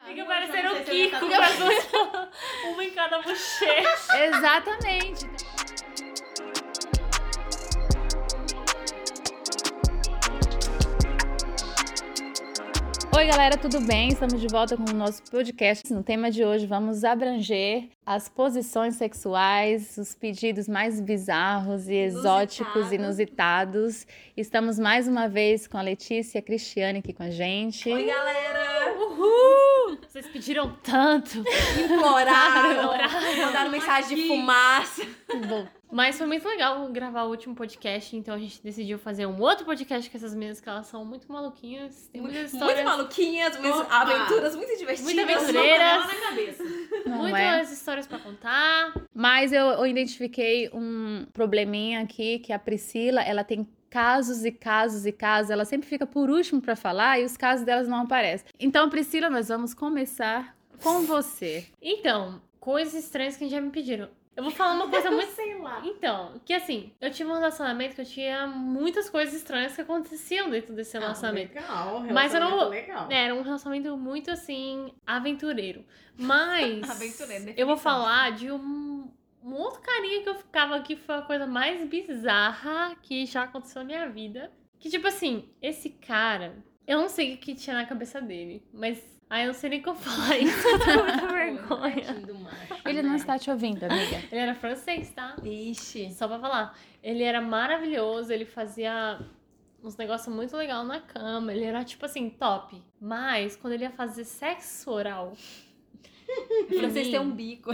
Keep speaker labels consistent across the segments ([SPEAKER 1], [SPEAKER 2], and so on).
[SPEAKER 1] Ah, Kiko com as duas- uma em cada bochecha.
[SPEAKER 2] Exatamente. Oi, galera, tudo bem? Estamos de volta com o nosso podcast. No tema de hoje, vamos abranger as posições sexuais, os pedidos mais bizarros e exóticos,
[SPEAKER 1] Inusitado.
[SPEAKER 2] inusitados. Estamos mais uma vez com a Letícia e a Cristiane aqui com a gente.
[SPEAKER 1] Oi, galera!
[SPEAKER 3] Uhul! Vocês pediram tanto.
[SPEAKER 1] Imploraram!
[SPEAKER 3] Imploraram.
[SPEAKER 1] Mandaram mensagem de
[SPEAKER 3] Aqui.
[SPEAKER 1] fumaça.
[SPEAKER 3] Mas foi muito legal gravar o último podcast, então a gente decidiu fazer um outro podcast com essas meninas, que elas são muito maluquinhas. Tem muitas
[SPEAKER 1] Muito
[SPEAKER 3] histórias.
[SPEAKER 1] maluquinhas, umas
[SPEAKER 4] Opa.
[SPEAKER 1] aventuras muito divertidas.
[SPEAKER 3] Muita aventura.
[SPEAKER 4] Uma
[SPEAKER 3] Aventureiras.
[SPEAKER 4] panela na cabeça.
[SPEAKER 2] Não é?
[SPEAKER 3] muitas histórias pra contar.
[SPEAKER 2] Mas eu, eu identifiquei um probleminha aqui, que a Priscila, ela tem casos e casos e casos, ela sempre fica por último pra falar e os casos delas não aparecem. Então, Priscila, nós vamos começar com você.
[SPEAKER 3] Então, coisas estranhas que já me pediram. Eu vou falar uma coisa muito.
[SPEAKER 4] Sei lá.
[SPEAKER 3] Então, que assim, eu tive um relacionamento que eu tinha muitas coisas estranhas que aconteciam dentro desse relacionamento.
[SPEAKER 4] Legal,
[SPEAKER 3] Mas eu não-
[SPEAKER 4] relacionamento Legal.
[SPEAKER 3] Era um relacionamento muito assim, aventureiro. Mas.
[SPEAKER 1] Aventureiro,
[SPEAKER 3] Eu
[SPEAKER 1] definição.
[SPEAKER 3] vou falar de um, um outro carinha que eu ficava aqui, foi a coisa mais bizarra que já aconteceu na minha vida. Que tipo assim, esse cara, eu não sei o que tinha na cabeça dele, mas. Ai, eu não sei nem como falar isso, eu tô com muita vergonha.
[SPEAKER 1] Tadinho do macho,
[SPEAKER 2] Ele não
[SPEAKER 4] É.
[SPEAKER 1] né?
[SPEAKER 2] está te ouvindo, amiga.
[SPEAKER 3] Ele era francês, tá?
[SPEAKER 1] Ixi.
[SPEAKER 3] Só pra falar. Ele era maravilhoso, ele fazia uns negócios muito legais na cama. Ele era, tipo assim, top. Mas quando ele ia fazer sexo oral. pra
[SPEAKER 1] Vocês
[SPEAKER 3] mim,
[SPEAKER 1] têm um bico.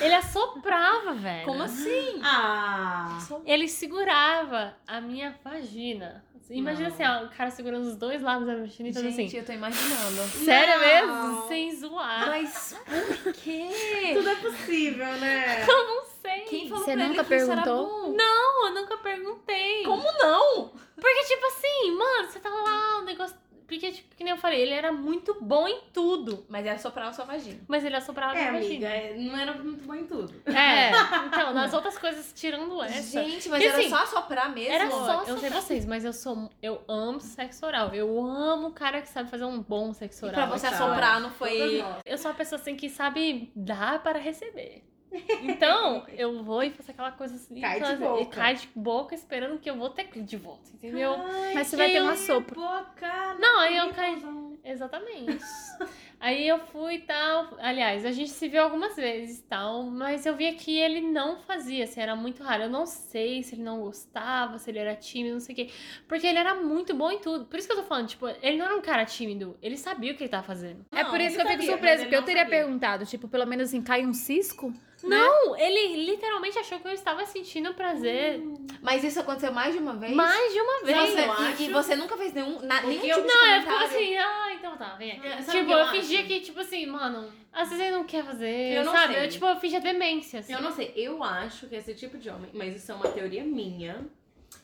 [SPEAKER 3] Ele assoprava, velho.
[SPEAKER 1] Como assim?
[SPEAKER 4] Ah,
[SPEAKER 3] Ele segurava a minha vagina. Imagina
[SPEAKER 1] Não.
[SPEAKER 3] assim, ó, o cara segurando os dois lados da vagina e fazendo
[SPEAKER 1] Gente,
[SPEAKER 3] assim. Ah.
[SPEAKER 1] eu tô imaginando.
[SPEAKER 3] Sério
[SPEAKER 4] Não.
[SPEAKER 3] mesmo? Sem zoar.
[SPEAKER 1] Mas por quê?
[SPEAKER 4] tudo é possível, né?
[SPEAKER 3] Eu não sei.
[SPEAKER 1] Quem falou
[SPEAKER 2] Você
[SPEAKER 1] pra
[SPEAKER 2] nunca
[SPEAKER 1] ele que isso era
[SPEAKER 2] perguntou?
[SPEAKER 1] bom?
[SPEAKER 3] Não, eu nunca perguntei.
[SPEAKER 1] Como não?
[SPEAKER 3] Porque, tipo assim, mano, você tá lá, o negócio. Porque, tipo, que nem eu falei, ele era muito bom em tudo.
[SPEAKER 1] Mas era soprar a sua vagina.
[SPEAKER 3] Mas ele assoprava a
[SPEAKER 4] É,
[SPEAKER 3] minha
[SPEAKER 4] amiga,
[SPEAKER 3] vagina.
[SPEAKER 4] é, não era muito bom em tudo.
[SPEAKER 3] É. Então, nas outras coisas, tirando essa.
[SPEAKER 1] Gente, mas
[SPEAKER 3] E
[SPEAKER 1] era
[SPEAKER 3] assim,
[SPEAKER 1] só soprar mesmo?
[SPEAKER 3] Era só. Eu não sei
[SPEAKER 1] soprar.
[SPEAKER 3] vocês, mas eu sou. Eu amo sexo oral. Eu amo o cara que sabe fazer um bom sexo
[SPEAKER 1] E
[SPEAKER 3] oral.
[SPEAKER 1] pra você
[SPEAKER 4] Total.
[SPEAKER 1] assoprar não foi...
[SPEAKER 4] Todas nós.
[SPEAKER 3] Eu sou uma pessoa assim que sabe dar para receber. Então, eu vou e faço aquela coisa assim.
[SPEAKER 4] Cai de
[SPEAKER 3] aquela-
[SPEAKER 4] boca.
[SPEAKER 3] Cai de boca esperando que eu vou ter de volta, entendeu?
[SPEAKER 4] Ai,
[SPEAKER 2] Mas você vai ter um
[SPEAKER 4] que
[SPEAKER 2] assopro.
[SPEAKER 4] Boca,
[SPEAKER 3] Não, aí eu
[SPEAKER 4] tem
[SPEAKER 3] caí-
[SPEAKER 4] razão.
[SPEAKER 3] Exatamente. Aí eu fui e tal. Aliás, a gente se viu algumas vezes e tal, mas eu via que ele não fazia, assim, era muito raro. Eu não sei se ele não gostava, se ele era tímido, não sei o quê. Porque ele era muito bom em tudo. Por isso que eu tô falando, tipo, ele não era um cara tímido, ele sabia o que ele tava fazendo.
[SPEAKER 2] é
[SPEAKER 1] Não,
[SPEAKER 2] por isso
[SPEAKER 4] ele
[SPEAKER 2] que eu fico
[SPEAKER 4] sabia, mas
[SPEAKER 2] surpresa,
[SPEAKER 4] ele
[SPEAKER 2] porque eu
[SPEAKER 4] não
[SPEAKER 2] teria
[SPEAKER 4] sabia.
[SPEAKER 2] perguntado, tipo, pelo menos assim, cai um cisco?
[SPEAKER 3] Não, ele literalmente achou que eu estava sentindo prazer
[SPEAKER 4] Hum,
[SPEAKER 1] Mas isso aconteceu mais de
[SPEAKER 4] é
[SPEAKER 1] uma vez?
[SPEAKER 3] mais de uma vez.
[SPEAKER 1] Nossa,
[SPEAKER 4] eu
[SPEAKER 1] e,
[SPEAKER 4] acho.
[SPEAKER 1] e você nunca fez nenhum, na,
[SPEAKER 4] Porque
[SPEAKER 1] nenhum
[SPEAKER 4] eu-
[SPEAKER 1] tipo
[SPEAKER 3] Não,
[SPEAKER 1] de
[SPEAKER 3] eu
[SPEAKER 1] comentário?
[SPEAKER 3] ficava assim, ah, então tá, vem aqui.
[SPEAKER 4] É, sabe o
[SPEAKER 3] tipo,
[SPEAKER 4] que eu
[SPEAKER 3] eu fingia
[SPEAKER 4] acho?
[SPEAKER 3] que, tipo assim, mano, às vezes ele não quer fazer,
[SPEAKER 4] Eu não
[SPEAKER 3] sabe?
[SPEAKER 4] sei.
[SPEAKER 3] Eu, tipo, eu fingia demência, assim.
[SPEAKER 4] Eu não sei, eu acho que esse tipo de homem, mas isso é uma teoria minha.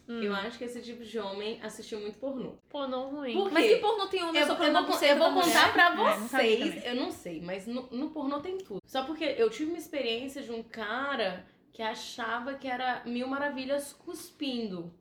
[SPEAKER 4] Eu acho que esse tipo de homem assistiu muito pornô.
[SPEAKER 3] Pô, não ruim.
[SPEAKER 4] Por
[SPEAKER 1] Mas
[SPEAKER 4] quê?
[SPEAKER 1] que pornô tem homem
[SPEAKER 4] Eu, eu
[SPEAKER 1] soprando a
[SPEAKER 4] vou,
[SPEAKER 1] buceta
[SPEAKER 4] eu vou
[SPEAKER 1] da mulher?
[SPEAKER 4] contar pra
[SPEAKER 2] É, não sabia
[SPEAKER 4] vocês. eu não sei, mas no, no pornô tem tudo. Só porque eu tive uma experiência de um cara que achava que era mil maravilhas cuspindo.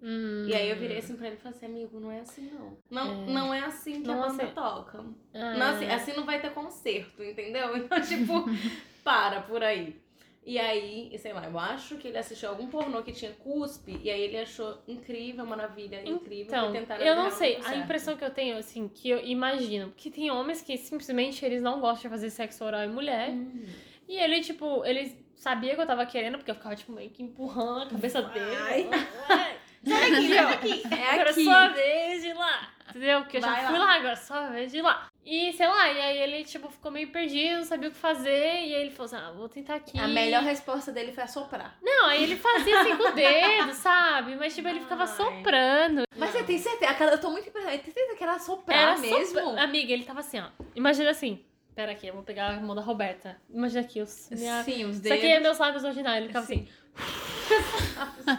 [SPEAKER 3] Hum.
[SPEAKER 4] E aí eu virei assim pra ele e falei assim, amigo, não é assim não. Não,
[SPEAKER 3] É.
[SPEAKER 4] não é assim que
[SPEAKER 3] Não
[SPEAKER 4] a banda
[SPEAKER 3] assim.
[SPEAKER 4] toca.
[SPEAKER 3] Ah.
[SPEAKER 4] Não,
[SPEAKER 1] é
[SPEAKER 4] assim, assim não vai ter concerto, entendeu? Então, tipo, para por aí. E aí, sei lá, eu acho que ele assistiu algum pornô que tinha cuspe, e aí ele achou incrível, maravilha, incrível.
[SPEAKER 3] Então,
[SPEAKER 4] foi tentar um
[SPEAKER 3] eu
[SPEAKER 4] alterar,
[SPEAKER 3] não sei.
[SPEAKER 4] deu
[SPEAKER 3] A
[SPEAKER 4] certo.
[SPEAKER 3] impressão que eu tenho, assim, que eu imagino. Porque tem homens que simplesmente eles não gostam de fazer sexo oral em mulher.
[SPEAKER 1] Uhum.
[SPEAKER 4] Hum.
[SPEAKER 3] E ele, tipo, ele sabia que eu tava querendo, porque eu ficava, tipo, meio que empurrando a cabeça dele.
[SPEAKER 4] Vai.
[SPEAKER 3] Vai.
[SPEAKER 4] Sai daqui, sai daqui.
[SPEAKER 1] É
[SPEAKER 3] Agora é
[SPEAKER 1] aqui.
[SPEAKER 3] sua vez de ir lá. Entendeu? Porque eu já
[SPEAKER 1] Vai lá.
[SPEAKER 3] fui lá. agora é sua vez de ir lá. E sei lá, e aí ele, tipo, ficou meio perdido, não sabia o que fazer. E aí ele falou assim: ah, vou tentar aqui.
[SPEAKER 1] É A melhor resposta dele foi assoprar.
[SPEAKER 3] Não, aí ele fazia assim com o dedo, sabe? Mas, tipo, ele ficava
[SPEAKER 4] Ai.
[SPEAKER 3] soprando.
[SPEAKER 1] Mas você tem certeza? Aquela- eu tô muito impressionada. Tem certeza que era assoprar mesmo?
[SPEAKER 3] sopra- Amiga, ele tava assim, ó. Imagina assim. Pera aqui, eu vou pegar a mão da Roberta. Imagina aqui, é os. Minha...
[SPEAKER 1] Sim, os
[SPEAKER 3] Isso
[SPEAKER 1] dedos.
[SPEAKER 3] aqui é meus lábios originais. Ele ficava assim.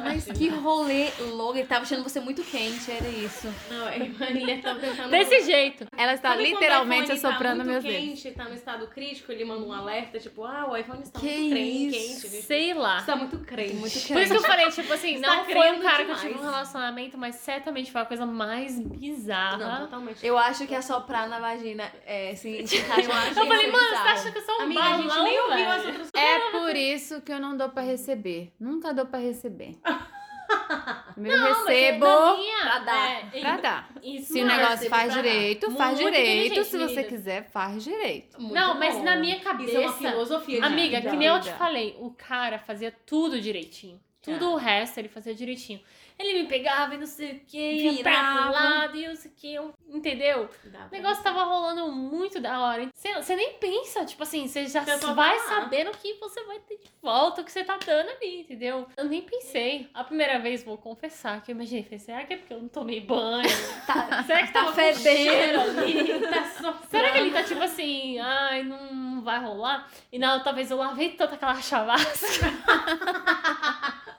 [SPEAKER 1] Mas que rolê longo. Ele tava achando você muito quente, era isso.
[SPEAKER 4] Não, a Marília tá tentando...
[SPEAKER 3] assim, Desse jeito.
[SPEAKER 2] Ela está
[SPEAKER 4] Sabe quando o
[SPEAKER 2] literalmente
[SPEAKER 4] iPhone tá
[SPEAKER 2] assoprando
[SPEAKER 4] muito
[SPEAKER 2] meus dedos.
[SPEAKER 4] quente, Tá no estado crítico, ele manda um alerta, tipo, ah, o iPhone está
[SPEAKER 1] Que
[SPEAKER 4] muito crente,
[SPEAKER 1] isso?
[SPEAKER 4] quente.
[SPEAKER 3] Sei lá.
[SPEAKER 4] Você tá muito crente.
[SPEAKER 1] Muito
[SPEAKER 3] Por isso
[SPEAKER 1] quente.
[SPEAKER 3] que eu falei, tipo assim,
[SPEAKER 4] Está
[SPEAKER 3] não foi um
[SPEAKER 4] crendo
[SPEAKER 3] cara que eu
[SPEAKER 4] demais.
[SPEAKER 3] tive um relacionamento, mas certamente foi a coisa mais bizarra.
[SPEAKER 4] Não, totalmente.
[SPEAKER 1] Eu acho que assoprar na vagina é assim. se encaixa
[SPEAKER 4] acho
[SPEAKER 1] em
[SPEAKER 4] que
[SPEAKER 3] eu falei,
[SPEAKER 1] isso,
[SPEAKER 3] mano, você
[SPEAKER 1] sabe?
[SPEAKER 3] acha que eu sou um
[SPEAKER 4] Amiga, a
[SPEAKER 3] balão,
[SPEAKER 4] gente nem ouviu
[SPEAKER 3] velho?
[SPEAKER 4] as outras
[SPEAKER 2] É por isso que eu não dou pra receber. Nunca dou pra receber. Primeiro
[SPEAKER 3] Não, mas é
[SPEAKER 2] recebo
[SPEAKER 3] da minha,
[SPEAKER 1] pra dar.
[SPEAKER 3] é, e-
[SPEAKER 2] pra dar.
[SPEAKER 3] Isso
[SPEAKER 2] Se o
[SPEAKER 3] não é
[SPEAKER 2] negócio
[SPEAKER 3] receber
[SPEAKER 2] faz
[SPEAKER 3] pra dar.
[SPEAKER 2] direito, faz
[SPEAKER 3] Muito
[SPEAKER 2] direito.
[SPEAKER 3] inteligente,
[SPEAKER 2] Se você
[SPEAKER 3] menina.
[SPEAKER 2] quiser, faz direito.
[SPEAKER 4] Muito
[SPEAKER 3] Não, mas
[SPEAKER 4] bom.
[SPEAKER 3] na minha cabeça.
[SPEAKER 4] Isso é uma filosofia de
[SPEAKER 3] Amiga,
[SPEAKER 4] vida.
[SPEAKER 3] que nem eu te
[SPEAKER 2] Vida.
[SPEAKER 3] falei, o cara fazia tudo direitinho. Tudo o resto ele fazia direitinho. Ele me pegava e não sei o que, ia pra um
[SPEAKER 1] Virava.
[SPEAKER 3] lado e não sei o que, entendeu?
[SPEAKER 4] Dá
[SPEAKER 3] O
[SPEAKER 4] pra-
[SPEAKER 3] negócio tava rolando muito da hora. Você, você nem pensa, tipo assim, você já
[SPEAKER 4] Você só
[SPEAKER 3] vai
[SPEAKER 4] tá lá.
[SPEAKER 3] sabendo o que você vai ter de volta, o que você tá dando ali, entendeu? Eu nem pensei. A primeira vez, vou confessar, que eu imaginei, falei, será que é porque eu não tomei banho?
[SPEAKER 1] Tá,
[SPEAKER 3] Será que
[SPEAKER 1] Tá
[SPEAKER 3] tava com
[SPEAKER 1] fedendo.
[SPEAKER 3] cheiro ali?
[SPEAKER 4] Tá só-
[SPEAKER 3] Será que ele tá tipo assim, ai, não não vai rolar? E não, talvez eu lavei tanta aquela chavasca.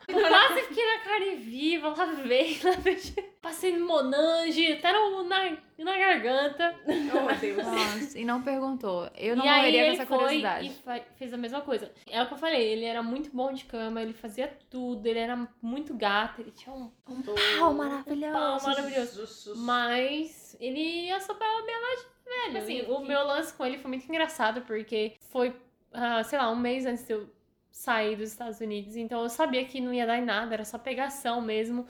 [SPEAKER 3] Eu quase fiquei na carne viva, lavei, lavei. Passei no Monange, até no, na, na garganta.
[SPEAKER 4] Oh, meu Deus.
[SPEAKER 2] Nossa, e não perguntou. Eu não
[SPEAKER 3] e aí
[SPEAKER 2] morreria com
[SPEAKER 3] ele
[SPEAKER 2] essa
[SPEAKER 3] foi
[SPEAKER 2] curiosidade.
[SPEAKER 3] e fa- fez a mesma coisa. É o que eu falei, ele era muito bom de cama, ele fazia tudo, ele era muito gato, ele tinha um...
[SPEAKER 4] Oh,
[SPEAKER 1] pau maravilhoso.
[SPEAKER 3] pau maravilhoso. Mas ele assoprava a minha vagina, velho.
[SPEAKER 4] Assim,
[SPEAKER 3] E Tipo o
[SPEAKER 4] que-
[SPEAKER 3] meu lance com ele foi muito engraçado, porque foi, ah, sei lá, um mês antes de eu sair dos Estados Unidos. Então eu sabia que não ia dar em nada, era só pegação mesmo.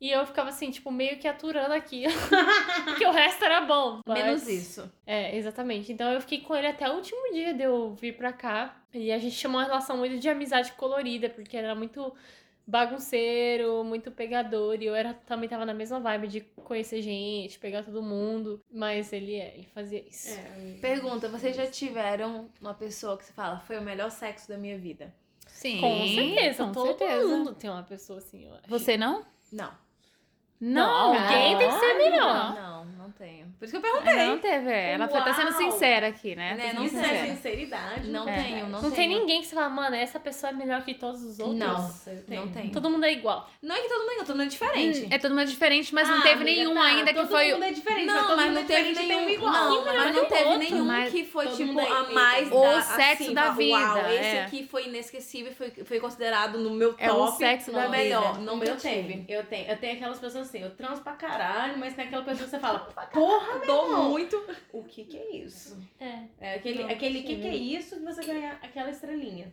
[SPEAKER 3] E eu ficava assim, tipo, meio que aturando aqui. Porque o resto era bom. mas-
[SPEAKER 1] Menos isso.
[SPEAKER 3] É, exatamente. Então eu fiquei com ele até o último dia de eu vir pra cá. E a gente tinha uma relação muito de amizade colorida, porque era muito bagunceiro, muito pegador. E eu era, também tava na mesma vibe de conhecer gente, pegar todo mundo. Mas ele, é, ele fazia isso.
[SPEAKER 4] É, amiga.
[SPEAKER 1] Pergunta, vocês já tiveram uma pessoa que você fala, foi o melhor sexo da minha vida?
[SPEAKER 2] Sim,
[SPEAKER 3] com certeza,
[SPEAKER 2] com
[SPEAKER 3] todo
[SPEAKER 2] certeza.
[SPEAKER 3] mundo tem uma pessoa assim, eu acho.
[SPEAKER 2] Você não?
[SPEAKER 1] Não.
[SPEAKER 2] Não,
[SPEAKER 3] alguém tem que ser melhor.
[SPEAKER 1] Não, não tenho. Por isso que eu pergunto.
[SPEAKER 2] Ela não teve. Ela foi- tá sendo
[SPEAKER 4] Uau.
[SPEAKER 2] sincera aqui, né?
[SPEAKER 1] Né,
[SPEAKER 2] Tá sendo
[SPEAKER 1] não
[SPEAKER 4] Isso
[SPEAKER 1] sei.
[SPEAKER 4] é
[SPEAKER 2] sincera.
[SPEAKER 4] sinceridade.
[SPEAKER 1] Não
[SPEAKER 4] é.
[SPEAKER 1] tenho, não,
[SPEAKER 3] Não tem
[SPEAKER 1] tenho.
[SPEAKER 3] ninguém que você fala, mano, essa pessoa é melhor que todos os outros.
[SPEAKER 4] Nossa, eu tenho.
[SPEAKER 1] Não tem.
[SPEAKER 3] Todo mundo é igual.
[SPEAKER 1] Não é que todo mundo é, todo mundo é
[SPEAKER 2] Hum,
[SPEAKER 1] diferente.
[SPEAKER 2] É todo mundo diferente, mas não
[SPEAKER 4] Ah,
[SPEAKER 2] teve
[SPEAKER 4] amiga,
[SPEAKER 2] nenhum
[SPEAKER 4] tá,
[SPEAKER 2] ainda que
[SPEAKER 4] todo
[SPEAKER 2] foi.
[SPEAKER 4] mundo é diferente,
[SPEAKER 1] Não,
[SPEAKER 4] mas todo
[SPEAKER 1] mas
[SPEAKER 4] mundo
[SPEAKER 1] não
[SPEAKER 4] é
[SPEAKER 1] teve
[SPEAKER 4] diferente,
[SPEAKER 1] nenhum
[SPEAKER 4] tem um igual.
[SPEAKER 1] Não,
[SPEAKER 3] mas
[SPEAKER 1] mas
[SPEAKER 3] tem
[SPEAKER 1] não teve
[SPEAKER 3] outro,
[SPEAKER 1] nenhum
[SPEAKER 2] mas-
[SPEAKER 1] que foi
[SPEAKER 4] Todo
[SPEAKER 1] tipo
[SPEAKER 4] mundo é
[SPEAKER 1] a
[SPEAKER 4] igual.
[SPEAKER 1] mais
[SPEAKER 2] O
[SPEAKER 1] da,
[SPEAKER 2] sexo
[SPEAKER 1] assim,
[SPEAKER 2] da
[SPEAKER 1] fala, Uau,
[SPEAKER 2] vida,
[SPEAKER 1] esse
[SPEAKER 2] é.
[SPEAKER 1] aqui foi inesquecível, foi foi considerado no meu top.
[SPEAKER 2] É o sexo da
[SPEAKER 1] o
[SPEAKER 2] vida.
[SPEAKER 1] melhor,
[SPEAKER 4] Não,
[SPEAKER 1] não
[SPEAKER 4] eu
[SPEAKER 1] eu
[SPEAKER 4] tenho.
[SPEAKER 1] tive.
[SPEAKER 4] Eu tenho. Eu tenho aquelas pessoas assim, eu transo pra caralho, mas tem aquela pessoa que você fala, porra,
[SPEAKER 1] Dou
[SPEAKER 4] irmão.
[SPEAKER 1] muito.
[SPEAKER 4] o que que é isso?
[SPEAKER 3] É.
[SPEAKER 4] É aquele,
[SPEAKER 3] Não,
[SPEAKER 4] aquele
[SPEAKER 3] sim.
[SPEAKER 4] que que é isso que você ganha aquela estrelinha.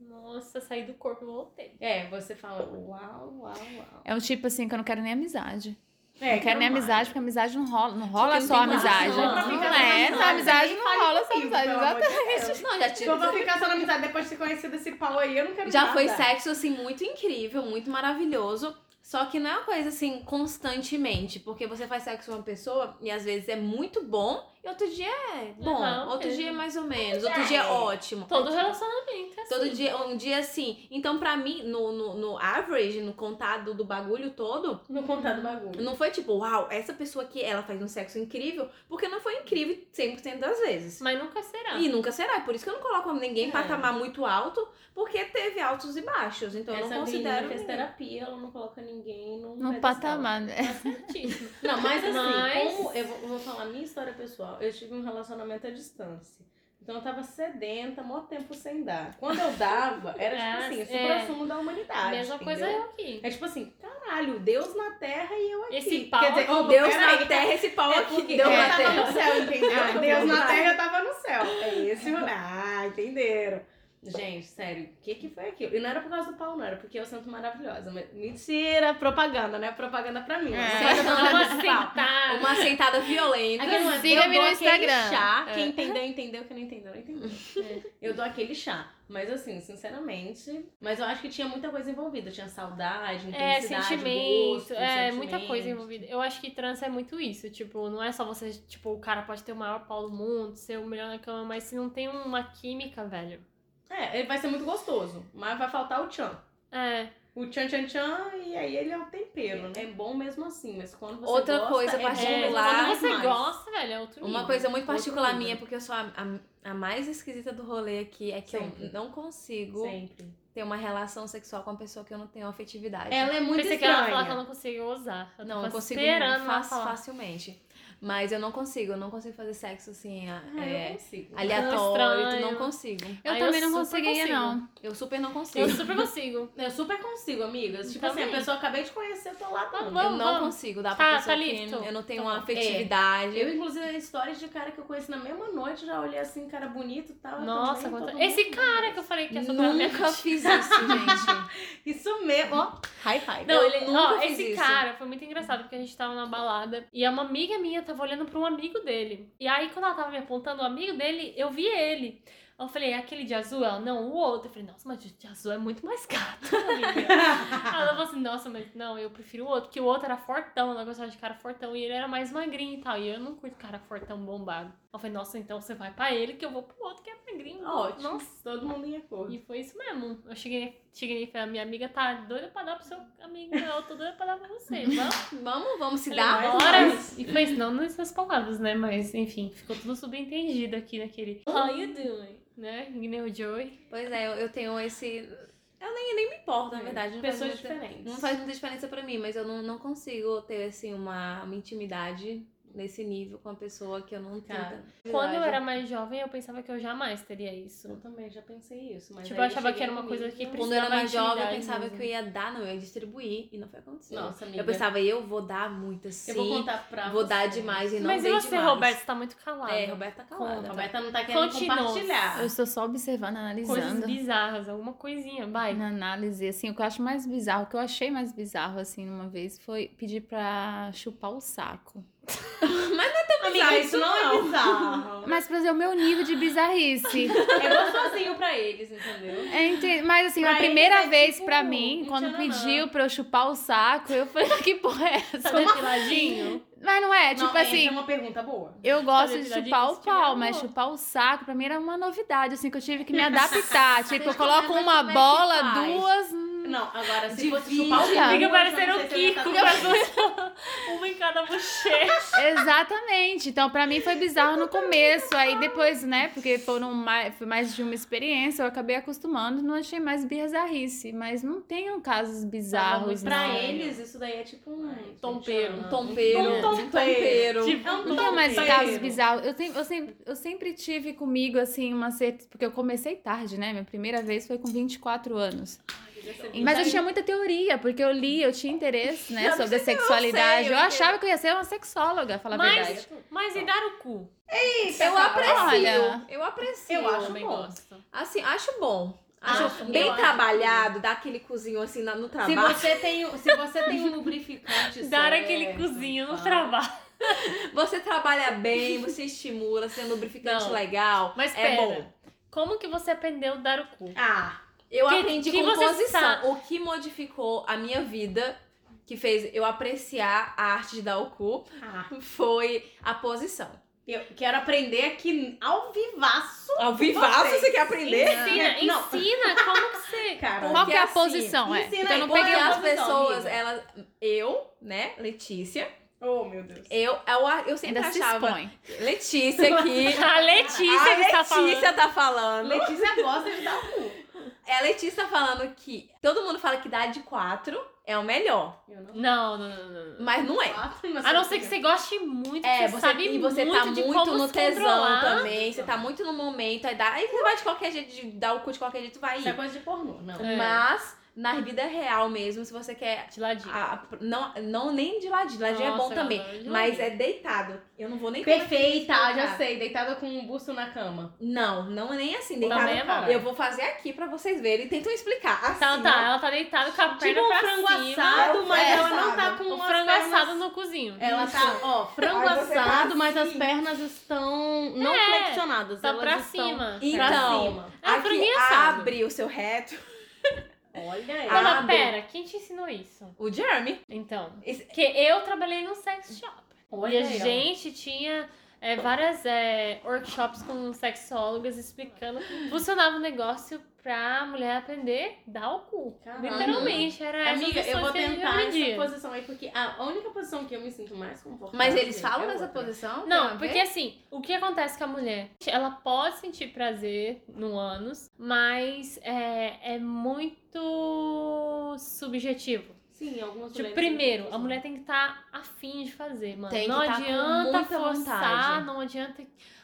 [SPEAKER 3] Nossa, saí do corpo e voltei.
[SPEAKER 4] É, você fala, uau, uau, uau.
[SPEAKER 2] É um tipo assim que eu não quero nem amizade.
[SPEAKER 4] É,
[SPEAKER 2] Não quero nem
[SPEAKER 4] normal.
[SPEAKER 2] amizade, porque amizade não rola. Não rola
[SPEAKER 1] não
[SPEAKER 2] só
[SPEAKER 1] tem
[SPEAKER 2] amizade.
[SPEAKER 1] coração pra
[SPEAKER 2] Não
[SPEAKER 1] ficar com
[SPEAKER 2] é,
[SPEAKER 1] amizade,
[SPEAKER 2] essa amizade
[SPEAKER 4] nem
[SPEAKER 2] não
[SPEAKER 4] fale
[SPEAKER 2] rola só
[SPEAKER 4] comigo,
[SPEAKER 2] amizade.
[SPEAKER 4] pelo amor de
[SPEAKER 2] Exatamente.
[SPEAKER 4] Deus.
[SPEAKER 1] Não, já tive.
[SPEAKER 4] Então vou ficar só na amizade depois de ter conhecido esse pau aí, eu não quero
[SPEAKER 1] Já
[SPEAKER 4] nada.
[SPEAKER 1] foi sexo, assim, muito incrível, muito maravilhoso. Só que não é uma coisa assim, constantemente. Porque você faz sexo com uma pessoa e às vezes é muito bom, e outro dia é bom.
[SPEAKER 3] Aham,
[SPEAKER 1] outro
[SPEAKER 3] é.
[SPEAKER 1] dia é mais ou menos, outro dia é ótimo.
[SPEAKER 3] Todo relacionamento é assim.
[SPEAKER 1] Todo dia, um dia assim. Então, pra mim, no, no, no average, no contado do bagulho todo,
[SPEAKER 4] No contado bagulho.
[SPEAKER 1] não foi tipo, uau, essa pessoa aqui, ela faz um sexo incrível, porque não foi incrível 100% das vezes.
[SPEAKER 3] Mas nunca será.
[SPEAKER 1] E nunca será. Por isso que eu não coloco ninguém em
[SPEAKER 4] É.
[SPEAKER 1] patamar muito alto, porque teve altos e baixos. Então eu
[SPEAKER 4] Essa
[SPEAKER 1] não considero.
[SPEAKER 4] menina fez terapia, ela não coloca ninguém no,
[SPEAKER 2] No
[SPEAKER 4] pedestal.
[SPEAKER 2] patamar. né?
[SPEAKER 3] Tá certíssimo.
[SPEAKER 4] Não, mas assim,
[SPEAKER 3] Mas-
[SPEAKER 4] como eu vou, eu vou falar a minha história pessoal, eu tive um relacionamento à distância. Então eu tava sedenta, mó tempo sem dar. Quando eu dava, era tipo
[SPEAKER 3] Ah,
[SPEAKER 4] assim, o
[SPEAKER 3] é.
[SPEAKER 4] supra-sumo da humanidade.
[SPEAKER 3] Mesma
[SPEAKER 4] entendeu?
[SPEAKER 3] coisa eu aqui.
[SPEAKER 4] É tipo assim, caralho, Deus na terra e eu aqui.
[SPEAKER 3] Esse pau
[SPEAKER 4] Quer dizer,
[SPEAKER 3] aqui,
[SPEAKER 4] oh,
[SPEAKER 1] Deus
[SPEAKER 4] peraí,
[SPEAKER 1] na terra, esse pau
[SPEAKER 4] É
[SPEAKER 1] aqui.
[SPEAKER 4] porque
[SPEAKER 1] Deus
[SPEAKER 4] eu
[SPEAKER 1] na
[SPEAKER 4] tava no
[SPEAKER 1] terra.
[SPEAKER 4] céu, entendeu?
[SPEAKER 1] Ah,
[SPEAKER 4] Deus na
[SPEAKER 1] entendi.
[SPEAKER 4] terra, eu tava no céu. É esse o Ah, entenderam. Gente, sério, o que que foi aquilo? E não era por causa do pau, não. Era porque eu sinto maravilhosa. Mas, mentira, propaganda, né? Propaganda pra mim. mas-
[SPEAKER 2] É.
[SPEAKER 3] Dá uma
[SPEAKER 4] assim,
[SPEAKER 3] sentada.
[SPEAKER 1] Uma sentada violenta.
[SPEAKER 4] Aquele momento, eu
[SPEAKER 2] Siga-me
[SPEAKER 4] dou
[SPEAKER 2] no
[SPEAKER 4] aquele
[SPEAKER 2] Instagram.
[SPEAKER 4] chá.
[SPEAKER 3] É.
[SPEAKER 4] Quem entendeu, entendeu. Quem não entendeu, não entendeu. Eu dou aquele chá. Mas assim, sinceramente... Mas eu acho que tinha muita coisa envolvida. Tinha saudade,
[SPEAKER 3] É,
[SPEAKER 4] intensidade,
[SPEAKER 3] sentimento,
[SPEAKER 4] gosto,
[SPEAKER 3] é,
[SPEAKER 4] sentimento.
[SPEAKER 3] muita coisa envolvida. Eu acho que trans é muito isso, tipo, não é só você, tipo, o cara pode ter o maior pau do mundo, ser o melhor na cama, mas se não tem uma química, velho.
[SPEAKER 4] É, ele vai ser muito gostoso. Mas vai faltar o tchan.
[SPEAKER 3] É,
[SPEAKER 4] O tchan tchan tchan, e aí ele é o tempero, né? É bom mesmo assim, mas quando você
[SPEAKER 1] Outra
[SPEAKER 4] gosta,
[SPEAKER 1] coisa
[SPEAKER 4] é
[SPEAKER 1] particular.
[SPEAKER 3] é
[SPEAKER 4] bom
[SPEAKER 3] quando
[SPEAKER 4] mesmo
[SPEAKER 3] você
[SPEAKER 4] demais.
[SPEAKER 3] gosta, velho, é outro nível.
[SPEAKER 1] Uma coisa muito
[SPEAKER 3] Outro
[SPEAKER 1] particular
[SPEAKER 3] nível.
[SPEAKER 1] minha, porque eu sou a, a, a mais esquisita do rolê aqui, é que
[SPEAKER 4] Sempre.
[SPEAKER 1] eu não consigo
[SPEAKER 4] Sempre.
[SPEAKER 1] ter uma relação sexual com uma pessoa que eu não tenho afetividade.
[SPEAKER 4] Ela é muito
[SPEAKER 3] Pensei que ela ia falar que eu não consigo usar. Eu
[SPEAKER 1] Não,
[SPEAKER 3] tava
[SPEAKER 1] eu consigo
[SPEAKER 3] esperando ela
[SPEAKER 1] faz,
[SPEAKER 3] falar.
[SPEAKER 1] facilmente. Mas eu não consigo, eu não consigo fazer sexo assim, a-
[SPEAKER 4] Ah, eu
[SPEAKER 1] é,
[SPEAKER 4] consigo.
[SPEAKER 1] aleatório, tu
[SPEAKER 3] estranho.
[SPEAKER 1] não consigo.
[SPEAKER 2] Eu
[SPEAKER 3] Ah, eu
[SPEAKER 2] também não
[SPEAKER 3] super
[SPEAKER 2] conseguia,
[SPEAKER 3] consigo.
[SPEAKER 2] não.
[SPEAKER 1] Eu super não consigo.
[SPEAKER 3] Eu super consigo.
[SPEAKER 4] Eu super consigo, amigas. Tipo assim,
[SPEAKER 3] Também.
[SPEAKER 4] a pessoa acabei de conhecer, eu tô lá
[SPEAKER 3] Tá
[SPEAKER 4] dando.
[SPEAKER 3] bom.
[SPEAKER 1] Eu
[SPEAKER 3] Vamos,
[SPEAKER 1] não
[SPEAKER 3] vamos.
[SPEAKER 1] consigo dar
[SPEAKER 3] Tá,
[SPEAKER 1] pra pessoa
[SPEAKER 3] tá
[SPEAKER 1] que
[SPEAKER 3] listo.
[SPEAKER 1] eu não tenho
[SPEAKER 3] Tá
[SPEAKER 1] uma
[SPEAKER 3] bom.
[SPEAKER 1] afetividade.
[SPEAKER 4] Eu, inclusive, histórias de cara que eu conheci na mesma noite, já olhei assim, cara bonito e tal. eu
[SPEAKER 3] Nossa,
[SPEAKER 4] também,
[SPEAKER 3] quanta-
[SPEAKER 4] todo mundo-
[SPEAKER 3] esse cara que eu falei que é soprar minha
[SPEAKER 1] Nunca fiz isso, gente.
[SPEAKER 4] Isso mesmo, ó. High five.
[SPEAKER 3] Não,
[SPEAKER 1] Eu
[SPEAKER 3] ele,
[SPEAKER 1] nunca
[SPEAKER 3] ó,
[SPEAKER 1] fiz
[SPEAKER 3] esse
[SPEAKER 1] isso.
[SPEAKER 3] cara foi muito engraçado, porque a gente tava na balada e uma amiga minha tava olhando pra um amigo dele. E aí, quando ela tava me apontando o amigo dele, eu vi ele. Eu falei, "É aquele de azul? Ela, não, o outro. Eu falei, nossa, mas o de azul é muito mais gato, amiga. ela falou assim, nossa, mas não, eu prefiro o outro, porque o outro era fortão, ela gostava de cara fortão, e ele era mais magrinho e tal. E eu não curto cara fortão bombado. Eu falei, nossa, então você vai pra ele que eu vou pro outro que é magrinho.
[SPEAKER 4] Ótimo.
[SPEAKER 3] Nossa.
[SPEAKER 4] Todo mundo em acordo.
[SPEAKER 3] E foi isso mesmo. Eu cheguei, cheguei e falei, minha amiga tá doida pra dar pro seu amigo, eu tô doida pra dar pra você. Vamos?
[SPEAKER 1] Vamos, vamos se
[SPEAKER 3] Falei,
[SPEAKER 1] dar.
[SPEAKER 3] Bora! E foi isso, não nessas palavras, né? Mas enfim, ficou tudo subentendido aqui naquele How you doing? Né? Igneo Joey.
[SPEAKER 1] Pois é, eu, eu tenho esse. Eu nem, nem me importo, na
[SPEAKER 4] É,
[SPEAKER 1] verdade. Não
[SPEAKER 4] pessoas
[SPEAKER 1] faz muita,
[SPEAKER 4] diferentes.
[SPEAKER 1] Não faz muita diferença pra mim, mas eu não, não consigo ter, assim, uma, uma intimidade nesse nível com uma pessoa que eu não tenho.
[SPEAKER 4] Cara,
[SPEAKER 1] tanta
[SPEAKER 3] Quando eu
[SPEAKER 1] intimidade.
[SPEAKER 3] era mais jovem, eu pensava que eu jamais teria isso.
[SPEAKER 4] Eu também já pensei isso, mas
[SPEAKER 3] Tipo,
[SPEAKER 4] aí
[SPEAKER 3] eu achava
[SPEAKER 4] cheguei
[SPEAKER 3] que era uma
[SPEAKER 4] no
[SPEAKER 3] coisa
[SPEAKER 4] nível-
[SPEAKER 3] que
[SPEAKER 1] Quando eu era
[SPEAKER 3] precisava
[SPEAKER 1] mais jovem, eu
[SPEAKER 3] intimidade
[SPEAKER 1] pensava
[SPEAKER 3] mesmo.
[SPEAKER 1] que eu ia dar, não, eu ia distribuir e não foi acontecer.
[SPEAKER 4] Nossa, amiga.
[SPEAKER 1] eu pensava, eu vou dar muito assim.
[SPEAKER 4] Eu vou contar pra
[SPEAKER 1] vou
[SPEAKER 4] você.
[SPEAKER 1] dar demais e não
[SPEAKER 3] Mas e
[SPEAKER 1] dei
[SPEAKER 3] você,
[SPEAKER 1] demais.
[SPEAKER 3] Roberto, você tá muito calado.
[SPEAKER 1] É, Roberto tá calado.
[SPEAKER 3] Conta,
[SPEAKER 4] Roberta não tá querendo
[SPEAKER 3] Conte-nos.
[SPEAKER 4] compartilhar.
[SPEAKER 2] Eu estou só observando,
[SPEAKER 3] Coisas
[SPEAKER 2] analisando.
[SPEAKER 3] bizarras, alguma coisinha, vai.
[SPEAKER 2] Na análise, assim, o que eu acho mais bizarro, o que eu achei mais bizarro, assim, uma vez, foi pedir pra chupar o saco.
[SPEAKER 4] Amiga, isso não é bizarro.
[SPEAKER 2] Mas pra dizer o meu nível de bizarrice.
[SPEAKER 4] é gostosinho pra eles, entendeu?
[SPEAKER 2] É, ente- Mas assim,
[SPEAKER 4] Pra
[SPEAKER 2] a
[SPEAKER 4] eles
[SPEAKER 2] primeira
[SPEAKER 4] é
[SPEAKER 2] vez
[SPEAKER 4] tipo
[SPEAKER 2] pra
[SPEAKER 4] um
[SPEAKER 2] mim, quando
[SPEAKER 4] tchananã.
[SPEAKER 2] pediu pra eu chupar o saco, eu falei, que porra é
[SPEAKER 3] Tá
[SPEAKER 2] essa?
[SPEAKER 3] depiladinho?
[SPEAKER 2] Mas não é, tipo
[SPEAKER 4] Não, essa
[SPEAKER 2] assim,
[SPEAKER 4] é uma pergunta boa.
[SPEAKER 2] eu gosto de
[SPEAKER 3] depiladinho que
[SPEAKER 2] chupar
[SPEAKER 3] se
[SPEAKER 2] o
[SPEAKER 3] tiver
[SPEAKER 2] pau,
[SPEAKER 3] no
[SPEAKER 2] mas
[SPEAKER 3] outro.
[SPEAKER 2] chupar o saco pra mim era uma novidade, assim, que eu tive que me adaptar. tipo, eu
[SPEAKER 1] Deixa
[SPEAKER 2] coloco
[SPEAKER 1] eu ver
[SPEAKER 2] uma
[SPEAKER 1] como é que
[SPEAKER 2] bola,
[SPEAKER 1] faz.
[SPEAKER 2] duas.
[SPEAKER 4] Não, agora se
[SPEAKER 1] De
[SPEAKER 4] fosse chupar o
[SPEAKER 1] vídeo.
[SPEAKER 4] cu,
[SPEAKER 3] Fica
[SPEAKER 4] eu
[SPEAKER 3] parecendo
[SPEAKER 4] não
[SPEAKER 3] o
[SPEAKER 4] sei se eu ia
[SPEAKER 3] Kiko,
[SPEAKER 4] tá
[SPEAKER 3] com
[SPEAKER 4] tão-
[SPEAKER 3] as duas- uma em cada bochecha.
[SPEAKER 2] Exatamente. Então, pra mim foi bizarro no começo. Aí depois, né, porque foram mais, foi mais de uma experiência, eu acabei acostumando, não achei mais bizarrice. Mas não tenho casos bizarros.
[SPEAKER 4] Pra
[SPEAKER 2] não.
[SPEAKER 4] eles, isso daí é tipo um
[SPEAKER 3] tompeiro.
[SPEAKER 1] Um
[SPEAKER 4] Um
[SPEAKER 1] tompeiro.
[SPEAKER 4] tompeiro.
[SPEAKER 1] Um tompeiro.
[SPEAKER 3] Tipo,
[SPEAKER 4] É um
[SPEAKER 2] Não tenho mais
[SPEAKER 4] Sim.
[SPEAKER 2] casos bizarros. Eu, tenho- eu sempre, eu sempre tive comigo, assim, uma certeza. Porque eu comecei tarde, né? Minha primeira vez foi com 24 anos. Mas eu tinha muita teoria, porque eu li, eu tinha interesse, né? sobre a sexualidade.
[SPEAKER 1] eu
[SPEAKER 2] Eu, achava que eu ia ser uma sexóloga, falar a
[SPEAKER 3] Mas-
[SPEAKER 2] verdade.
[SPEAKER 3] Mas e dar o cu?
[SPEAKER 1] Tipo, Eu aprecio.
[SPEAKER 2] Olha.
[SPEAKER 1] Eu aprecio.
[SPEAKER 4] Eu acho
[SPEAKER 3] também
[SPEAKER 4] bom.
[SPEAKER 3] gosto.
[SPEAKER 1] Assim, acho bom. Acho,
[SPEAKER 4] Acho,
[SPEAKER 1] bem
[SPEAKER 4] eu acho
[SPEAKER 1] trabalhado, dá aquele cozinho assim na- no
[SPEAKER 4] Se
[SPEAKER 1] trabalho.
[SPEAKER 4] você tem, o- se você tem um lubrificante
[SPEAKER 3] Dar
[SPEAKER 4] certo,
[SPEAKER 3] aquele cozinho no
[SPEAKER 4] tá?
[SPEAKER 3] trabalho.
[SPEAKER 1] Você... trabalha bem, você estimula, você é um lubrificante
[SPEAKER 3] Não.
[SPEAKER 1] legal.
[SPEAKER 3] Mas
[SPEAKER 1] é
[SPEAKER 3] pera,
[SPEAKER 1] bom.
[SPEAKER 3] como que você aprendeu dar o cu?
[SPEAKER 4] Ah,
[SPEAKER 1] Eu
[SPEAKER 3] Que-
[SPEAKER 1] aprendi
[SPEAKER 3] que você sabe?
[SPEAKER 1] composição. O que modificou a minha vida, que fez eu apreciar a arte de dar o cu,
[SPEAKER 4] ah,
[SPEAKER 1] foi a posição.
[SPEAKER 4] eu quero aprender aqui ao vivaço.
[SPEAKER 1] Ao vivaço,
[SPEAKER 4] Vocês.
[SPEAKER 1] você quer aprender?
[SPEAKER 3] Ensina,
[SPEAKER 4] Não.
[SPEAKER 3] ensina como que você...
[SPEAKER 4] Cara,
[SPEAKER 2] Qual que é a
[SPEAKER 1] assim,
[SPEAKER 2] posição? É?
[SPEAKER 4] ensina
[SPEAKER 2] Porque eu
[SPEAKER 4] aí,
[SPEAKER 2] não
[SPEAKER 1] Porque
[SPEAKER 2] peguei
[SPEAKER 4] a
[SPEAKER 1] as
[SPEAKER 4] posição,
[SPEAKER 1] pessoas,
[SPEAKER 4] amiga.
[SPEAKER 1] elas. Eu, né, Letícia,
[SPEAKER 4] oh meu Deus.
[SPEAKER 1] eu, eu, eu sempre
[SPEAKER 2] Ainda se
[SPEAKER 1] achava.
[SPEAKER 2] expõe.
[SPEAKER 1] Letícia aqui.
[SPEAKER 3] A Letícia
[SPEAKER 1] a
[SPEAKER 3] que está falando.
[SPEAKER 1] Letícia tá falando.
[SPEAKER 4] Letícia gosta de dar o cu.
[SPEAKER 1] É, a Letícia tá falando que todo mundo fala que dar de quatro é o melhor,
[SPEAKER 4] Eu
[SPEAKER 3] Não, não, não, não, não.
[SPEAKER 1] mas não é.
[SPEAKER 3] A não ser que você goste muito,
[SPEAKER 1] É,
[SPEAKER 3] que você, sabe
[SPEAKER 1] e você
[SPEAKER 3] muito
[SPEAKER 1] tá
[SPEAKER 3] de
[SPEAKER 1] muito
[SPEAKER 3] como
[SPEAKER 1] no
[SPEAKER 3] se
[SPEAKER 1] tesão
[SPEAKER 3] controlar.
[SPEAKER 1] também, você tá muito no momento, aí, dá, aí você vai de qualquer jeito, de dar o cu de qualquer jeito, vai
[SPEAKER 4] Isso é
[SPEAKER 1] ir.
[SPEAKER 4] coisa de pornô, não.
[SPEAKER 3] É.
[SPEAKER 1] Mas, na vida real mesmo, se você quer.
[SPEAKER 3] De ladinho.
[SPEAKER 4] Ah,
[SPEAKER 1] a- a- não, não nem de ladinho, ladinho é
[SPEAKER 3] Nossa,
[SPEAKER 1] bom
[SPEAKER 3] eu
[SPEAKER 1] também,
[SPEAKER 3] adoro de
[SPEAKER 1] mas é
[SPEAKER 3] ladinho.
[SPEAKER 1] deitado. Eu não vou nem
[SPEAKER 4] Perfeita, já
[SPEAKER 1] Deitada.
[SPEAKER 4] sei. Deitada com um busto na cama.
[SPEAKER 1] Não, não é nem assim, deitado.
[SPEAKER 3] Também é bom.
[SPEAKER 1] Eu vou fazer aqui pra vocês verem, tentam explicar. Assim,
[SPEAKER 3] Então
[SPEAKER 1] ó.
[SPEAKER 3] tá, ela tá deitada com a
[SPEAKER 4] Tipo
[SPEAKER 3] perna
[SPEAKER 4] um
[SPEAKER 3] pra
[SPEAKER 4] frango
[SPEAKER 3] cima.
[SPEAKER 4] assado, mas
[SPEAKER 1] É,
[SPEAKER 4] ela não tá
[SPEAKER 1] assado.
[SPEAKER 4] com
[SPEAKER 3] O
[SPEAKER 4] umas
[SPEAKER 3] frango
[SPEAKER 4] pernas-
[SPEAKER 3] assado no cozinho.
[SPEAKER 4] Ela tá, ó, frango
[SPEAKER 1] Aí você tá
[SPEAKER 4] assado,
[SPEAKER 1] assim.
[SPEAKER 4] mas as pernas estão não
[SPEAKER 3] É,
[SPEAKER 4] flexionadas.
[SPEAKER 3] Tá
[SPEAKER 4] elas
[SPEAKER 3] pra
[SPEAKER 4] estão Pra
[SPEAKER 3] cima.
[SPEAKER 1] Então,
[SPEAKER 4] cima.
[SPEAKER 3] É um
[SPEAKER 1] Aqui,
[SPEAKER 3] franguinho assado.
[SPEAKER 1] abre o seu reto.
[SPEAKER 4] Olha aí.
[SPEAKER 3] Não, mas
[SPEAKER 1] abre.
[SPEAKER 3] pera, quem te ensinou isso?
[SPEAKER 1] O Jeremy.
[SPEAKER 3] Então,
[SPEAKER 1] Esse-
[SPEAKER 3] que eu trabalhei num sex shop.
[SPEAKER 4] Olha
[SPEAKER 3] e a
[SPEAKER 4] aí, ó.
[SPEAKER 3] gente tinha é, várias é, workshops com sexólogas explicando como funcionava o negócio pra mulher aprender dar o cu.
[SPEAKER 4] Caralho.
[SPEAKER 3] Literalmente, né? era essas
[SPEAKER 4] Amiga, eu
[SPEAKER 3] lições
[SPEAKER 4] vou
[SPEAKER 3] que gente
[SPEAKER 4] tentar essa
[SPEAKER 3] aprendia.
[SPEAKER 4] posição aí, porque a única posição que eu me sinto mais confortável.
[SPEAKER 1] Mas eles falam
[SPEAKER 4] é
[SPEAKER 1] dessa
[SPEAKER 4] outra.
[SPEAKER 1] posição?
[SPEAKER 3] Não,
[SPEAKER 1] Tem a
[SPEAKER 3] porque
[SPEAKER 1] ver?
[SPEAKER 3] assim, o que acontece com a mulher? Ela pode sentir prazer no ânus, mas é, é muito subjetivo.
[SPEAKER 4] Sim, algumas
[SPEAKER 3] Tipo,
[SPEAKER 4] mulheres
[SPEAKER 3] primeiro,
[SPEAKER 4] sentem
[SPEAKER 3] a
[SPEAKER 4] isso.
[SPEAKER 3] mulher tem que estar afim de fazer, mano.
[SPEAKER 1] Tem que
[SPEAKER 3] não
[SPEAKER 1] tá com
[SPEAKER 3] adianta
[SPEAKER 1] muita
[SPEAKER 3] forçar,
[SPEAKER 1] vontade.
[SPEAKER 3] não adianta.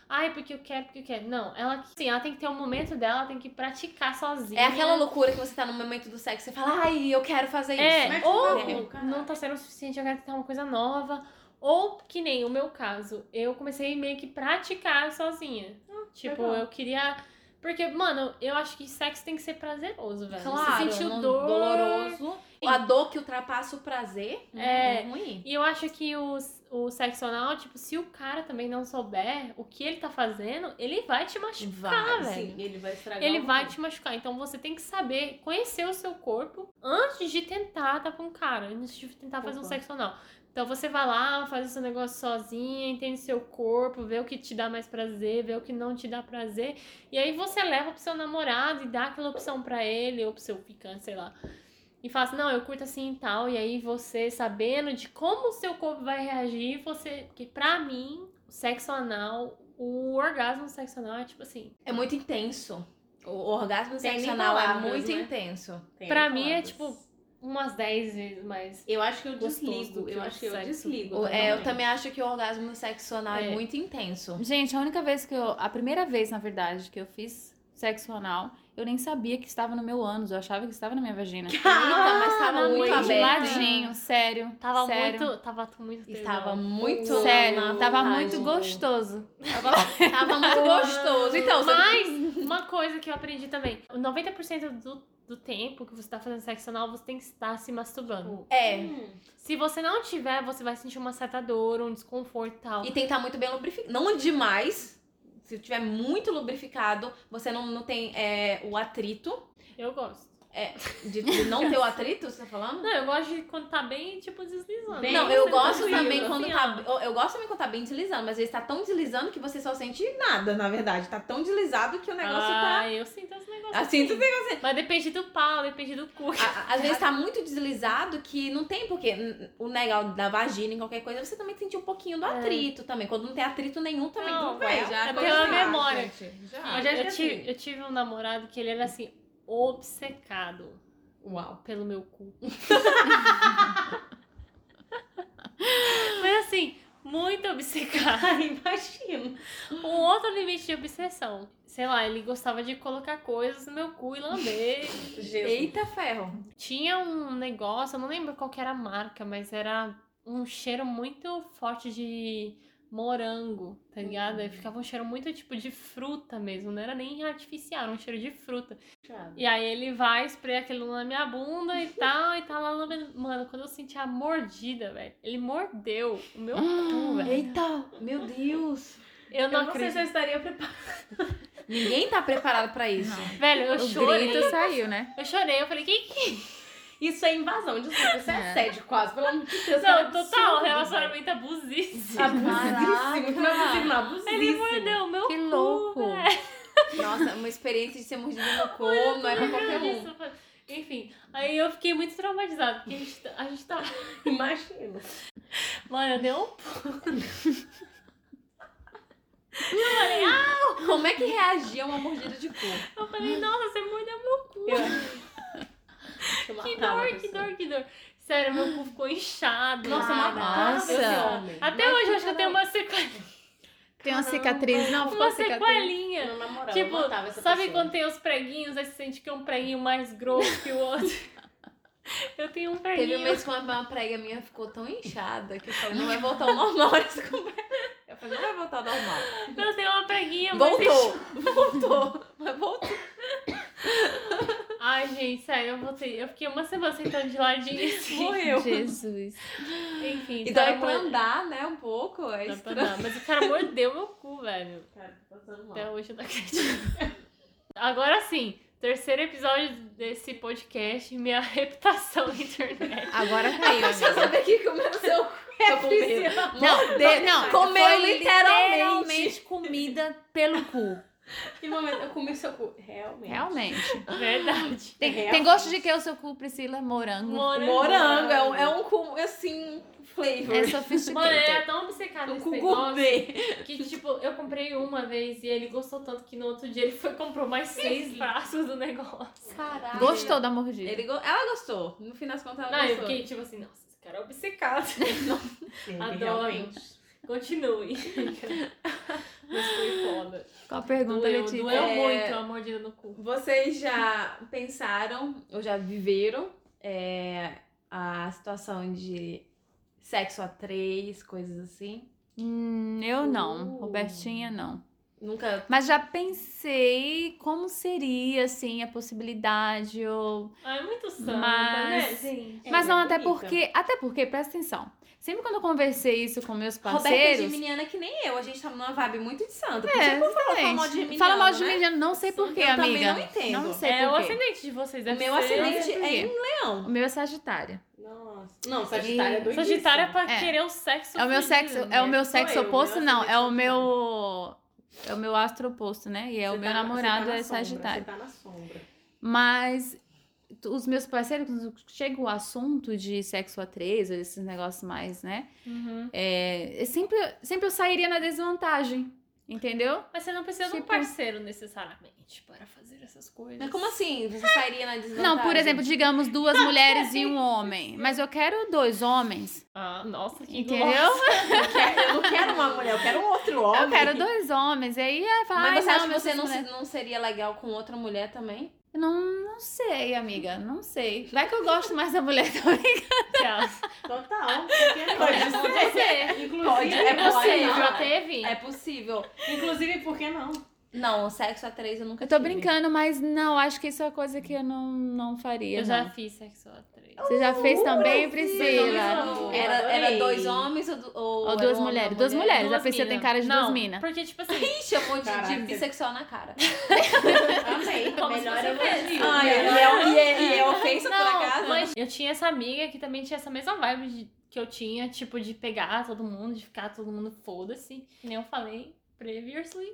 [SPEAKER 3] Ai, porque eu quero, porque eu quero. Não, ela sim, ela tem que ter o momento dela, ela tem que praticar sozinha.
[SPEAKER 1] É aquela loucura que você tá no momento do sexo e fala, ai, eu quero fazer isso.
[SPEAKER 3] É,
[SPEAKER 4] Mas
[SPEAKER 3] ou
[SPEAKER 4] não, caralho.
[SPEAKER 3] não tá sendo o suficiente, eu quero tentar uma coisa nova. Ou que nem o meu caso, eu comecei meio que praticar sozinha.
[SPEAKER 1] Hum,
[SPEAKER 3] tipo,
[SPEAKER 4] legal.
[SPEAKER 3] eu queria. Porque, mano, eu acho que sexo tem que ser prazeroso, velho.
[SPEAKER 1] Claro,
[SPEAKER 3] Você sentiu
[SPEAKER 1] não
[SPEAKER 3] dor.
[SPEAKER 1] doloroso. A dor que ultrapassa o prazer
[SPEAKER 3] É.
[SPEAKER 1] é ruim.
[SPEAKER 3] E eu acho que o, o sexo anal, tipo, se o cara também não souber o que ele tá fazendo, ele vai te machucar,
[SPEAKER 1] Vai,
[SPEAKER 3] tá, velho.
[SPEAKER 4] Sim, ele vai estragar.
[SPEAKER 3] Ele
[SPEAKER 4] o
[SPEAKER 3] vai
[SPEAKER 4] corpo.
[SPEAKER 3] te machucar. Então você tem que saber conhecer o seu corpo antes de tentar tá com um cara, antes de tentar fazer um
[SPEAKER 4] Concordo.
[SPEAKER 3] sexo anal. Então você vai lá, faz o seu negócio sozinha, entende seu corpo, vê o que te dá mais prazer, vê o que não te dá prazer. E aí você leva pro seu namorado e dá aquela opção pra ele ou pro seu picante, sei lá. E fala assim, não, eu curto assim e tal. E aí você, sabendo de como o seu corpo vai reagir, você. Porque pra mim, o sexo anal, o orgasmo sexo anal é tipo assim.
[SPEAKER 1] É muito intenso. O orgasmo
[SPEAKER 4] Tem nem
[SPEAKER 1] sexual é
[SPEAKER 4] palavras,
[SPEAKER 1] muito
[SPEAKER 4] né?
[SPEAKER 1] intenso.
[SPEAKER 4] Tem
[SPEAKER 3] Pra mim é
[SPEAKER 4] palavras.
[SPEAKER 3] tipo umas 10 vezes mais.
[SPEAKER 4] Eu acho que eu
[SPEAKER 3] gostoso do
[SPEAKER 4] desligo.
[SPEAKER 3] que
[SPEAKER 4] Eu
[SPEAKER 3] o
[SPEAKER 4] acho que eu
[SPEAKER 3] sexo.
[SPEAKER 4] desligo.
[SPEAKER 1] O- é, eu
[SPEAKER 4] totalmente.
[SPEAKER 1] também acho que o orgasmo sexual é.
[SPEAKER 3] É.
[SPEAKER 1] muito intenso.
[SPEAKER 2] Gente, a única vez que eu. A primeira vez, na verdade, que eu fiz sexo anal, eu nem sabia que estava no meu ânus. Eu achava que estava na minha vagina.
[SPEAKER 1] Eita, mas tava muito
[SPEAKER 3] muito
[SPEAKER 2] de
[SPEAKER 1] aberto. né?
[SPEAKER 2] ladinho, sério.
[SPEAKER 3] Tava
[SPEAKER 2] sério.
[SPEAKER 3] muito. Tava muito. tesão.
[SPEAKER 1] Estava muito.
[SPEAKER 2] Sério,
[SPEAKER 1] na
[SPEAKER 2] tava
[SPEAKER 1] vontade.
[SPEAKER 2] muito gostoso.
[SPEAKER 1] Tava, tava muito gostoso. Então, você-
[SPEAKER 3] Mas uma coisa que eu aprendi também: 90% do, do tempo que você tá fazendo sexo anal, você tem que estar se masturbando.
[SPEAKER 1] É.
[SPEAKER 4] Hum,
[SPEAKER 3] Se você não tiver, você vai sentir uma certa dor, um desconforto e tal.
[SPEAKER 1] E tem que estar muito bem lubrificado. Não demais. Se tiver muito lubrificado, você não, não tem é, o atrito.
[SPEAKER 3] Eu gosto.
[SPEAKER 1] De, de não ter o atrito, você tá falando?
[SPEAKER 3] Não, eu gosto de quando tá bem, tipo, deslizando.
[SPEAKER 4] Bem,
[SPEAKER 1] não,
[SPEAKER 4] você
[SPEAKER 1] eu
[SPEAKER 4] tá
[SPEAKER 1] gosto
[SPEAKER 4] tranquilo,
[SPEAKER 1] também quando
[SPEAKER 3] assim,
[SPEAKER 1] tá.
[SPEAKER 3] ó.
[SPEAKER 1] Eu, eu gosto também quando tá bem deslizando, mas às vezes tá tão deslizando que você só sente nada, na verdade. Tá tão deslizado que o negócio
[SPEAKER 3] Ah, eu sinto esse negócio.
[SPEAKER 1] tá. Assim, tu tem-
[SPEAKER 3] assim. Mas depende do pau, depende do cu.
[SPEAKER 1] a- às vezes tá muito deslizado que não tem porque o legal da vagina em qualquer coisa, você também sente um pouquinho do atrito também. Quando não tem atrito nenhum também,
[SPEAKER 3] Não,
[SPEAKER 1] não, vai.
[SPEAKER 4] já coisa
[SPEAKER 3] é pela
[SPEAKER 4] chata,
[SPEAKER 3] memória.
[SPEAKER 4] gente,
[SPEAKER 3] Eu,
[SPEAKER 1] Ah,
[SPEAKER 4] Já.
[SPEAKER 3] já-
[SPEAKER 4] Já
[SPEAKER 3] eu
[SPEAKER 4] esqueci.
[SPEAKER 3] tive, eu tive um namorado que ele era assim, obcecado
[SPEAKER 4] Uau.
[SPEAKER 3] pelo meu cu. Mas assim, muito obcecado.
[SPEAKER 4] Imagino.
[SPEAKER 3] Um outro limite de obsessão. Sei lá, ele gostava de colocar coisas no meu cu e lamber.
[SPEAKER 4] Jesus.
[SPEAKER 1] Eita ferro.
[SPEAKER 3] Tinha um negócio, eu não lembro qual que era a marca, mas era um cheiro muito forte de morango, tá ligado? Aí ficava um cheiro muito tipo de fruta mesmo, não era nem artificial, era um cheiro de fruta.
[SPEAKER 4] Chato.
[SPEAKER 3] E aí ele vai, spraya aquilo na minha bunda e tal, e tá lá lambendo. Mano, quando eu senti a mordida, velho, ele mordeu o meu cu,
[SPEAKER 2] Ah,
[SPEAKER 3] velho.
[SPEAKER 1] Eita, meu Deus.
[SPEAKER 3] Eu
[SPEAKER 4] Eu
[SPEAKER 3] não
[SPEAKER 4] não sei se
[SPEAKER 3] acredito.
[SPEAKER 4] eu estaria preparada.
[SPEAKER 1] Ninguém tá preparado pra isso.
[SPEAKER 3] Velho, eu
[SPEAKER 2] O
[SPEAKER 3] chorei.
[SPEAKER 2] grito saiu, né?
[SPEAKER 3] Eu chorei, eu falei, que que
[SPEAKER 4] Isso é invasão, desculpa. Isso é
[SPEAKER 2] É.
[SPEAKER 4] assédio quase, pelo amor de Deus.
[SPEAKER 3] Não, total, relacionamento abusivo.
[SPEAKER 4] Abusíssimo, que não é possível, não. Abusíssimo.
[SPEAKER 3] Ele mordeu o meu
[SPEAKER 2] Que
[SPEAKER 3] cu,
[SPEAKER 2] louco.
[SPEAKER 3] velho.
[SPEAKER 1] Nossa, uma experiência de ser mordido no cu não é pra qualquer um.
[SPEAKER 3] Isso, foi- Enfim, aí eu fiquei muito traumatizada, porque a gente, tá, a gente tava.
[SPEAKER 4] Imagino.
[SPEAKER 3] Mano, eu dei um
[SPEAKER 1] Como é que reagia uma mordida de cu?
[SPEAKER 3] Eu falei, nossa, você mordeu meu cu.
[SPEAKER 4] Eu
[SPEAKER 3] Que
[SPEAKER 4] matava a
[SPEAKER 3] dor, que
[SPEAKER 4] pessoa.
[SPEAKER 3] dor, que dor. Sério, meu cu ficou inchado.
[SPEAKER 4] Nossa, eu matava
[SPEAKER 2] Nossa.
[SPEAKER 4] esse homem.
[SPEAKER 3] assim, Até hoje eu acho que eu tenho uma sequelinha.
[SPEAKER 2] Tem uma cicatriz. Não, ficou
[SPEAKER 3] Uma
[SPEAKER 2] cicatriz.
[SPEAKER 3] sequelinha.
[SPEAKER 4] Não, na moral, eu
[SPEAKER 3] Tipo,
[SPEAKER 4] matava essa
[SPEAKER 3] sabe
[SPEAKER 4] pessoa.
[SPEAKER 3] quando tem os preguinhos, aí você sente que é um preguinho mais grosso que o outro? Eu tenho um
[SPEAKER 1] Teve
[SPEAKER 3] preguinho.
[SPEAKER 1] uma vez que uma, uma prega minha ficou tão inchada que eu falei, não vai voltar ao normal essa conversa. Eu falei, não vai voltar ao normal.
[SPEAKER 3] Eu tenho uma preguinha, mas-
[SPEAKER 1] Voltou, voltou, mas voltou.
[SPEAKER 3] Ai, gente, sério, eu voltei. Eu fiquei uma semana sentando de ladinho. assim.
[SPEAKER 1] Morreu.
[SPEAKER 2] Jesus.
[SPEAKER 3] Enfim,
[SPEAKER 1] E
[SPEAKER 3] o cara
[SPEAKER 1] dói Então pra
[SPEAKER 3] morde-
[SPEAKER 1] andar, né, um pouco.
[SPEAKER 3] dói
[SPEAKER 1] É
[SPEAKER 3] é pra
[SPEAKER 1] estranho.
[SPEAKER 3] andar, Mas o cara mordeu meu cu, velho.
[SPEAKER 4] Cara, tô passando mal.
[SPEAKER 3] Até hoje eu não acredito. Agora sim, terceiro episódio desse podcast, minha reputação na internet.
[SPEAKER 2] Agora caiu.
[SPEAKER 1] Deixa eu
[SPEAKER 2] amiga.
[SPEAKER 1] saber aqui como é o seu cu.
[SPEAKER 4] Tô com medo.
[SPEAKER 2] Não, de- não.
[SPEAKER 1] Comeu
[SPEAKER 2] foi
[SPEAKER 1] literalmente.
[SPEAKER 2] literalmente comida pelo cu.
[SPEAKER 4] Que momento eu comi seu cu. Realmente.
[SPEAKER 2] Realmente.
[SPEAKER 3] Verdade.
[SPEAKER 2] Tem,
[SPEAKER 4] Realmente.
[SPEAKER 2] tem gosto de que é o seu cu, Priscila? Morango.
[SPEAKER 3] Morango.
[SPEAKER 4] Morango, é um, é
[SPEAKER 3] Mano,
[SPEAKER 4] um cu, assim, flavor.
[SPEAKER 2] É
[SPEAKER 3] Mano, eu
[SPEAKER 2] sofisticado.
[SPEAKER 3] era tão obcecada
[SPEAKER 4] um
[SPEAKER 3] nesse
[SPEAKER 4] cu
[SPEAKER 3] negócio
[SPEAKER 4] gourmet.
[SPEAKER 3] que, tipo, eu comprei uma vez e ele gostou tanto que no outro dia ele foi e comprou mais seis braços do negócio.
[SPEAKER 4] Caralho.
[SPEAKER 2] Gostou da mordida?
[SPEAKER 4] Ele go- Ela gostou. No fim das
[SPEAKER 1] Tá
[SPEAKER 4] contas, ela
[SPEAKER 3] Não, eu
[SPEAKER 4] gostou.
[SPEAKER 3] fiquei tipo assim, nossa, esse cara é obcecado.
[SPEAKER 4] Sim,
[SPEAKER 3] Adoro.
[SPEAKER 4] realmente.
[SPEAKER 3] Continue. Mas foi foda.
[SPEAKER 2] Qual a pergunta,
[SPEAKER 3] Doeu,
[SPEAKER 2] Letícia?
[SPEAKER 3] doeu
[SPEAKER 4] É.
[SPEAKER 3] muito a mordida no cu.
[SPEAKER 4] Vocês já pensaram ou já viveram é, a situação de sexo a três, coisas assim?
[SPEAKER 2] Hum, eu não.
[SPEAKER 4] Uh.
[SPEAKER 2] Robertinha, não.
[SPEAKER 4] Oh. Nunca.
[SPEAKER 2] Mas já pensei como seria, assim, a possibilidade ou...
[SPEAKER 3] Ah, é muito santa, né?
[SPEAKER 2] Mas-
[SPEAKER 3] Sim.
[SPEAKER 2] Mas não,
[SPEAKER 4] é
[SPEAKER 2] até
[SPEAKER 4] bonita.
[SPEAKER 2] porque, até porque, presta atenção. Sempre quando eu conversei isso com meus
[SPEAKER 4] Roberta é
[SPEAKER 2] parceiros.
[SPEAKER 4] geminiana que nem eu, a gente tá numa vibe muito de santa. Por
[SPEAKER 2] é,
[SPEAKER 4] que você Tipo, fala
[SPEAKER 2] exatamente.
[SPEAKER 4] mal de geminiano,
[SPEAKER 2] Fala mal de
[SPEAKER 4] né?
[SPEAKER 2] geminiano, não sei por quê,
[SPEAKER 4] eu também
[SPEAKER 2] amiga.
[SPEAKER 4] não entendo.
[SPEAKER 2] Não sei
[SPEAKER 3] É o
[SPEAKER 2] por quê.
[SPEAKER 3] ascendente de vocês.
[SPEAKER 4] O
[SPEAKER 3] deve
[SPEAKER 4] meu
[SPEAKER 3] ser-
[SPEAKER 4] ascendente
[SPEAKER 2] por
[SPEAKER 4] é
[SPEAKER 2] quê.
[SPEAKER 4] em leão.
[SPEAKER 2] O meu é Sagitário.
[SPEAKER 4] Nossa. Não,
[SPEAKER 2] Sagitário é doidíssimo.
[SPEAKER 3] Sagitário é pra
[SPEAKER 2] É.
[SPEAKER 3] querer o sexo.
[SPEAKER 2] É o meu
[SPEAKER 3] fudido,
[SPEAKER 2] sexo,
[SPEAKER 3] né?
[SPEAKER 2] é o meu sexo
[SPEAKER 4] eu,
[SPEAKER 2] oposto,
[SPEAKER 4] meu
[SPEAKER 2] não, é o
[SPEAKER 4] ascendente
[SPEAKER 2] meu é o meu astro oposto, né? E é o meu namorado é Sagitário.
[SPEAKER 4] tá na sombra.
[SPEAKER 2] Mas tu- os meus parceiros, quando chega o assunto de sexo a três, esses negócios mais, né?
[SPEAKER 3] Uhum.
[SPEAKER 2] É, sempre, sempre eu sairia na desvantagem, entendeu?
[SPEAKER 3] Mas você não precisa de um
[SPEAKER 2] Tipo-
[SPEAKER 3] parceiro necessariamente para fazer essas coisas.
[SPEAKER 4] Mas como assim? Você sairia na desvantagem?
[SPEAKER 2] Não, por exemplo, digamos duas mulheres e um homem. Mas eu quero dois homens.
[SPEAKER 3] Ah, nossa, que
[SPEAKER 2] Entendeu?
[SPEAKER 4] Eu quero- eu não quero uma mulher, eu quero um outro homem.
[SPEAKER 2] Eu quero dois homens. E aí é falar.
[SPEAKER 4] Mas você
[SPEAKER 2] "Ai,
[SPEAKER 4] acha
[SPEAKER 2] não,
[SPEAKER 4] que
[SPEAKER 2] mas
[SPEAKER 4] você não, é.
[SPEAKER 2] essas
[SPEAKER 4] se-
[SPEAKER 2] mulheres-"
[SPEAKER 4] não seria legal com outra mulher também?
[SPEAKER 2] Não, não sei, amiga. Não sei. Vai que eu gosto mais da mulher também.
[SPEAKER 4] Total.
[SPEAKER 3] Pode ser.
[SPEAKER 4] Pode, é
[SPEAKER 3] É possível,
[SPEAKER 4] possível.
[SPEAKER 3] já teve?
[SPEAKER 4] É possível.
[SPEAKER 5] Inclusive, por que não?
[SPEAKER 4] Não, sexo a três eu nunca
[SPEAKER 2] Eu tô
[SPEAKER 4] tive.
[SPEAKER 2] brincando, mas não, acho que isso é coisa que eu não, não faria.
[SPEAKER 3] Eu já
[SPEAKER 2] não.
[SPEAKER 3] fiz sexo a três.
[SPEAKER 2] Você já fez também,
[SPEAKER 3] Mas
[SPEAKER 2] Priscila?
[SPEAKER 3] não, não.
[SPEAKER 4] Era, era
[SPEAKER 5] Adorei.
[SPEAKER 4] dois homens ou, du- ou,
[SPEAKER 2] Ou
[SPEAKER 4] era
[SPEAKER 2] duas
[SPEAKER 4] um homem,
[SPEAKER 2] mulheres?
[SPEAKER 4] uma
[SPEAKER 2] Duas mulheres.
[SPEAKER 3] Duas
[SPEAKER 2] a Priscila tem
[SPEAKER 3] mina.
[SPEAKER 2] cara de
[SPEAKER 3] não,
[SPEAKER 2] duas minas.
[SPEAKER 3] Porque, tipo assim,
[SPEAKER 4] Ih, chamou de- de,
[SPEAKER 5] Caraca.
[SPEAKER 4] bissexual na cara.
[SPEAKER 5] Amei.
[SPEAKER 3] Como se
[SPEAKER 5] Melhor
[SPEAKER 3] você
[SPEAKER 5] elogio.
[SPEAKER 4] Ai, e, é, e, é, e é ofensa por acaso?
[SPEAKER 3] mas eu tinha essa amiga que também tinha essa mesma vibe de- que eu tinha, tipo, de pegar todo mundo, de ficar todo mundo foda-se. Que Nem eu falei previously,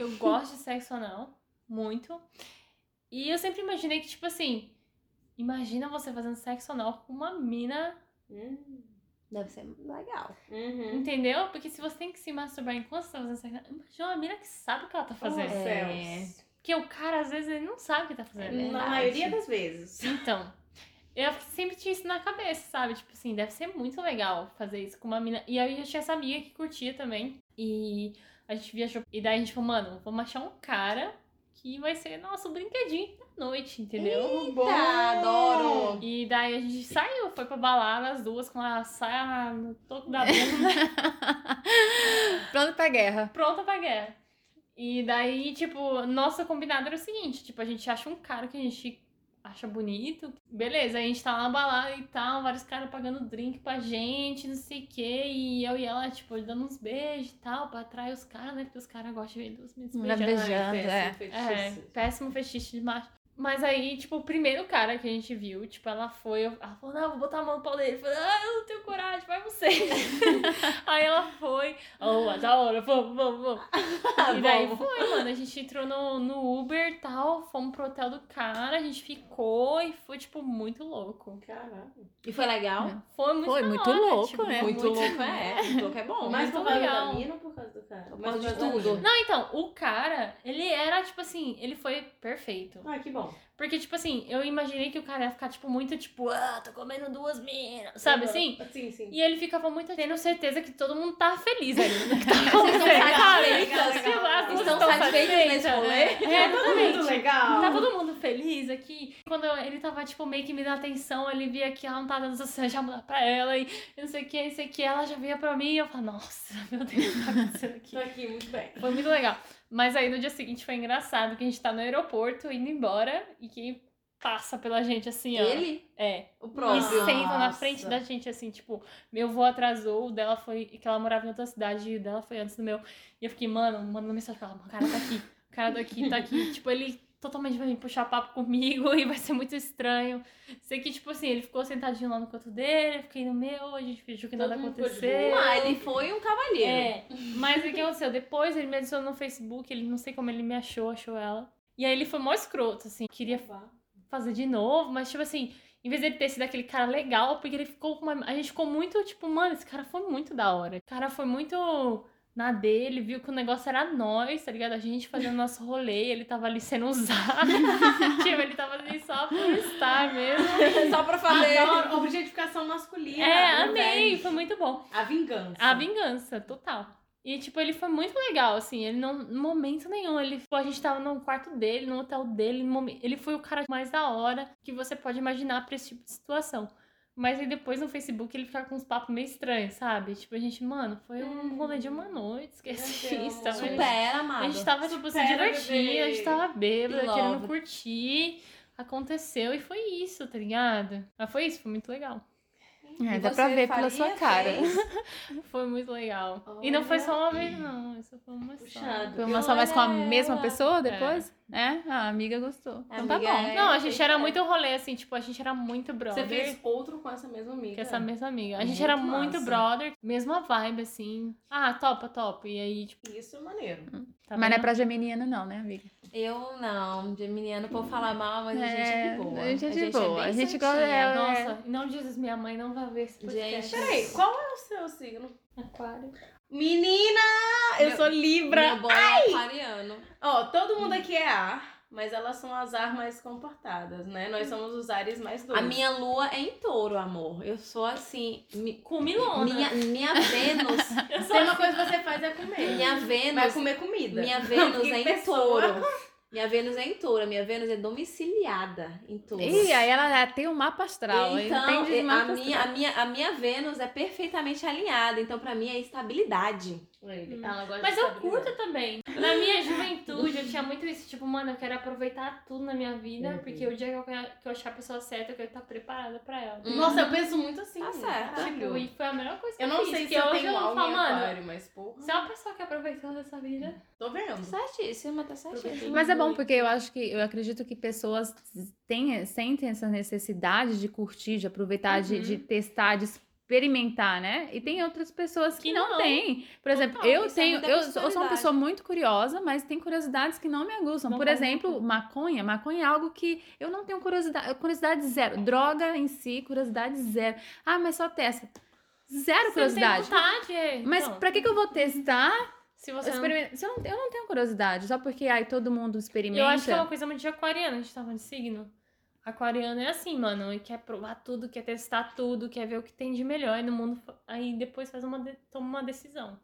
[SPEAKER 3] eu gosto de sexo anal, muito. E eu sempre imaginei que, tipo assim, imagina você fazendo sexo anal com uma mina
[SPEAKER 1] Deve ser legal.
[SPEAKER 5] Uhum.
[SPEAKER 3] Entendeu? Porque se você tem que se masturbar enquanto você tá fazendo sexo, imagina uma mina que sabe o que ela tá fazendo.
[SPEAKER 5] Oh,
[SPEAKER 4] É.
[SPEAKER 5] céus.
[SPEAKER 3] Porque o cara, às vezes, ele não sabe o que tá fazendo.
[SPEAKER 5] Na maioria das vezes.
[SPEAKER 3] Então, eu sempre tinha isso na cabeça, sabe? Tipo assim, deve ser muito legal fazer isso com uma mina. E aí eu tinha essa amiga que curtia também. E a gente viajou. E daí a gente falou, mano, vamos achar um cara que vai ser nosso brinquedinho da noite, entendeu?
[SPEAKER 4] Tá, adoro.
[SPEAKER 3] E daí a gente saiu, foi pra balada as duas com a saia no toco da bunda.
[SPEAKER 2] Pronto pra guerra.
[SPEAKER 3] pronta pra guerra. E daí, tipo, nossa combinado era o seguinte, tipo, a gente acha um cara que a gente acha bonito, beleza, a gente tá lá na balada e tal, vários caras pagando drink pra gente, não sei o quê, e eu e ela, tipo, dando uns beijos e tal, pra atrair os caras, né, porque os caras gostam de ver duas meninas
[SPEAKER 2] Mulher
[SPEAKER 3] beijando.
[SPEAKER 2] beijando, é.
[SPEAKER 5] Péssimo
[SPEAKER 3] É,
[SPEAKER 5] um feitiço.
[SPEAKER 3] péssimo fetiche de macho. Mas aí, tipo, o primeiro cara que a gente viu, tipo, ela foi, eu- ela falou, não, vou botar a mão no pau dele. Eu falei, ah, eu não tenho coragem, vai você. aí ela foi, oh, da hora, vamos, vamos, vamos. E daí foi, mano, a gente entrou no, no Uber e tal, fomos pro hotel do cara, a gente ficou e foi, tipo, muito louco.
[SPEAKER 5] Caralho.
[SPEAKER 4] E foi legal?
[SPEAKER 3] Foi muito
[SPEAKER 2] Foi
[SPEAKER 3] da
[SPEAKER 2] muito
[SPEAKER 3] hora,
[SPEAKER 2] louco,
[SPEAKER 3] tipo,
[SPEAKER 2] né? É
[SPEAKER 4] muito, louco é. Muito louco é bom.
[SPEAKER 3] Mas-
[SPEAKER 5] Mais por
[SPEAKER 3] muito
[SPEAKER 5] causa
[SPEAKER 3] legal.
[SPEAKER 5] da mina ou por causa do cara?
[SPEAKER 4] Por
[SPEAKER 5] Mais
[SPEAKER 4] causa de
[SPEAKER 5] da
[SPEAKER 4] tudo.
[SPEAKER 5] mina.
[SPEAKER 3] Não, então, o cara, ele era, tipo assim, ele foi perfeito.
[SPEAKER 5] Ah, que bom.
[SPEAKER 3] Porque, tipo assim, eu imaginei que o cara ia ficar, tipo, muito, tipo, ah, tô comendo duas minas, sabe
[SPEAKER 5] Uhum.
[SPEAKER 3] assim?
[SPEAKER 5] Sim, sim.
[SPEAKER 3] E ele ficava muito tendo certeza que todo mundo tá feliz ali, né?
[SPEAKER 4] Vocês estão satisfeitas?
[SPEAKER 3] Que lá, todos
[SPEAKER 4] Estão
[SPEAKER 3] tão
[SPEAKER 4] satisfeitos
[SPEAKER 3] satisfeitas,
[SPEAKER 4] nesse rolê? Tá
[SPEAKER 3] né? É, totalmente.
[SPEAKER 5] Muito legal.
[SPEAKER 3] Tá todo mundo feliz aqui. Quando eu- ele tava, tipo, meio que me dando atenção, ele via que ela não tava dando atenção, eu já mudava pra ela e não sei o que, não sei o que. Ela já vinha pra mim e eu falava, nossa, meu Deus, o que tá acontecendo aqui?
[SPEAKER 5] Tô aqui, muito bem.
[SPEAKER 3] Foi muito legal. Mas aí no dia seguinte foi engraçado que a gente tá no aeroporto indo embora e quem passa pela gente assim, ó.
[SPEAKER 4] Ele?
[SPEAKER 3] É.
[SPEAKER 4] O
[SPEAKER 3] E
[SPEAKER 4] próximo.
[SPEAKER 3] senta na frente da gente, assim, tipo, meu vô atrasou, o dela foi. Que ela morava em outra cidade e o dela foi antes do meu. E eu fiquei, mano, mandando mensagem pra ela, o cara tá aqui, o cara tá aqui, tá aqui. tipo, ele totalmente vai vir puxar papo comigo e vai ser muito estranho. Sei que, tipo assim, ele ficou sentadinho lá no canto dele, eu fiquei no meu, a gente fingiu que nada
[SPEAKER 5] Todo mundo ficou de
[SPEAKER 3] aconteceu.
[SPEAKER 1] Ah, ele foi um cavalheiro.
[SPEAKER 3] É, mas o que aconteceu? Depois ele me adicionou no Facebook, ele não sei como ele me achou, achou ela. E aí ele foi mó escroto, assim, queria fazer de novo, mas tipo assim, em vez dele ter sido aquele cara legal, porque ele ficou com uma. A gente ficou muito, tipo, mano, esse cara foi muito da hora. O cara foi muito na dele, viu que o negócio era nós, tá ligado? A gente fazendo nosso rolê, ele tava ali sendo usado. tipo, ele tava ali só por estar mesmo.
[SPEAKER 2] É.
[SPEAKER 1] Só pra fazer.
[SPEAKER 5] Adoro objetificação masculina.
[SPEAKER 3] É, amei,
[SPEAKER 5] revenge.
[SPEAKER 3] foi muito bom.
[SPEAKER 5] A vingança.
[SPEAKER 3] A vingança, total. E, tipo, ele foi muito legal, assim. Ele não. Em momento nenhum. Ele, tipo, a gente tava no quarto dele, no hotel dele. no momen- Ele foi o cara mais da hora que você pode imaginar pra esse tipo de situação. Mas aí depois no Facebook ele ficava com uns papos meio estranhos, sabe? Tipo, a gente, mano, foi um rolê de uma noite, esqueci
[SPEAKER 5] Uhum. Meu
[SPEAKER 3] isso.
[SPEAKER 5] Deus.
[SPEAKER 3] tava-
[SPEAKER 1] Supera, amado.
[SPEAKER 3] a gente
[SPEAKER 2] tá-
[SPEAKER 3] tava, tipo, se
[SPEAKER 5] Supera,
[SPEAKER 3] divertindo, a gente
[SPEAKER 5] bebê.
[SPEAKER 3] tava bêbada,
[SPEAKER 1] E logo.
[SPEAKER 3] querendo curtir. Aconteceu e foi isso, tá ligado? Mas foi isso, foi muito legal.
[SPEAKER 2] É,
[SPEAKER 1] E
[SPEAKER 2] dá
[SPEAKER 1] você
[SPEAKER 2] pra ver pela
[SPEAKER 1] faria,
[SPEAKER 2] sua cara.
[SPEAKER 1] fez?
[SPEAKER 3] Foi muito legal. E não foi só uma vez, não. Isso foi uma
[SPEAKER 5] Puxado.
[SPEAKER 2] Foi uma só mais com a mesma
[SPEAKER 3] Olha
[SPEAKER 2] pessoa
[SPEAKER 3] ela.
[SPEAKER 2] depois? né? A amiga gostou. Então tá
[SPEAKER 1] Amiga,
[SPEAKER 2] bom.
[SPEAKER 1] é.
[SPEAKER 3] Não, a gente era
[SPEAKER 1] fez-
[SPEAKER 3] muito rolê, assim, tipo, a gente era muito brother.
[SPEAKER 4] Você fez outro com essa mesma amiga.
[SPEAKER 3] Com essa mesma amiga. A gente
[SPEAKER 4] Muito
[SPEAKER 3] era muito
[SPEAKER 4] massa.
[SPEAKER 3] brother, mesma vibe, assim. Ah, topa, topa. E aí, tipo,
[SPEAKER 4] Isso é maneiro.
[SPEAKER 3] tá
[SPEAKER 2] Mas não é
[SPEAKER 3] vendo?
[SPEAKER 2] pra geminiano não, né, amiga?
[SPEAKER 1] Eu não, geminiano, o povo fala mal, mas a gente é de boa.
[SPEAKER 2] a gente é de boa.
[SPEAKER 1] bem
[SPEAKER 2] A gente
[SPEAKER 1] certinha.
[SPEAKER 2] gosta- é, é.
[SPEAKER 3] Nossa, não diz minha mãe não vai ver esse podcast.
[SPEAKER 1] Gente,
[SPEAKER 4] Peraí, qual é o seu signo?
[SPEAKER 3] Aquário.
[SPEAKER 4] Menina! Eu
[SPEAKER 1] Meu-
[SPEAKER 4] sou Libra.
[SPEAKER 1] Meu boy é aquariano.
[SPEAKER 4] Ó, todo mundo aqui é ar, mas elas são as ar mais comportadas, né? Nós somos os ares mais doidos.
[SPEAKER 1] A minha lua é em touro, amor. Eu sou assim. mi-
[SPEAKER 3] Comilona.
[SPEAKER 1] Minha, minha Vênus.
[SPEAKER 4] Então,
[SPEAKER 5] Se tem uma
[SPEAKER 3] assim.
[SPEAKER 5] coisa que você faz é comer.
[SPEAKER 1] Minha
[SPEAKER 4] vai
[SPEAKER 1] Vênus.
[SPEAKER 4] comer comida.
[SPEAKER 1] Minha Vênus
[SPEAKER 4] Que
[SPEAKER 1] é em
[SPEAKER 4] pessoa.
[SPEAKER 1] touro. Minha Vênus é em touro. Minha Vênus é domiciliada em touro.
[SPEAKER 2] Ih, aí é ela já tem o mapa astral.
[SPEAKER 1] Então,
[SPEAKER 2] entende de
[SPEAKER 1] a
[SPEAKER 2] mapa
[SPEAKER 1] minha, a, minha, a minha Vênus é perfeitamente alinhada. Então, pra mim, é estabilidade.
[SPEAKER 5] Ele. Ela gosta
[SPEAKER 3] Mas
[SPEAKER 5] de
[SPEAKER 3] eu
[SPEAKER 5] estabilidade.
[SPEAKER 3] curto também. Na minha juventude, eu tinha muito isso, tipo, mano, eu quero aproveitar tudo na minha vida, porque o dia que eu, que eu achar a pessoa certa, eu quero estar preparada pra ela.
[SPEAKER 1] Hum.
[SPEAKER 5] Nossa, eu penso muito assim.
[SPEAKER 1] Tá certo.
[SPEAKER 5] caralho.
[SPEAKER 3] Tipo, e foi a melhor coisa que
[SPEAKER 4] Eu
[SPEAKER 3] eu,
[SPEAKER 4] não
[SPEAKER 3] fiz,
[SPEAKER 4] sei se
[SPEAKER 3] porque
[SPEAKER 4] eu
[SPEAKER 3] hoje
[SPEAKER 4] tenho
[SPEAKER 3] eu
[SPEAKER 4] mal
[SPEAKER 3] vou
[SPEAKER 4] em
[SPEAKER 3] falar, mano,
[SPEAKER 4] aquário, mas porra.
[SPEAKER 3] se é uma pessoa que aproveitou dessa vida,
[SPEAKER 4] Tô vendo.
[SPEAKER 1] Certíssima, tá certíssima.
[SPEAKER 2] Mas é
[SPEAKER 3] Uhum.
[SPEAKER 2] bom porque eu acho que eu acredito que pessoas têm, sentem essa necessidade de curtir, de aproveitar, de,
[SPEAKER 3] Uhum.
[SPEAKER 2] de testar, de experimentar, né? E tem outras pessoas que,
[SPEAKER 3] Que
[SPEAKER 2] não,
[SPEAKER 3] não.
[SPEAKER 2] têm. Por exemplo,
[SPEAKER 1] Total,
[SPEAKER 2] eu
[SPEAKER 1] isso é
[SPEAKER 2] tenho,
[SPEAKER 1] muita
[SPEAKER 2] eu sou- eu sou uma
[SPEAKER 1] personalidade.
[SPEAKER 2] pessoa muito curiosa, mas tem curiosidades que não me aguçam.
[SPEAKER 3] Não
[SPEAKER 2] Por
[SPEAKER 3] faz
[SPEAKER 2] exemplo, maconha, maconha é algo que eu não tenho curiosidade, curiosidade zero. Droga em si, curiosidade zero. Ah, mas só testa. Zero
[SPEAKER 3] você não tem
[SPEAKER 2] curiosidade.
[SPEAKER 3] vontade. é.
[SPEAKER 2] Mas
[SPEAKER 3] Então,
[SPEAKER 2] pra que que eu vou testar?
[SPEAKER 3] se
[SPEAKER 2] Eu,
[SPEAKER 3] você não...
[SPEAKER 2] experimento- se eu, não, eu não tenho curiosidade, só porque aí todo mundo experimenta.
[SPEAKER 3] Eu acho que é uma coisa muito de aquariano, a gente tá falando de signo. Aquariano é assim, mano, e quer provar tudo, quer testar tudo, quer ver o que tem de melhor aí no mundo, aí depois faz uma de- toma uma decisão.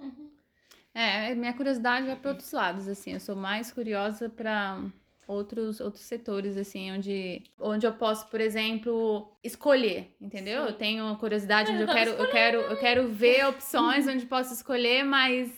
[SPEAKER 2] É, minha curiosidade vai para outros lados, assim. Eu sou mais curiosa para outros outros setores, assim, onde, onde eu posso, por exemplo, escolher, entendeu?
[SPEAKER 3] Sim.
[SPEAKER 2] Eu tenho curiosidade onde Ah, eu
[SPEAKER 3] dá pra
[SPEAKER 2] quero, eu quero, eu quero ver opções onde posso escolher, mas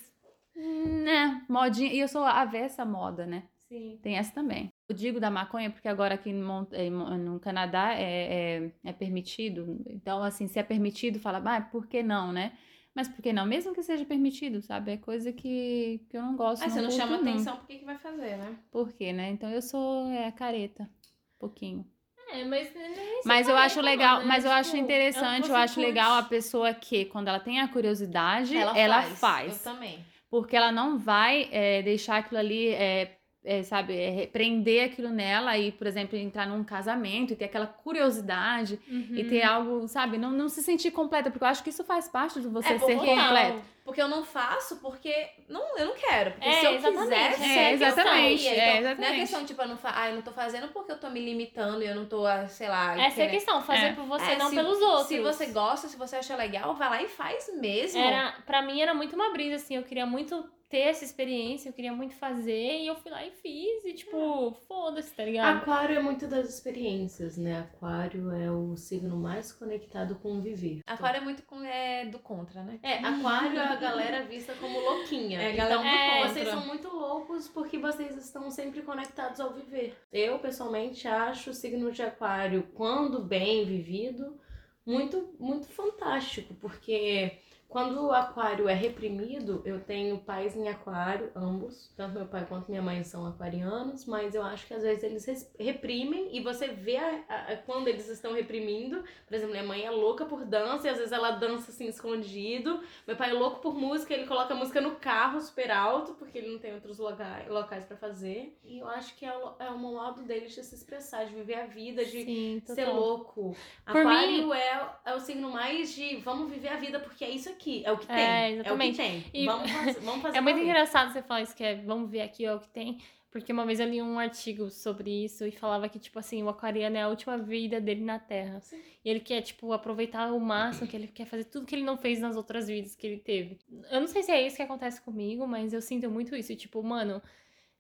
[SPEAKER 2] né, modinha. E eu sou avessa à moda, né?
[SPEAKER 3] Sim.
[SPEAKER 2] Tem essa também. Eu digo da maconha porque agora aqui em Mon- eh, em Mon- no Canadá é, é, é permitido. Então, assim, se é permitido, fala, ah, por que não, né? Mas por que não? Mesmo que seja permitido, sabe? É coisa que, que eu não gosto.
[SPEAKER 1] Ah, você não
[SPEAKER 2] curto
[SPEAKER 1] chama
[SPEAKER 2] muito.
[SPEAKER 1] atenção, por que, que vai fazer, né?
[SPEAKER 2] Por quê, né? Então eu sou é, careta. Um pouquinho.
[SPEAKER 3] É, mas nem sei
[SPEAKER 2] Mas eu
[SPEAKER 3] também
[SPEAKER 2] acho
[SPEAKER 3] como,
[SPEAKER 2] legal,
[SPEAKER 3] né?
[SPEAKER 2] mas eu
[SPEAKER 3] Tipo,
[SPEAKER 2] acho interessante,
[SPEAKER 3] você
[SPEAKER 2] eu acho
[SPEAKER 3] curte.
[SPEAKER 2] legal a pessoa que, quando ela tem a curiosidade, ela, faz.
[SPEAKER 1] Eu também.
[SPEAKER 2] porque ela não vai é, deixar aquilo ali, é, é, sabe, é, prender aquilo nela e, por exemplo, entrar num casamento e ter aquela curiosidade
[SPEAKER 3] Uhum.
[SPEAKER 2] e ter algo, sabe, não, não se sentir completa, porque eu acho que isso faz parte de você
[SPEAKER 1] É,
[SPEAKER 2] ser
[SPEAKER 1] porque-
[SPEAKER 3] Uhum.
[SPEAKER 2] completo.
[SPEAKER 1] Porque eu não faço porque não, eu não quero. Porque
[SPEAKER 3] É,
[SPEAKER 1] se eu
[SPEAKER 3] exatamente.
[SPEAKER 1] quisesse,
[SPEAKER 2] É,
[SPEAKER 1] eu
[SPEAKER 2] exatamente,
[SPEAKER 1] faria.
[SPEAKER 2] é,
[SPEAKER 1] Então, Não
[SPEAKER 2] exatamente.
[SPEAKER 1] é questão, tipo, eu não, fa... ah, eu não tô fazendo porque eu tô me limitando e eu não tô, ah, sei lá...
[SPEAKER 3] Essa é a
[SPEAKER 1] querendo-
[SPEAKER 3] questão, fazer
[SPEAKER 2] É.
[SPEAKER 3] por você,
[SPEAKER 1] É,
[SPEAKER 3] não
[SPEAKER 1] se-
[SPEAKER 3] pelos outros.
[SPEAKER 1] Se você gosta, se você acha legal, vai lá e faz mesmo.
[SPEAKER 3] Era, pra mim era muito uma brisa, assim, eu queria muito ter essa experiência, eu queria muito fazer, e eu fui lá e fiz, e tipo, foda-se, tá ligado?
[SPEAKER 4] Aquário é muito das experiências, né? Aquário é o signo mais conectado com o viver.
[SPEAKER 1] Aquário é muito com- é, do contra, né?
[SPEAKER 4] É, aquário é a galera vista como louquinha.
[SPEAKER 5] É, a
[SPEAKER 4] então,
[SPEAKER 5] galera
[SPEAKER 3] do contra.
[SPEAKER 4] vocês são muito loucos porque vocês estão sempre conectados ao viver. Eu, pessoalmente, acho o signo de aquário, quando bem vivido, muito, muito fantástico, porque Quando o aquário é reprimido, eu tenho pais em aquário, ambos. Tanto meu pai quanto minha mãe são aquarianos, mas eu acho que às vezes eles res- reprimem e você vê a- a- a- quando eles estão reprimindo. Por exemplo, minha mãe é louca por dança e às vezes ela dança assim escondido. Meu pai é louco por música, ele coloca a música no carro super alto, porque ele não tem outros loca- locais pra fazer. E eu acho que é, o- é um modo deles de se expressar, de viver a vida, de
[SPEAKER 3] Sim,
[SPEAKER 4] ser
[SPEAKER 3] total.
[SPEAKER 4] louco.
[SPEAKER 3] Por
[SPEAKER 4] Aquário é, é o signo mais de vamos viver a vida porque é isso aqui, é o que
[SPEAKER 3] É,
[SPEAKER 4] tem. É,
[SPEAKER 3] exatamente.
[SPEAKER 4] o que tem.
[SPEAKER 3] E-
[SPEAKER 4] Vamos, faz- vamos fazer.
[SPEAKER 3] É muito
[SPEAKER 4] valer.
[SPEAKER 3] engraçado você falar isso, que é vamos ver aqui ó, o que tem. Porque uma vez eu li um artigo sobre isso e falava que, tipo assim, o aquariano é a última vida dele na Terra.
[SPEAKER 4] Sim.
[SPEAKER 3] E ele quer, tipo, aproveitar o máximo, que ele quer fazer tudo que ele não fez nas outras vidas que ele teve. Eu não sei se é isso que acontece comigo, mas eu sinto muito isso. E, tipo, mano,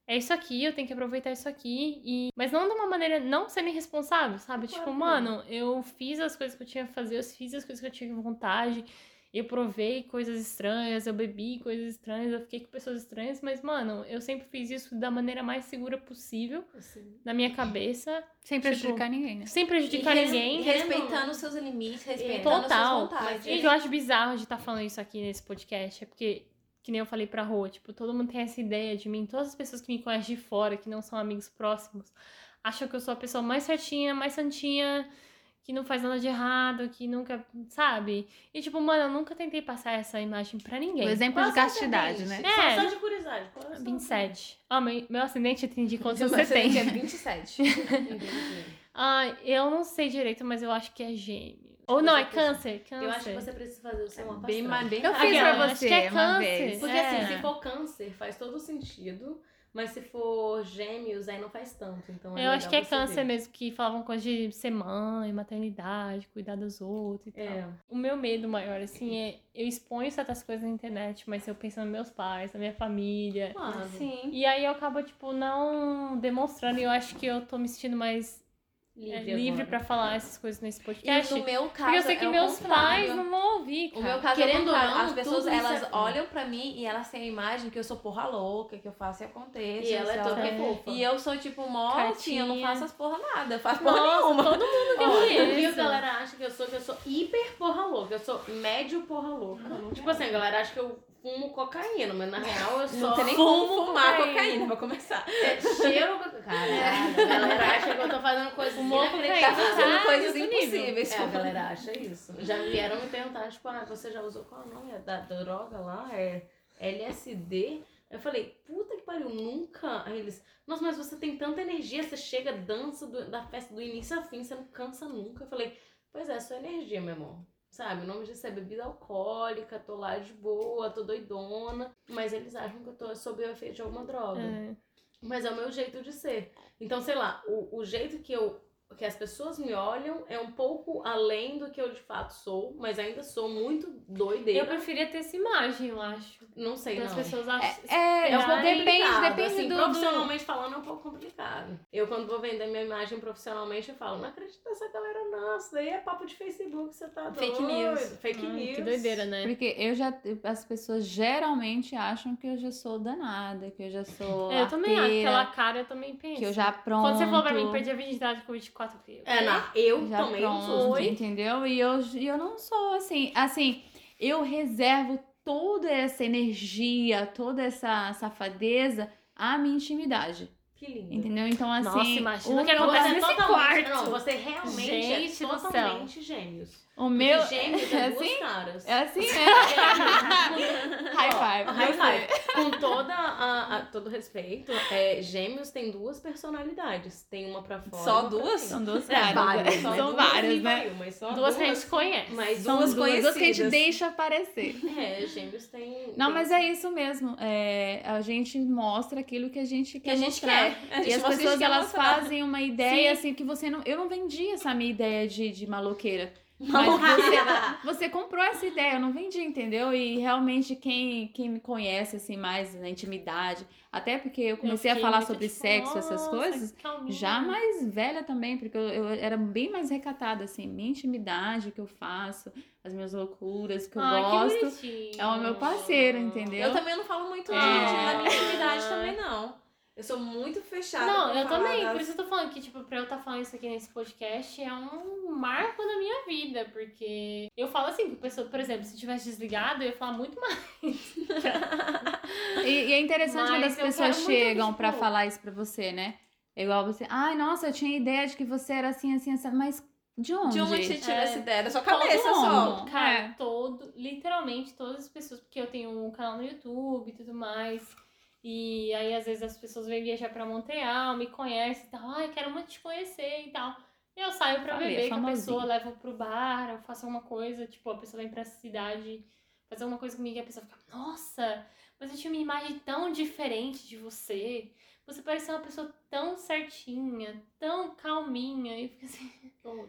[SPEAKER 3] é isso aqui, eu tenho que aproveitar isso aqui. E... Mas não de uma maneira, não sendo irresponsável, sabe? tipo, mano, eu fiz as coisas que eu tinha que fazer, eu fiz as coisas que eu tinha vontade. Eu provei coisas estranhas, eu bebi coisas estranhas, eu fiquei com pessoas estranhas, mas, mano, eu sempre fiz isso da maneira mais segura possível,
[SPEAKER 4] Assim.
[SPEAKER 3] na minha cabeça,
[SPEAKER 2] Sem prejudicar ninguém, né?
[SPEAKER 3] sem
[SPEAKER 1] E
[SPEAKER 3] prejudicar
[SPEAKER 1] res-
[SPEAKER 3] ninguém. né,
[SPEAKER 1] Respeitando os seus limites, respeitando as suas
[SPEAKER 3] Total.
[SPEAKER 1] vontades.
[SPEAKER 3] E eu acho bizarro de estar falando isso aqui nesse podcast, é porque, que nem eu falei pra Rô, tipo, todo mundo tem essa ideia de mim, todas as pessoas que me conhecem de fora, que não são amigos próximos, acham que eu sou a pessoa mais certinha, mais santinha, que não faz nada de errado, que nunca, sabe? E tipo, mano, eu nunca tentei passar essa imagem pra ninguém.
[SPEAKER 2] O exemplo
[SPEAKER 4] Qual
[SPEAKER 2] de castidade,
[SPEAKER 4] ascendente?
[SPEAKER 2] né?
[SPEAKER 3] É.
[SPEAKER 4] Só, só de curiosidade. Qual é o seu-
[SPEAKER 3] 27. Ó, meu, meu ascendente eu entendi quantos
[SPEAKER 1] Meu
[SPEAKER 3] você tem.
[SPEAKER 1] ascendente É 27.
[SPEAKER 4] Entendi.
[SPEAKER 3] Ah, eu não sei direito, mas eu acho que é gêmeo. Ou não, é câncer. Câncer.
[SPEAKER 4] Eu acho que você é precisa fazer o seu mapa
[SPEAKER 1] bem,
[SPEAKER 4] astral.
[SPEAKER 1] mais- bem
[SPEAKER 2] Eu fiz
[SPEAKER 3] Aquela,
[SPEAKER 2] pra
[SPEAKER 3] acho
[SPEAKER 2] você
[SPEAKER 3] que é
[SPEAKER 2] uma
[SPEAKER 3] câncer.
[SPEAKER 2] vez.
[SPEAKER 4] Porque
[SPEAKER 3] É.
[SPEAKER 4] assim, se for câncer, faz todo sentido. Mas se for gêmeos, aí não faz tanto. Então é
[SPEAKER 3] Eu acho
[SPEAKER 4] legal
[SPEAKER 3] que é
[SPEAKER 4] você ver.
[SPEAKER 3] câncer mesmo, que falavam coisas de ser mãe, maternidade, cuidar dos outros e tal.
[SPEAKER 4] É.
[SPEAKER 3] O meu medo maior, assim, é eu exponho certas coisas na internet, mas eu penso nos meus pais, na minha família.
[SPEAKER 4] Claro.
[SPEAKER 1] Sim.
[SPEAKER 3] E aí eu acabo, tipo, não demonstrando. E eu acho que eu tô me sentindo mais é, livre, pra falar essas coisas nesse podcast.
[SPEAKER 1] E no meu caso,
[SPEAKER 3] Porque eu sei que
[SPEAKER 1] é o
[SPEAKER 3] meus
[SPEAKER 1] contrário.
[SPEAKER 3] pais não vão ouvir,
[SPEAKER 1] O
[SPEAKER 3] cara.
[SPEAKER 1] meu caso é o
[SPEAKER 4] Querendo ou
[SPEAKER 1] contrário.
[SPEAKER 4] não,
[SPEAKER 1] as pessoas
[SPEAKER 4] tudo isso
[SPEAKER 1] elas
[SPEAKER 4] é-
[SPEAKER 1] olham pra mim e elas têm a imagem que eu sou porra louca, que eu faço e acontece.
[SPEAKER 4] E ela é toda
[SPEAKER 3] É.
[SPEAKER 4] fofa.
[SPEAKER 1] E eu sou tipo mó
[SPEAKER 3] Cartinha.
[SPEAKER 1] assim, eu não faço as porra nada, eu faço porra
[SPEAKER 3] Nossa,
[SPEAKER 1] nenhuma.
[SPEAKER 3] todo mundo tem
[SPEAKER 4] Ó,
[SPEAKER 3] medo.
[SPEAKER 4] no Rio, a galera acha que eu sou, que eu sou hiper porra louca. Eu sou médio porra louca. tipo
[SPEAKER 3] é.
[SPEAKER 4] assim, a galera acha que eu fumo cocaína, mas na real eu só
[SPEAKER 1] Não tem nem
[SPEAKER 4] fumo
[SPEAKER 1] como fumar
[SPEAKER 4] cocaína.
[SPEAKER 1] cocaína, pra começar.
[SPEAKER 4] É, cheiro cocaína. Caralho, a galera acha que eu tô fazendo coisas
[SPEAKER 3] Fumou
[SPEAKER 1] Tá
[SPEAKER 4] inacreditáveis.
[SPEAKER 3] cocaína.
[SPEAKER 1] fazendo
[SPEAKER 3] Ah,
[SPEAKER 1] coisas
[SPEAKER 3] nesse
[SPEAKER 2] né?
[SPEAKER 3] nível.
[SPEAKER 1] impossíveis.
[SPEAKER 4] É, a galera acha isso. Já vieram me perguntar, tipo, ah, você já usou qual é o nome é da droga lá? É LSD? Eu falei, puta que pariu, nunca. Aí eles, nossa, mas você tem tanta energia, você chega, dança do- da festa do início ao fim, você não cansa nunca. Eu falei, pois é, é só energia, meu amor. Sabe, o nome disso é bebida alcoólica, tô lá de boa, tô doidona. Mas eles acham que eu tô sob o efeito de alguma droga.
[SPEAKER 3] É.
[SPEAKER 4] Mas é o meu jeito de ser. Então, sei lá, o, o jeito que eu que as pessoas me olham é um pouco além do que eu de fato sou, mas ainda sou muito
[SPEAKER 3] É. Eu
[SPEAKER 4] doideira.
[SPEAKER 3] preferia ter essa imagem, eu acho.
[SPEAKER 4] Não sei,
[SPEAKER 3] Das
[SPEAKER 4] não.
[SPEAKER 3] pessoas acham.
[SPEAKER 2] É,
[SPEAKER 3] É um pouco
[SPEAKER 2] depende,
[SPEAKER 4] complicado,
[SPEAKER 2] depende
[SPEAKER 4] assim,
[SPEAKER 2] do- do,
[SPEAKER 4] Profissionalmente falando, é um pouco complicado. Eu, quando vou vender minha imagem profissionalmente, eu falo, não acredito nessa galera, não. Isso daí é papo de Facebook, você tá doido.
[SPEAKER 1] Fake news.
[SPEAKER 4] Fake
[SPEAKER 3] Ai,
[SPEAKER 4] news.
[SPEAKER 3] Que doideira, né?
[SPEAKER 2] Porque eu já. As pessoas geralmente acham que eu já sou danada, que eu já sou.
[SPEAKER 3] É, eu também acho.
[SPEAKER 2] arteira,
[SPEAKER 3] Aquela cara eu também penso.
[SPEAKER 2] Que eu já apronto.
[SPEAKER 3] É Quando você falou pra mim, perdi a virgindade com 24 quilos.
[SPEAKER 4] É, não, eu um
[SPEAKER 2] já
[SPEAKER 4] também
[SPEAKER 2] apronto,
[SPEAKER 4] sou.
[SPEAKER 2] entendeu? E eu, e eu não sou assim. Assim, eu reservo toda essa energia, toda essa safadeza à minha intimidade.
[SPEAKER 4] Que lindo.
[SPEAKER 2] Entendeu? Então, assim.
[SPEAKER 3] Nossa, imagina o que
[SPEAKER 2] meu-
[SPEAKER 4] Você
[SPEAKER 3] acontece
[SPEAKER 4] é
[SPEAKER 3] nesse
[SPEAKER 4] totalmente-
[SPEAKER 3] quarto.
[SPEAKER 4] Não, você realmente
[SPEAKER 3] Gente
[SPEAKER 4] é
[SPEAKER 3] do céu.
[SPEAKER 4] totalmente gêmeos.
[SPEAKER 2] O
[SPEAKER 4] Porque
[SPEAKER 2] meu.
[SPEAKER 4] gêmeos
[SPEAKER 2] é
[SPEAKER 4] é duas
[SPEAKER 2] assim?
[SPEAKER 4] caras.
[SPEAKER 2] É assim, né? High
[SPEAKER 4] Ó,
[SPEAKER 2] five.
[SPEAKER 4] high
[SPEAKER 2] gostei.
[SPEAKER 4] five. Com toda a, a- todo respeito, é, gêmeos tem duas personalidades. Tem uma pra fora.
[SPEAKER 1] Só
[SPEAKER 4] e uma pra
[SPEAKER 1] duas?
[SPEAKER 4] dentro.
[SPEAKER 2] São duas
[SPEAKER 4] É,
[SPEAKER 2] caras.
[SPEAKER 4] várias.
[SPEAKER 2] São
[SPEAKER 4] mas duas
[SPEAKER 2] várias,
[SPEAKER 4] e
[SPEAKER 2] né?
[SPEAKER 4] meio, Mas só
[SPEAKER 3] Duas que a gente conhece.
[SPEAKER 4] Mas
[SPEAKER 2] São
[SPEAKER 4] duas,
[SPEAKER 2] duas, duas que a gente
[SPEAKER 1] conhecidas.
[SPEAKER 2] deixa aparecer.
[SPEAKER 4] É, gêmeos tem.
[SPEAKER 2] Não,
[SPEAKER 4] tem-
[SPEAKER 2] mas é isso mesmo. É, a gente mostra aquilo que a gente
[SPEAKER 1] Que
[SPEAKER 2] quer
[SPEAKER 1] a gente
[SPEAKER 2] mostrar.
[SPEAKER 1] quer. A gente
[SPEAKER 2] E as
[SPEAKER 1] mostra, a gente
[SPEAKER 2] pessoas
[SPEAKER 3] é
[SPEAKER 1] quer
[SPEAKER 2] elas
[SPEAKER 1] mostrar.
[SPEAKER 2] fazem uma ideia assim que você não. Eu não vendi essa minha ideia de, de maloqueira. Mas você, você comprou essa ideia, eu não vendi, entendeu? E realmente quem, quem me conhece assim mais na intimidade, até porque eu comecei a
[SPEAKER 3] fiquei
[SPEAKER 2] falar
[SPEAKER 3] muito,
[SPEAKER 2] sobre
[SPEAKER 3] tipo,
[SPEAKER 2] sexo, essas
[SPEAKER 3] nossa,
[SPEAKER 2] coisas,
[SPEAKER 3] que calminha.
[SPEAKER 2] já mais velha também, porque eu, eu era bem mais recatada, assim, minha intimidade, o que eu faço, as minhas loucuras, o que eu
[SPEAKER 3] Ai, que
[SPEAKER 2] gosto.
[SPEAKER 3] bonitinho.
[SPEAKER 2] É o meu parceiro, entendeu?
[SPEAKER 1] Eu também não falo muito,
[SPEAKER 2] É.
[SPEAKER 1] não, gente, da minha intimidade também não. Eu sou muito fechada.
[SPEAKER 3] Não,
[SPEAKER 1] pra
[SPEAKER 3] eu
[SPEAKER 1] falar
[SPEAKER 3] também.
[SPEAKER 1] das-
[SPEAKER 3] Por isso eu tô falando que, tipo, pra eu estar falando isso aqui nesse podcast é um marco na minha vida. Porque eu falo assim, que pessoa, por exemplo, se tivesse desligado, eu ia falar muito mais.
[SPEAKER 2] E, e é interessante quando
[SPEAKER 3] Mas
[SPEAKER 2] as
[SPEAKER 3] eu
[SPEAKER 2] pessoas
[SPEAKER 3] quero muito
[SPEAKER 2] chegam
[SPEAKER 3] ouvir,
[SPEAKER 2] pra
[SPEAKER 3] tipo-
[SPEAKER 2] falar isso pra você, né? É igual você. Ai, nossa, eu tinha ideia de que você era assim, assim, assim. Mas de onde?
[SPEAKER 1] De onde você tirou
[SPEAKER 3] É.
[SPEAKER 1] essa ideia? Da sua cabeça
[SPEAKER 2] Todo
[SPEAKER 1] só.
[SPEAKER 2] mundo.
[SPEAKER 3] Então, Cara,
[SPEAKER 2] É.
[SPEAKER 3] todo, literalmente todas as pessoas, porque eu tenho um canal no YouTube e tudo mais. E aí, às vezes, as pessoas vêm viajar pra Montreal, me conhecem e tal. Ai, quero muito te conhecer e tal. E eu saio pra
[SPEAKER 1] é
[SPEAKER 2] Falei,
[SPEAKER 3] beber com a
[SPEAKER 2] famosinha.
[SPEAKER 3] pessoa, levo pro bar, eu faço alguma coisa. Tipo, a pessoa vem pra cidade fazer alguma coisa comigo e a pessoa fica, nossa, mas eu tinha uma imagem tão diferente de você. Você parecia uma pessoa tão certinha, tão calminha. E eu fico assim,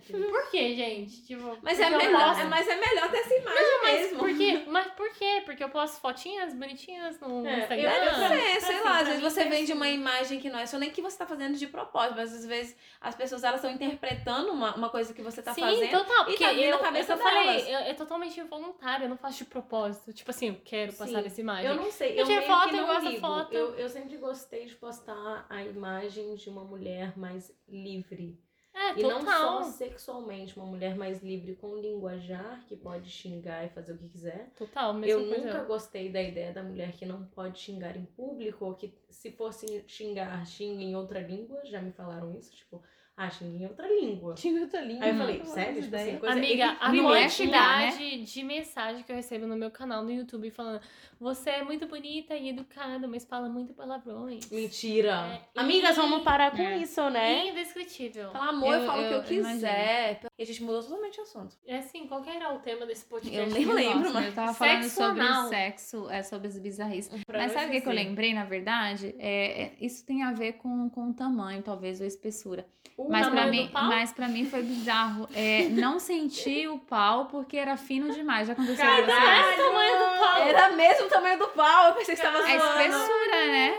[SPEAKER 3] por que, gente? Tipo,
[SPEAKER 1] Mas
[SPEAKER 3] porque
[SPEAKER 1] é,
[SPEAKER 3] eu
[SPEAKER 1] melhor,
[SPEAKER 3] posso-
[SPEAKER 1] é- mas é melhor ter essa imagem
[SPEAKER 3] mas
[SPEAKER 1] mesmo.
[SPEAKER 3] por quê? Mas por quê? Porque eu posto fotinhas bonitinhas no
[SPEAKER 4] É,
[SPEAKER 3] Instagram.
[SPEAKER 1] Deve
[SPEAKER 4] Não,
[SPEAKER 1] ser, sei
[SPEAKER 4] assim,
[SPEAKER 1] lá,
[SPEAKER 4] pra
[SPEAKER 1] às vezes
[SPEAKER 4] mim
[SPEAKER 1] você
[SPEAKER 4] faz
[SPEAKER 1] vende
[SPEAKER 4] sentido.
[SPEAKER 1] uma imagem que não é só nem que você tá fazendo de propósito, mas às vezes as pessoas elas estão interpretando uma, uma coisa que você tá
[SPEAKER 3] Sim, então
[SPEAKER 1] fazendo.
[SPEAKER 3] total. Porque
[SPEAKER 1] tá vindo
[SPEAKER 3] eu,
[SPEAKER 1] a cabeça
[SPEAKER 3] eu só falei,
[SPEAKER 1] delas.
[SPEAKER 3] eu, é totalmente involuntário, eu não faço de propósito. Tipo assim, eu quero passar
[SPEAKER 4] Sim,
[SPEAKER 3] essa imagem.
[SPEAKER 4] Eu não sei,
[SPEAKER 3] Eu
[SPEAKER 4] eu,
[SPEAKER 3] tiro
[SPEAKER 4] meio
[SPEAKER 3] foto,
[SPEAKER 4] que
[SPEAKER 3] eu
[SPEAKER 4] não
[SPEAKER 3] gosto da
[SPEAKER 4] ligo.
[SPEAKER 3] foto.
[SPEAKER 4] Eu, eu sempre gostei de postar a imagem de uma mulher mais livre.
[SPEAKER 3] É,
[SPEAKER 4] E não só
[SPEAKER 3] total.
[SPEAKER 4] sexualmente, uma mulher mais livre com linguajar, que pode xingar e fazer o que quiser.
[SPEAKER 3] Total, mesmo
[SPEAKER 4] eu nunca gostei da ideia da mulher que não pode xingar em público, ou que se fosse xingar, xinga em outra língua. Já me falaram isso, tipo, ah, xinga em outra língua.
[SPEAKER 1] Tinha outra língua.
[SPEAKER 4] Aí eu falei, sério? Tipo, assim, coisa
[SPEAKER 3] Amiga, a
[SPEAKER 2] Não é xingar, né?
[SPEAKER 3] quantidade de mensagem que eu recebo no meu canal no YouTube falando você é muito bonita e educada, mas fala muito palavrões.
[SPEAKER 4] Mentira.
[SPEAKER 3] É,
[SPEAKER 6] Amigas,
[SPEAKER 3] e-
[SPEAKER 6] vamos parar com
[SPEAKER 2] É.
[SPEAKER 6] isso, né?
[SPEAKER 3] Indescritível.
[SPEAKER 1] Pelo amor, eu,
[SPEAKER 2] Eu-
[SPEAKER 1] falo o que eu
[SPEAKER 2] eu imagino.
[SPEAKER 1] quiser. E a gente mudou totalmente o assunto.
[SPEAKER 3] É assim, qual que era o tema desse podcast?
[SPEAKER 1] Eu nem lembro,
[SPEAKER 2] Nossa,
[SPEAKER 1] mas
[SPEAKER 2] Eu tava
[SPEAKER 3] sexo
[SPEAKER 2] falando sobre
[SPEAKER 3] anal.
[SPEAKER 2] sexo, é, sobre as bizarrices.
[SPEAKER 4] Pra é assim.
[SPEAKER 2] Mas
[SPEAKER 4] não
[SPEAKER 2] sabe o que, que eu
[SPEAKER 4] esquecer.
[SPEAKER 2] lembrei, na verdade? É, é, isso tem a ver com, com o tamanho, talvez, ou a espessura.
[SPEAKER 4] O
[SPEAKER 2] Mas pra,
[SPEAKER 4] tamanho
[SPEAKER 2] mim,
[SPEAKER 4] do pau?
[SPEAKER 2] mas pra mim foi bizarro. É, não senti o pau porque era fino demais. Já aconteceu com você?
[SPEAKER 3] Olha o tamanho do pau.
[SPEAKER 1] Era mesmo o tamanho do pau. Eu pensei que estava
[SPEAKER 2] A É espessura, né?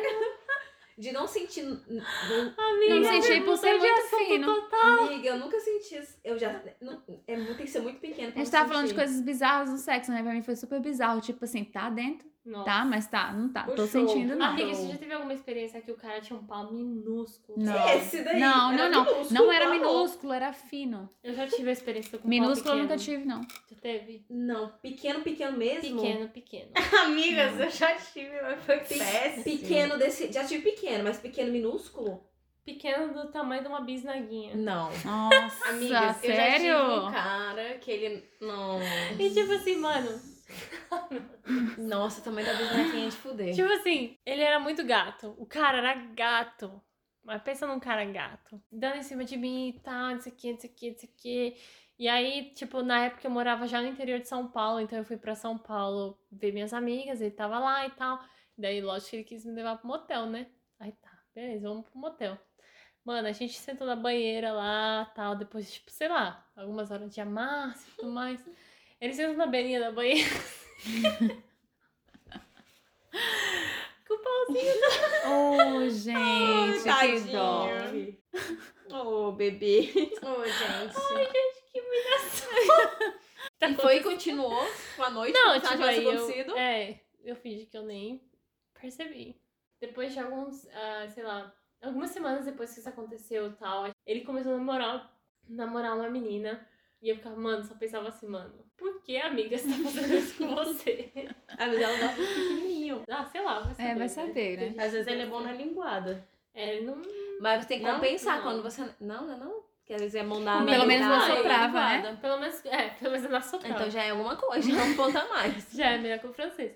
[SPEAKER 1] De não sentir.
[SPEAKER 3] Amiga, é
[SPEAKER 2] Não senti por ser
[SPEAKER 3] mudou de
[SPEAKER 2] muito
[SPEAKER 3] assunto
[SPEAKER 2] fino.
[SPEAKER 1] Amiga, eu nunca senti. isso. Eu já. não- é muito, tem que ser muito pequeno.
[SPEAKER 2] A gente tava falando de coisas bizarras no sexo, né? Pra mim foi super bizarro. Tipo assim, tá dentro?
[SPEAKER 3] Nossa.
[SPEAKER 2] Tá, mas tá, não tá. Tô
[SPEAKER 4] Puxou.
[SPEAKER 2] sentindo não.
[SPEAKER 3] Amiga, Ah, você já teve alguma experiência que o cara tinha um pau minúsculo?
[SPEAKER 2] Então. Não.
[SPEAKER 1] Esse daí.
[SPEAKER 2] Não, não,
[SPEAKER 1] era
[SPEAKER 2] não.
[SPEAKER 1] minúsculo,
[SPEAKER 2] Não era
[SPEAKER 4] tá
[SPEAKER 1] pau.
[SPEAKER 2] minúsculo, era fino.
[SPEAKER 3] Eu já tive a experiência com um
[SPEAKER 2] Minúsculo
[SPEAKER 3] pau
[SPEAKER 2] eu
[SPEAKER 3] pequeno.
[SPEAKER 2] nunca tive, não.
[SPEAKER 3] Já teve?
[SPEAKER 1] Não, pequeno, pequeno mesmo.
[SPEAKER 3] Pequeno, pequeno.
[SPEAKER 6] Amigas, eu já tive, mas foi péssimo.
[SPEAKER 1] Pequeno desse. Já tive pequeno, mas pequeno minúsculo?
[SPEAKER 3] Pequeno do tamanho de uma bisnaguinha.
[SPEAKER 6] Não.
[SPEAKER 2] Nossa,
[SPEAKER 4] Ah,
[SPEAKER 6] Amigas,
[SPEAKER 2] sério?
[SPEAKER 6] eu já tive um cara que ele. Não.
[SPEAKER 3] E tipo assim, mano,
[SPEAKER 1] Nossa, também
[SPEAKER 4] tá
[SPEAKER 1] da bisnaquinha de fuder.
[SPEAKER 3] tipo assim, ele era muito gato. O cara era gato. Mas pensa num cara gato. Dando em cima de mim e tal, não sei o que, não sei o que, não sei o que. E aí, tipo, na época eu morava já no interior de São Paulo, então eu fui pra São Paulo ver minhas amigas, ele tava lá e tal. Daí, lógico que ele quis me levar pro motel, né? Aí tá, beleza, vamos pro motel. Mano, a gente sentou na banheira lá, tal, depois, tipo, sei lá, algumas horas de amassa e tudo mais. Ele sentou na beirinha da banheira. Com o pauzinho.
[SPEAKER 2] Oh, gente,
[SPEAKER 1] Ai,
[SPEAKER 2] que dó.
[SPEAKER 1] tadinho. Ô, bebê.
[SPEAKER 6] Ô, gente.
[SPEAKER 3] Tá
[SPEAKER 1] E foi e continuou com a noite.
[SPEAKER 3] Não,
[SPEAKER 1] como se nada
[SPEAKER 3] tipo,
[SPEAKER 1] tivesse
[SPEAKER 3] aí
[SPEAKER 1] acontecido.
[SPEAKER 3] eu, é, eu fingi que eu nem percebi. Depois de alguns, ah, sei lá, algumas semanas depois que isso aconteceu e tal, ele começou a namorar, namorar uma menina. E eu ficava, mano, só pensava assim, mano, por que, amiga, você tá fazendo isso com você?
[SPEAKER 6] Mas ela gosta de pequenininho.
[SPEAKER 3] Ah, sei lá, vai saber.
[SPEAKER 2] vai saber, né?
[SPEAKER 4] Às vezes ele é bom na linguada.
[SPEAKER 3] É, ele não...
[SPEAKER 1] Mas tem que
[SPEAKER 6] Não?
[SPEAKER 1] compensar
[SPEAKER 6] Não.
[SPEAKER 1] quando você. tá- Não, não, não. Quer dizer, é mão dada.
[SPEAKER 2] Pelo menos não né?
[SPEAKER 1] dada,
[SPEAKER 2] soprava,
[SPEAKER 1] dada.
[SPEAKER 3] tá Pelo menos, é, pelo menos na soprava.
[SPEAKER 1] Então já é alguma coisa, não conta mais.
[SPEAKER 3] Já é melhor que o francês.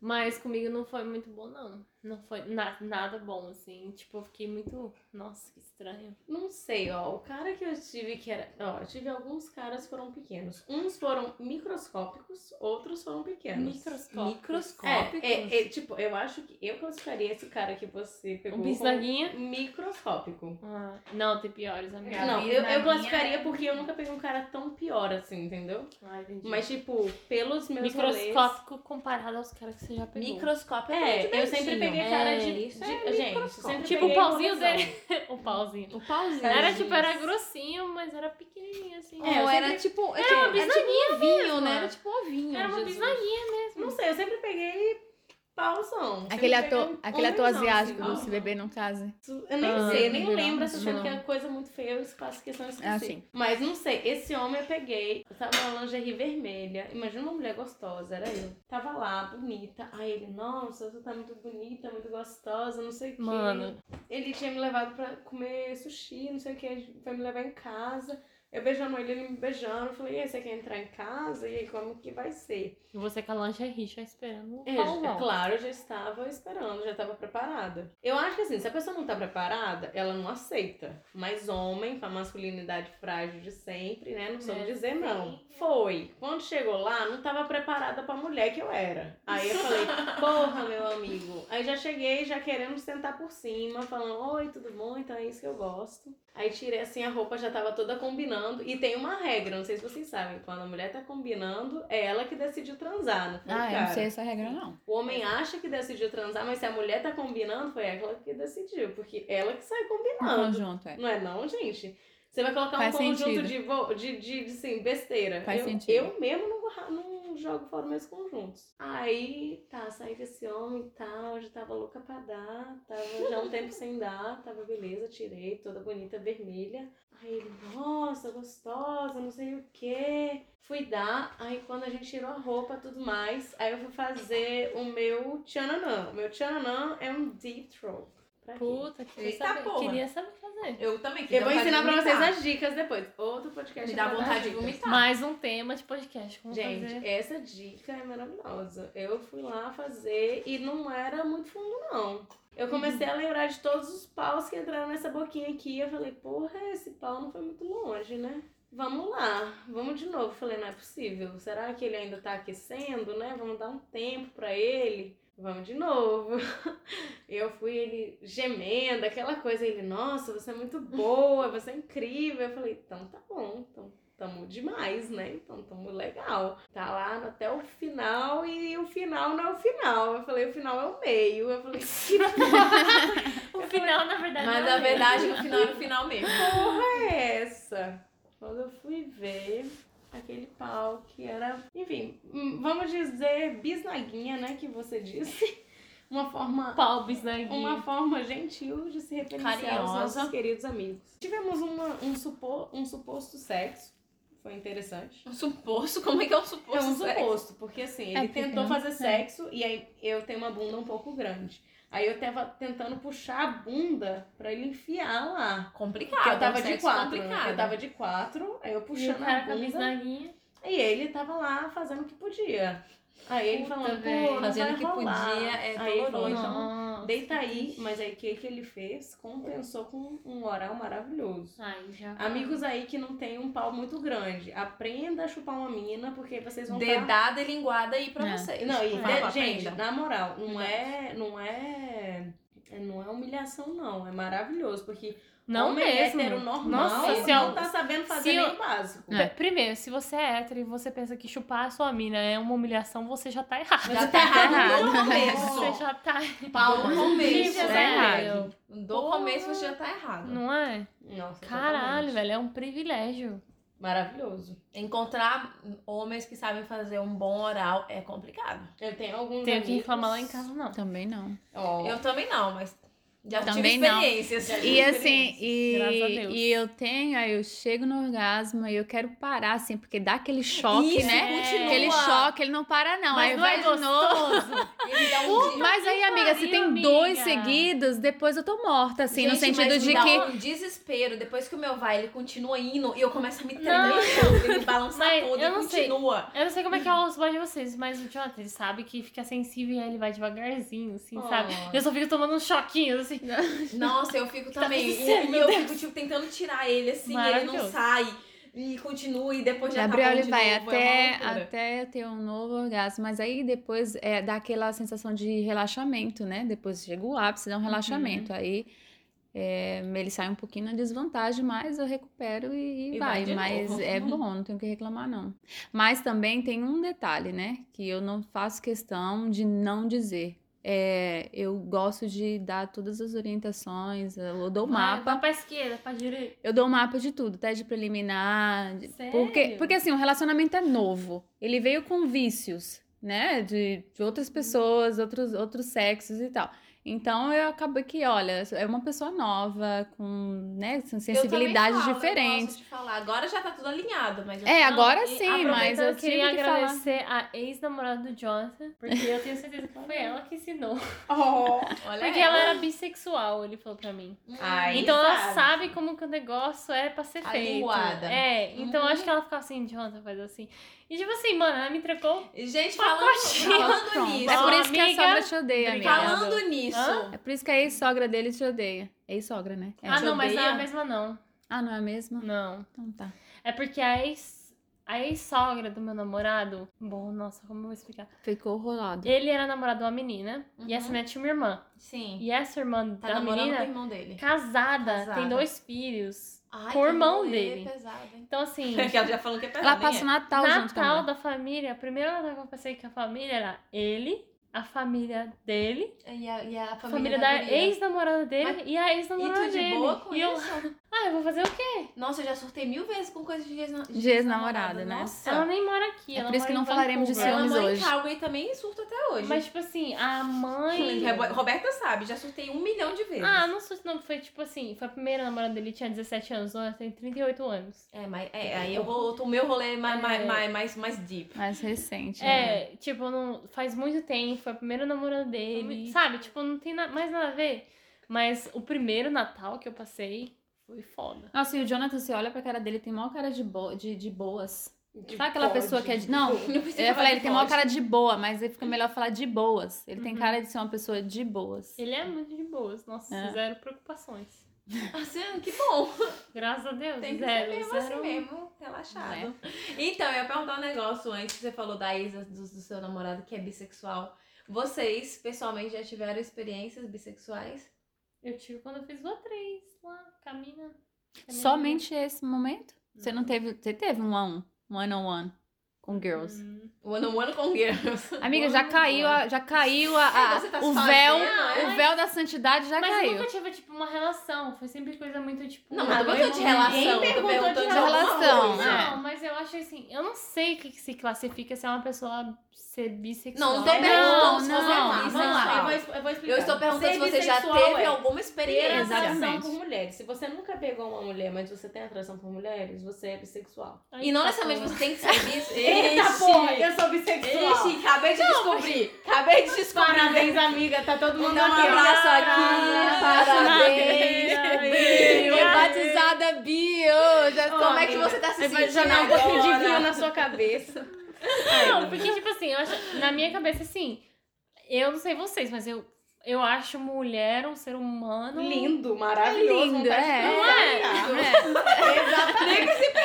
[SPEAKER 3] Mas comigo não foi muito bom, não. Não foi na- nada bom, assim. Tipo, eu fiquei muito. Nossa, que estranho.
[SPEAKER 4] Não sei, ó. O cara que eu tive que era. Ó, eu tive alguns caras que foram pequenos. Uns foram microscópicos, outros foram
[SPEAKER 3] É,
[SPEAKER 4] pequenos.
[SPEAKER 3] Microscópio.
[SPEAKER 1] Microscópicos.
[SPEAKER 4] É, é, é, tipo, eu acho que eu classificaria esse cara que você pegou
[SPEAKER 3] Um bisnaguinha.
[SPEAKER 4] como microscópico.
[SPEAKER 3] Ah, não, tem piores, amiga.
[SPEAKER 4] Não, eu, eu
[SPEAKER 2] bisnaguinha
[SPEAKER 4] classificaria porque eu nunca peguei um cara tão pior assim, entendeu?
[SPEAKER 3] Ah, entendi.
[SPEAKER 4] Mas, tipo, pelos meus rolês...
[SPEAKER 3] Microscópico comparado aos caras que você já pegou.
[SPEAKER 1] Microscópio
[SPEAKER 4] É,
[SPEAKER 1] tudo
[SPEAKER 4] eu sempre
[SPEAKER 1] direitinho.
[SPEAKER 4] peguei cara
[SPEAKER 3] É,
[SPEAKER 4] de...
[SPEAKER 1] isso
[SPEAKER 4] de-
[SPEAKER 1] é
[SPEAKER 4] gente,
[SPEAKER 1] microscópio.
[SPEAKER 4] sempre
[SPEAKER 3] Tipo,
[SPEAKER 4] peguei
[SPEAKER 3] o pauzinho
[SPEAKER 4] correção.
[SPEAKER 3] dele. o pauzinho.
[SPEAKER 1] O pauzinho.
[SPEAKER 3] Era
[SPEAKER 1] gente.
[SPEAKER 3] tipo, era grossinho, mas era pequenininho, assim.
[SPEAKER 1] Ou
[SPEAKER 4] É, eu
[SPEAKER 1] era
[SPEAKER 4] sempre-
[SPEAKER 1] tipo.
[SPEAKER 3] Era uma
[SPEAKER 1] tipo
[SPEAKER 3] bisnaguinha
[SPEAKER 1] ovinho,
[SPEAKER 3] mesmo,
[SPEAKER 1] né?
[SPEAKER 3] é.
[SPEAKER 1] Era tipo ovinho.
[SPEAKER 3] Era uma
[SPEAKER 1] Jesus.
[SPEAKER 3] bisnaguinha mesmo.
[SPEAKER 4] Não sei, eu sempre peguei pauzão. Você
[SPEAKER 2] Aquele
[SPEAKER 4] não pega
[SPEAKER 2] ator,
[SPEAKER 4] um
[SPEAKER 2] aquele ator
[SPEAKER 4] homem, não,
[SPEAKER 2] asiático,
[SPEAKER 4] assim,
[SPEAKER 2] se beber não case.
[SPEAKER 4] isso- Eu nem
[SPEAKER 2] Ah,
[SPEAKER 4] sei, nem
[SPEAKER 2] não.
[SPEAKER 4] lembro essa
[SPEAKER 2] Não.
[SPEAKER 4] cena, que é coisa muito feia, eu faço questão de esquecer.
[SPEAKER 2] Ah, sim.
[SPEAKER 4] Mas não sei, esse homem eu peguei, tava uma lingerie vermelha, imagina uma mulher gostosa, era eu. Tava lá, bonita, aí ele, nossa, você tá muito bonita, muito gostosa, não sei o quê.
[SPEAKER 3] Mano.
[SPEAKER 4] Ele tinha me levado pra comer sushi, não sei o que, foi me levar em casa. Eu beijando ele, ele me beijando, eu falei, e aí, você quer entrar em casa? E aí, como que vai ser?
[SPEAKER 3] E você com a lancha rixa esperando um o
[SPEAKER 4] É,
[SPEAKER 3] pauzão.
[SPEAKER 4] é claro, eu já estava esperando, já estava preparada. Eu acho que assim, se a pessoa não tá preparada, ela não aceita. Mas homem, com a masculinidade frágil de sempre, né? Não soube
[SPEAKER 3] É,
[SPEAKER 4] dizer não. Foi. Quando chegou lá, não tava preparada pra mulher que eu era. Aí eu falei, porra, meu amigo. Aí já cheguei, já querendo sentar por cima, falando, oi, tudo bom? Então é isso que eu gosto. Aí tirei assim, a roupa já tava toda combinando. E tem uma regra, não sei se vocês sabem, quando a mulher tá combinando, é ela que decidiu transar, não foi o
[SPEAKER 2] Ah, eu
[SPEAKER 4] cara.
[SPEAKER 2] não sei essa regra, não.
[SPEAKER 4] O homem acha que decidiu transar, mas se a mulher tá combinando, foi ela que decidiu, porque ela que sai
[SPEAKER 2] No
[SPEAKER 4] combinando.
[SPEAKER 2] conjunto, é.
[SPEAKER 4] Não é não, gente? Você vai colocar
[SPEAKER 2] Faz
[SPEAKER 4] um conjunto
[SPEAKER 2] sentido.
[SPEAKER 4] de, vo- de, de, de, assim, besteira.
[SPEAKER 2] Faz
[SPEAKER 4] eu,
[SPEAKER 2] sentido.
[SPEAKER 4] eu mesmo não, guarda- não jogo fora meus conjuntos. Aí, tá, saí com esse homem e tal, já tava louca pra dar, tava já um tempo sem dar, tava beleza, tirei, toda bonita, vermelha. Aí ele, nossa, gostosa, não sei o quê. Fui dar, aí quando a gente tirou a roupa e tudo mais, aí eu fui fazer o meu tchananã. O meu tchananã é um deep throat. Pra quê?
[SPEAKER 3] Puta, que
[SPEAKER 1] Eita
[SPEAKER 3] saber.
[SPEAKER 1] porra.
[SPEAKER 3] queria saber fazer.
[SPEAKER 1] então Eu também. que
[SPEAKER 4] Eu vou
[SPEAKER 1] dá vontade
[SPEAKER 4] ensinar
[SPEAKER 1] de
[SPEAKER 4] pra vocês
[SPEAKER 1] vomitar.
[SPEAKER 4] as dicas depois. Outro podcast.
[SPEAKER 1] Me dá
[SPEAKER 4] eu vou dar
[SPEAKER 1] vontade de
[SPEAKER 4] dicas.
[SPEAKER 1] vomitar.
[SPEAKER 3] Mais um tema de podcast. Como
[SPEAKER 4] Gente,
[SPEAKER 3] fazer.
[SPEAKER 4] essa dica é maravilhosa. Eu fui lá fazer e não era muito fundo, não. Eu comecei a lembrar de todos os paus que entraram nessa boquinha aqui. Eu falei, porra, esse pau não foi muito longe, né? Vamos lá, vamos de novo. Falei, não é possível. Será que ele ainda tá aquecendo, né? Vamos dar um tempo pra ele. Vamos de novo. Eu fui, ele gemendo, aquela coisa. Ele, nossa, você é muito boa, você é incrível. Eu falei, então tá bom, então tamo demais, né? Então tamo legal. Tá lá no- até o final e o final não é o final. Eu falei, o final é o meio. Eu falei, que
[SPEAKER 3] O final, na verdade,
[SPEAKER 1] Mas
[SPEAKER 3] não é
[SPEAKER 1] na verdade, no final, no final mesmo.
[SPEAKER 4] porra é essa? Quando eu fui ver aquele pau que era, enfim, hum, vamos dizer bisnaguinha, né? Que você disse. Uma forma
[SPEAKER 3] um pau bisnaguinho.
[SPEAKER 4] uma forma gentil de se referenciar aos
[SPEAKER 1] Carinhosa.
[SPEAKER 4] nossos queridos amigos. Tivemos uma- um, supor, um suposto sexo. Foi interessante.
[SPEAKER 1] Um suposto? Como é que é um suposto?
[SPEAKER 4] É um
[SPEAKER 1] sexo?
[SPEAKER 4] suposto, porque assim, ele
[SPEAKER 2] É, porque
[SPEAKER 4] tentou
[SPEAKER 2] não-
[SPEAKER 4] fazer sexo e aí eu tenho uma bunda um pouco grande. Aí eu tava tentando puxar a bunda pra ele enfiar lá.
[SPEAKER 1] Complicado.
[SPEAKER 4] Porque eu tava
[SPEAKER 1] é um
[SPEAKER 4] de
[SPEAKER 1] sexo
[SPEAKER 4] quatro.
[SPEAKER 1] Complicado.
[SPEAKER 4] Eu tava de quatro, aí eu
[SPEAKER 3] E o
[SPEAKER 4] puxando a
[SPEAKER 3] cara com a
[SPEAKER 4] bunda.
[SPEAKER 3] bisnaguinha.
[SPEAKER 4] E ele tava lá fazendo o que podia. Aí ele
[SPEAKER 3] Puta,
[SPEAKER 4] falando,
[SPEAKER 3] velho.
[SPEAKER 4] pô, não
[SPEAKER 1] Fazendo
[SPEAKER 4] vai
[SPEAKER 1] o que
[SPEAKER 4] rolar.
[SPEAKER 1] podia é
[SPEAKER 4] Aí ele falou,
[SPEAKER 1] doloroso.
[SPEAKER 4] então
[SPEAKER 3] Nossa,
[SPEAKER 4] Deita
[SPEAKER 3] que
[SPEAKER 4] aí,
[SPEAKER 3] triste.
[SPEAKER 4] mas aí o que, que ele fez? Compensou com um oral maravilhoso.
[SPEAKER 3] Ai, já.
[SPEAKER 4] Amigos aí que não tem um pau muito grande, aprenda a chupar uma mina, porque vocês vão tá-
[SPEAKER 1] Dedada e linguada aí pra
[SPEAKER 2] Não.
[SPEAKER 1] vocês. Tipo,
[SPEAKER 4] Não, e
[SPEAKER 1] Por
[SPEAKER 4] de-
[SPEAKER 1] favor,
[SPEAKER 4] gente,
[SPEAKER 1] aprendam.
[SPEAKER 4] na moral, não é, não é, é- não é humilhação não, é maravilhoso, porque
[SPEAKER 3] Não
[SPEAKER 4] homem é
[SPEAKER 3] mesmo.
[SPEAKER 4] hétero normal
[SPEAKER 3] Nossa, se
[SPEAKER 4] não
[SPEAKER 3] eu-
[SPEAKER 4] tá sabendo fazer
[SPEAKER 3] se
[SPEAKER 4] nem
[SPEAKER 3] eu- Ah,
[SPEAKER 4] o básico.
[SPEAKER 2] É.
[SPEAKER 3] P- Primeiro, se você é hétero e você pensa que chupar a sua mina é uma humilhação, você já tá errado.
[SPEAKER 1] Já tá errado no
[SPEAKER 3] Você
[SPEAKER 1] começo.
[SPEAKER 3] já tá
[SPEAKER 1] Palma, no começo.
[SPEAKER 3] Você já tá
[SPEAKER 1] né?
[SPEAKER 3] errado.
[SPEAKER 1] Do começo você já tá errado.
[SPEAKER 3] Não é?
[SPEAKER 4] Nossa,
[SPEAKER 3] Caralho,
[SPEAKER 4] totalmente.
[SPEAKER 3] velho, é um privilégio.
[SPEAKER 4] Maravilhoso.
[SPEAKER 1] Encontrar homens que sabem fazer um bom oral é complicado.
[SPEAKER 4] Eu tenho alguns
[SPEAKER 3] Tenho
[SPEAKER 4] amigos...
[SPEAKER 3] que reclamar lá em casa, não.
[SPEAKER 2] Também não.
[SPEAKER 4] Ó,
[SPEAKER 1] Eu também não, mas já tive
[SPEAKER 2] Também não.
[SPEAKER 1] experiências.
[SPEAKER 2] E assim,
[SPEAKER 3] Graças a
[SPEAKER 2] e,
[SPEAKER 3] Deus.
[SPEAKER 2] e eu tenho, aí eu chego no orgasmo e eu quero parar, assim, porque dá aquele choque,
[SPEAKER 1] Isso, é.
[SPEAKER 2] né?
[SPEAKER 1] continua.
[SPEAKER 2] Aquele choque, ele não para, não.
[SPEAKER 3] Mas
[SPEAKER 2] aí
[SPEAKER 3] não
[SPEAKER 2] vai
[SPEAKER 3] é
[SPEAKER 2] de novo.
[SPEAKER 3] gostoso.
[SPEAKER 1] Ele dá um dia-
[SPEAKER 2] Mas aí, amiga, se
[SPEAKER 3] pariu,
[SPEAKER 2] tem
[SPEAKER 3] amiga.
[SPEAKER 2] dois seguidos, depois eu tô morta, assim, no
[SPEAKER 1] Gente,
[SPEAKER 2] sentido
[SPEAKER 1] mas me
[SPEAKER 2] de
[SPEAKER 1] dá
[SPEAKER 2] que.
[SPEAKER 1] um desespero. Depois que o meu vai, ele continua indo e eu começo a me
[SPEAKER 3] Não.
[SPEAKER 1] tremer, ele me balançar
[SPEAKER 3] Mas
[SPEAKER 1] todo
[SPEAKER 3] eu
[SPEAKER 1] e
[SPEAKER 3] não sei.
[SPEAKER 1] continua.
[SPEAKER 3] Eu não sei como é que é o boys de vocês, mas o Jonathan, ele sabe que fica sensível e aí ele vai devagarzinho, assim, sabe? Eu só fico tomando uns choquinhos, assim.
[SPEAKER 1] Nossa, eu
[SPEAKER 3] Tá
[SPEAKER 1] fico também. E-
[SPEAKER 3] acontecendo,
[SPEAKER 1] e eu fico, tipo, tentando tirar ele, assim, e ele não
[SPEAKER 3] Maravilhoso.
[SPEAKER 1] sai. E continua, e depois já
[SPEAKER 2] Gabriel
[SPEAKER 1] tá bom
[SPEAKER 2] ele
[SPEAKER 1] de
[SPEAKER 2] vai
[SPEAKER 1] novo,
[SPEAKER 2] até,
[SPEAKER 1] é uma loucura.
[SPEAKER 2] até eu ter um novo orgasmo, mas aí depois é, dá aquela sensação de relaxamento, né? Depois chega o ápice,
[SPEAKER 1] Uhum.
[SPEAKER 2] dá um relaxamento. Aí é, ele sai um pouquinho na desvantagem, mas eu recupero e,
[SPEAKER 1] E
[SPEAKER 2] vai.
[SPEAKER 1] vai de
[SPEAKER 2] mas
[SPEAKER 1] novo.
[SPEAKER 2] é bom, não tenho o que reclamar, não. Mas também tem um detalhe, né? Que eu não faço questão de não dizer. É, eu gosto de dar todas as orientações, eu dou o mapa.
[SPEAKER 3] Vai pra esquerda, pra direita.
[SPEAKER 2] Eu dou o mapa de tudo, até de preliminar. de-
[SPEAKER 3] Sério?
[SPEAKER 2] Porque, porque assim, o relacionamento é novo. Ele veio com vícios. né? De, de outras pessoas, outros, outros sexos e tal. Então eu acabei que, olha, é uma pessoa nova, com né, sensibilidades
[SPEAKER 1] eu também falo, Eu
[SPEAKER 2] diferentes.
[SPEAKER 1] gosto de falar. Agora já tá tudo alinhado, mas eu
[SPEAKER 2] É,
[SPEAKER 1] não,
[SPEAKER 2] agora
[SPEAKER 1] e-
[SPEAKER 2] sim, mas
[SPEAKER 3] Aproveitando,
[SPEAKER 2] eu tive
[SPEAKER 3] queria
[SPEAKER 2] que falar.
[SPEAKER 3] agradecer a ex-namorada do Jonathan, porque eu tenho certeza que foi ela que ensinou.
[SPEAKER 1] Olha
[SPEAKER 2] é
[SPEAKER 1] Hum.
[SPEAKER 3] Porque ela era bissexual, ele falou pra mim.
[SPEAKER 4] Ai,
[SPEAKER 3] então ela sabe como que o negócio é pra ser
[SPEAKER 1] A
[SPEAKER 3] feito.
[SPEAKER 1] linguada.
[SPEAKER 3] É, então acho
[SPEAKER 2] Uhum.
[SPEAKER 3] que ela ficava assim, Jonathan, faz assim. E tipo assim, mano, ela me entregou.
[SPEAKER 1] Gente, falando,
[SPEAKER 3] Pacotinho.
[SPEAKER 1] falando nisso.
[SPEAKER 2] É por isso que a
[SPEAKER 3] Amiga,
[SPEAKER 2] sogra te odeia, amiga.
[SPEAKER 3] obrigada.
[SPEAKER 1] Falando nisso.
[SPEAKER 3] Hã?
[SPEAKER 2] É por isso que a ex-sogra dele te odeia. Ex-sogra, né? É.
[SPEAKER 3] ah, não, mas não é a
[SPEAKER 1] odeia?
[SPEAKER 3] mesma, não.
[SPEAKER 2] Ah, não é mesmo?
[SPEAKER 3] Não.
[SPEAKER 2] Então tá.
[SPEAKER 3] É porque a ex. A ex-sogra do meu namorado. Bom, nossa, como eu vou explicar?
[SPEAKER 2] Ficou rolado.
[SPEAKER 3] Ele era namorado de uma menina.
[SPEAKER 1] Uhum.
[SPEAKER 3] E essa menina tinha uma irmã.
[SPEAKER 1] Sim.
[SPEAKER 3] E essa irmã
[SPEAKER 1] Tá
[SPEAKER 3] da
[SPEAKER 1] namorando
[SPEAKER 3] menina.
[SPEAKER 1] com o irmão dele.
[SPEAKER 3] casada,
[SPEAKER 1] Casada.
[SPEAKER 3] tem dois filhos.
[SPEAKER 1] Ai,
[SPEAKER 3] com o
[SPEAKER 1] que
[SPEAKER 3] irmão
[SPEAKER 1] rolê
[SPEAKER 3] dele.
[SPEAKER 1] pesado, hein?
[SPEAKER 3] Então, assim,
[SPEAKER 4] que ela já falou que é pesado,
[SPEAKER 2] Ela
[SPEAKER 4] nem
[SPEAKER 2] passa o Natal, junto com a
[SPEAKER 3] Natal
[SPEAKER 2] mãe.
[SPEAKER 3] da família, o primeiro Natal que eu passei com a família era ele, a família dele,
[SPEAKER 1] E a, e a
[SPEAKER 3] a
[SPEAKER 1] família,
[SPEAKER 3] família, da,
[SPEAKER 1] guria.
[SPEAKER 3] ex-namorada dele e a
[SPEAKER 1] E
[SPEAKER 3] ex-namorada
[SPEAKER 1] tu de
[SPEAKER 3] dele.
[SPEAKER 1] boa com
[SPEAKER 3] e eu,
[SPEAKER 1] isso?
[SPEAKER 3] ah, eu vou fazer o quê?
[SPEAKER 1] Nossa, eu já surtei mil vezes com coisa de ex-
[SPEAKER 2] De ex-namorada, né?
[SPEAKER 1] Nossa.
[SPEAKER 3] Ela nem mora aqui.
[SPEAKER 2] É
[SPEAKER 3] ela
[SPEAKER 2] por isso
[SPEAKER 3] mora
[SPEAKER 2] que
[SPEAKER 3] em
[SPEAKER 2] não falaremos de
[SPEAKER 3] Vancouver.
[SPEAKER 1] Ela
[SPEAKER 2] ciúmes
[SPEAKER 1] mora em
[SPEAKER 2] hoje.
[SPEAKER 1] Calgary também e surta até hoje.
[SPEAKER 3] Mas, tipo assim, a mãe.
[SPEAKER 4] Sim, Roberta sabe, já surtei um milhão de vezes.
[SPEAKER 3] Ah, não sei se não foi tipo assim, foi a primeira namorada dele, tinha 17 anos, ela tem 38 anos.
[SPEAKER 1] É, mas é, aí eu vou, o meu rolê é mais, mais, mais, mais, mais deep.
[SPEAKER 2] Mais recente. né?
[SPEAKER 3] É, tipo, não, faz muito tempo, foi a primeira namorada dele. Sabe, tipo, não tem na- mais nada a ver. Mas o primeiro Natal que eu passei foi foda.
[SPEAKER 2] Nossa, e o Jonathan, você olha pra cara dele, tem maior cara de, bo- de, de boas. Sabe aquela pessoa que é de. Não, eu ia falar, ele tem maior cara de boa, mas aí fica melhor falar de boas. Ele tem
[SPEAKER 3] Uhum.
[SPEAKER 2] cara de ser uma pessoa de boas.
[SPEAKER 3] Ele é muito de boas, nossa,
[SPEAKER 2] É.
[SPEAKER 3] zero preocupações.
[SPEAKER 1] Assim, que bom.
[SPEAKER 3] Graças a Deus,
[SPEAKER 1] Tem que
[SPEAKER 3] zero,
[SPEAKER 1] ser mesmo
[SPEAKER 3] zero. um.
[SPEAKER 1] assim mesmo, relaxado. Então, eu ia perguntar um negócio antes. Você falou da Isa, do, do seu namorado, que é bissexual. Vocês, pessoalmente, já tiveram experiências bissexuais?
[SPEAKER 3] Eu tive quando eu fiz o 3 lá, camina. Camina.
[SPEAKER 2] Somente esse momento? Você não teve. Você teve um a um, um one on one com girls.
[SPEAKER 3] Hum.
[SPEAKER 1] One on one com girls.
[SPEAKER 2] Amiga, já
[SPEAKER 3] One on
[SPEAKER 2] caiu, a- já caiu a- a-
[SPEAKER 1] É, Hum, você tá
[SPEAKER 2] o
[SPEAKER 1] sozinha,
[SPEAKER 2] véu.
[SPEAKER 1] né?
[SPEAKER 2] O véu da santidade já
[SPEAKER 3] Mas eu
[SPEAKER 2] caiu.
[SPEAKER 3] nunca tive, tipo, uma relação. Foi sempre coisa muito, tipo...
[SPEAKER 1] Não, mas eu tô
[SPEAKER 3] ah,
[SPEAKER 1] perguntando de
[SPEAKER 3] ninguém
[SPEAKER 1] relação. eu Tô
[SPEAKER 3] perguntou
[SPEAKER 1] perguntando de
[SPEAKER 2] de relação,
[SPEAKER 1] relação.
[SPEAKER 2] né?
[SPEAKER 3] Não, mas eu acho assim, eu não sei o que que se classifica se é uma pessoa ser bissexual.
[SPEAKER 1] Não, não tô
[SPEAKER 3] É,
[SPEAKER 1] perguntando se
[SPEAKER 2] não,
[SPEAKER 1] você é
[SPEAKER 2] não,
[SPEAKER 1] bissexual.
[SPEAKER 2] não.
[SPEAKER 4] Eu vou, eu vou explicar.
[SPEAKER 1] Eu estou perguntando se
[SPEAKER 4] Ser
[SPEAKER 1] você já
[SPEAKER 4] bissexual
[SPEAKER 1] teve
[SPEAKER 4] é
[SPEAKER 1] alguma
[SPEAKER 4] Ter
[SPEAKER 1] experiência.
[SPEAKER 4] atração
[SPEAKER 2] Exatamente.
[SPEAKER 4] por mulheres. Se você nunca pegou uma mulher, mas você tem atração por mulheres, você é bissexual.
[SPEAKER 3] Ai,
[SPEAKER 1] E não
[SPEAKER 3] tá
[SPEAKER 1] necessariamente
[SPEAKER 3] bom.
[SPEAKER 1] você tem que ser bissexual.
[SPEAKER 4] eu sou bissexual.
[SPEAKER 1] Ixi, acabei de descobrir. Acabei de descobrir.
[SPEAKER 3] Parabéns, amiga. Tá todo mundo
[SPEAKER 1] Então, um
[SPEAKER 3] aqui. ó.
[SPEAKER 1] abraço
[SPEAKER 4] Tá.
[SPEAKER 1] aqui. Parabéns.
[SPEAKER 3] Parabéns.
[SPEAKER 1] Bio, batizada Bio. Já, como é que você tá se
[SPEAKER 3] Aí
[SPEAKER 1] sentindo?
[SPEAKER 3] vai jogar um pouquinho de vinho
[SPEAKER 1] na sua cabeça.
[SPEAKER 3] Não, porque, tipo assim, eu acho, na minha cabeça, assim, eu não sei vocês, mas eu, eu acho mulher um ser humano...
[SPEAKER 4] Lindo, maravilhoso.
[SPEAKER 2] Lindo,
[SPEAKER 4] vontade de
[SPEAKER 2] é.
[SPEAKER 4] transar.
[SPEAKER 3] Não é?
[SPEAKER 2] É.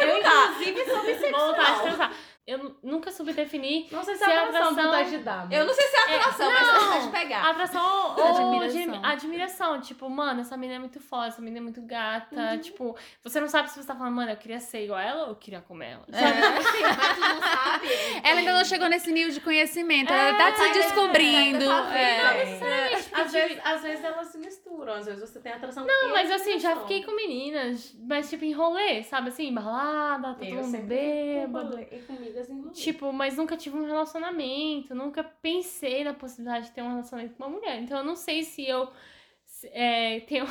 [SPEAKER 3] Eu, inclusive, sou bissexual. Vontade de transar. Eu nu- nunca soube definir
[SPEAKER 4] Não sei se,
[SPEAKER 3] Se
[SPEAKER 4] é
[SPEAKER 3] a
[SPEAKER 4] atração,
[SPEAKER 3] atração-
[SPEAKER 4] vontade de dar. mas- tá
[SPEAKER 1] Eu não sei se é atração, mas
[SPEAKER 3] não.
[SPEAKER 1] você pode pegar.
[SPEAKER 3] Atração ou
[SPEAKER 2] Admiração.
[SPEAKER 3] admiração. admiração. Tipo, mano, essa menina é muito foda, essa menina é muito gata.
[SPEAKER 1] Uhum.
[SPEAKER 3] Tipo, você não sabe se você tá falando, mano, eu queria ser igual a ela ou eu queria comer ela.
[SPEAKER 1] Sim, mas tu não sabe.
[SPEAKER 2] é, Ela ainda não chegou nesse nível de conhimento. Ela tá se descobrindo.
[SPEAKER 1] tá
[SPEAKER 2] é.
[SPEAKER 4] Às vezes, às vezes elas se misturam, às vezes você tem atração
[SPEAKER 3] Não, mas assim, já fiquei com meninas, mas tipo, em rolê, sabe? Assim, balada, tá
[SPEAKER 4] Eu
[SPEAKER 3] todo mundo
[SPEAKER 4] sempre fiquei com
[SPEAKER 3] bêbado.
[SPEAKER 4] rolê- E comigo assim, rolê.
[SPEAKER 3] Tipo, mas nunca tive um relacionamento, nunca pensei na possibilidade de ter um relacionamento com uma mulher. Então eu não sei se eu. se- é, tem um,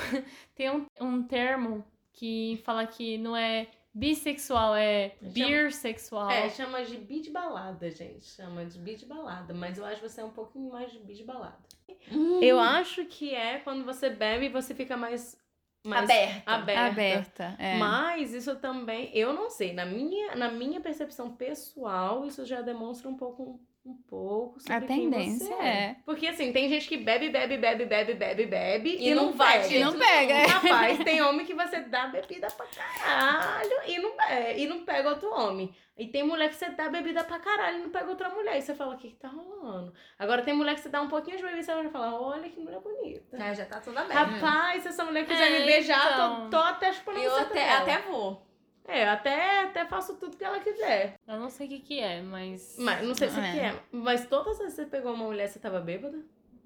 [SPEAKER 3] tem um, um termo que fala que não é bissexual, é
[SPEAKER 4] Chama-
[SPEAKER 3] beersexual.
[SPEAKER 4] É, chama de bi de balada, gente. Chama de bi de balada. Mas eu acho que você é um pouquinho mais de bi de balada.
[SPEAKER 1] Hum,
[SPEAKER 4] Eu acho que é quando você bebe e você fica mais, mais
[SPEAKER 1] Aberta.
[SPEAKER 4] aberta.
[SPEAKER 2] Aberta. é.
[SPEAKER 4] Mas isso também, eu não sei. Na minha, na minha percepção pessoal, isso já demonstra um pouco. Um pouco sobre
[SPEAKER 2] A
[SPEAKER 4] quem
[SPEAKER 2] tendência
[SPEAKER 4] você
[SPEAKER 2] é.
[SPEAKER 4] Porque assim, tem gente que bebe, bebe, bebe, bebe, bebe, bebe
[SPEAKER 1] E
[SPEAKER 4] e,
[SPEAKER 1] não
[SPEAKER 4] não,
[SPEAKER 1] vai
[SPEAKER 4] bebe.
[SPEAKER 1] de
[SPEAKER 2] E não pega. é.
[SPEAKER 4] Rapaz, tem homem que você dá bebida pra caralho e não, é, e não pega outro homem. E tem mulher que você dá bebida pra caralho e não pega outra mulher. E você fala, o que que tá rolando? Agora tem mulher que você dá um pouquinho de bebida e você vai falar, olha que mulher bonita.
[SPEAKER 1] Ah, já tá toda aberta.
[SPEAKER 4] Rapaz, se essa mulher quiser
[SPEAKER 3] É,
[SPEAKER 4] me beijar,
[SPEAKER 3] então.
[SPEAKER 4] tô, tô até chupando
[SPEAKER 1] Eu
[SPEAKER 4] a
[SPEAKER 1] até,
[SPEAKER 4] buceta dela.
[SPEAKER 1] até vou.
[SPEAKER 4] É, eu até, até faço tudo que ela quiser.
[SPEAKER 3] Eu não sei o que que é, mas.
[SPEAKER 4] Mas não sei se
[SPEAKER 2] É.
[SPEAKER 4] que é. Mas todas as vezes que você pegou uma mulher, você tava bêbada?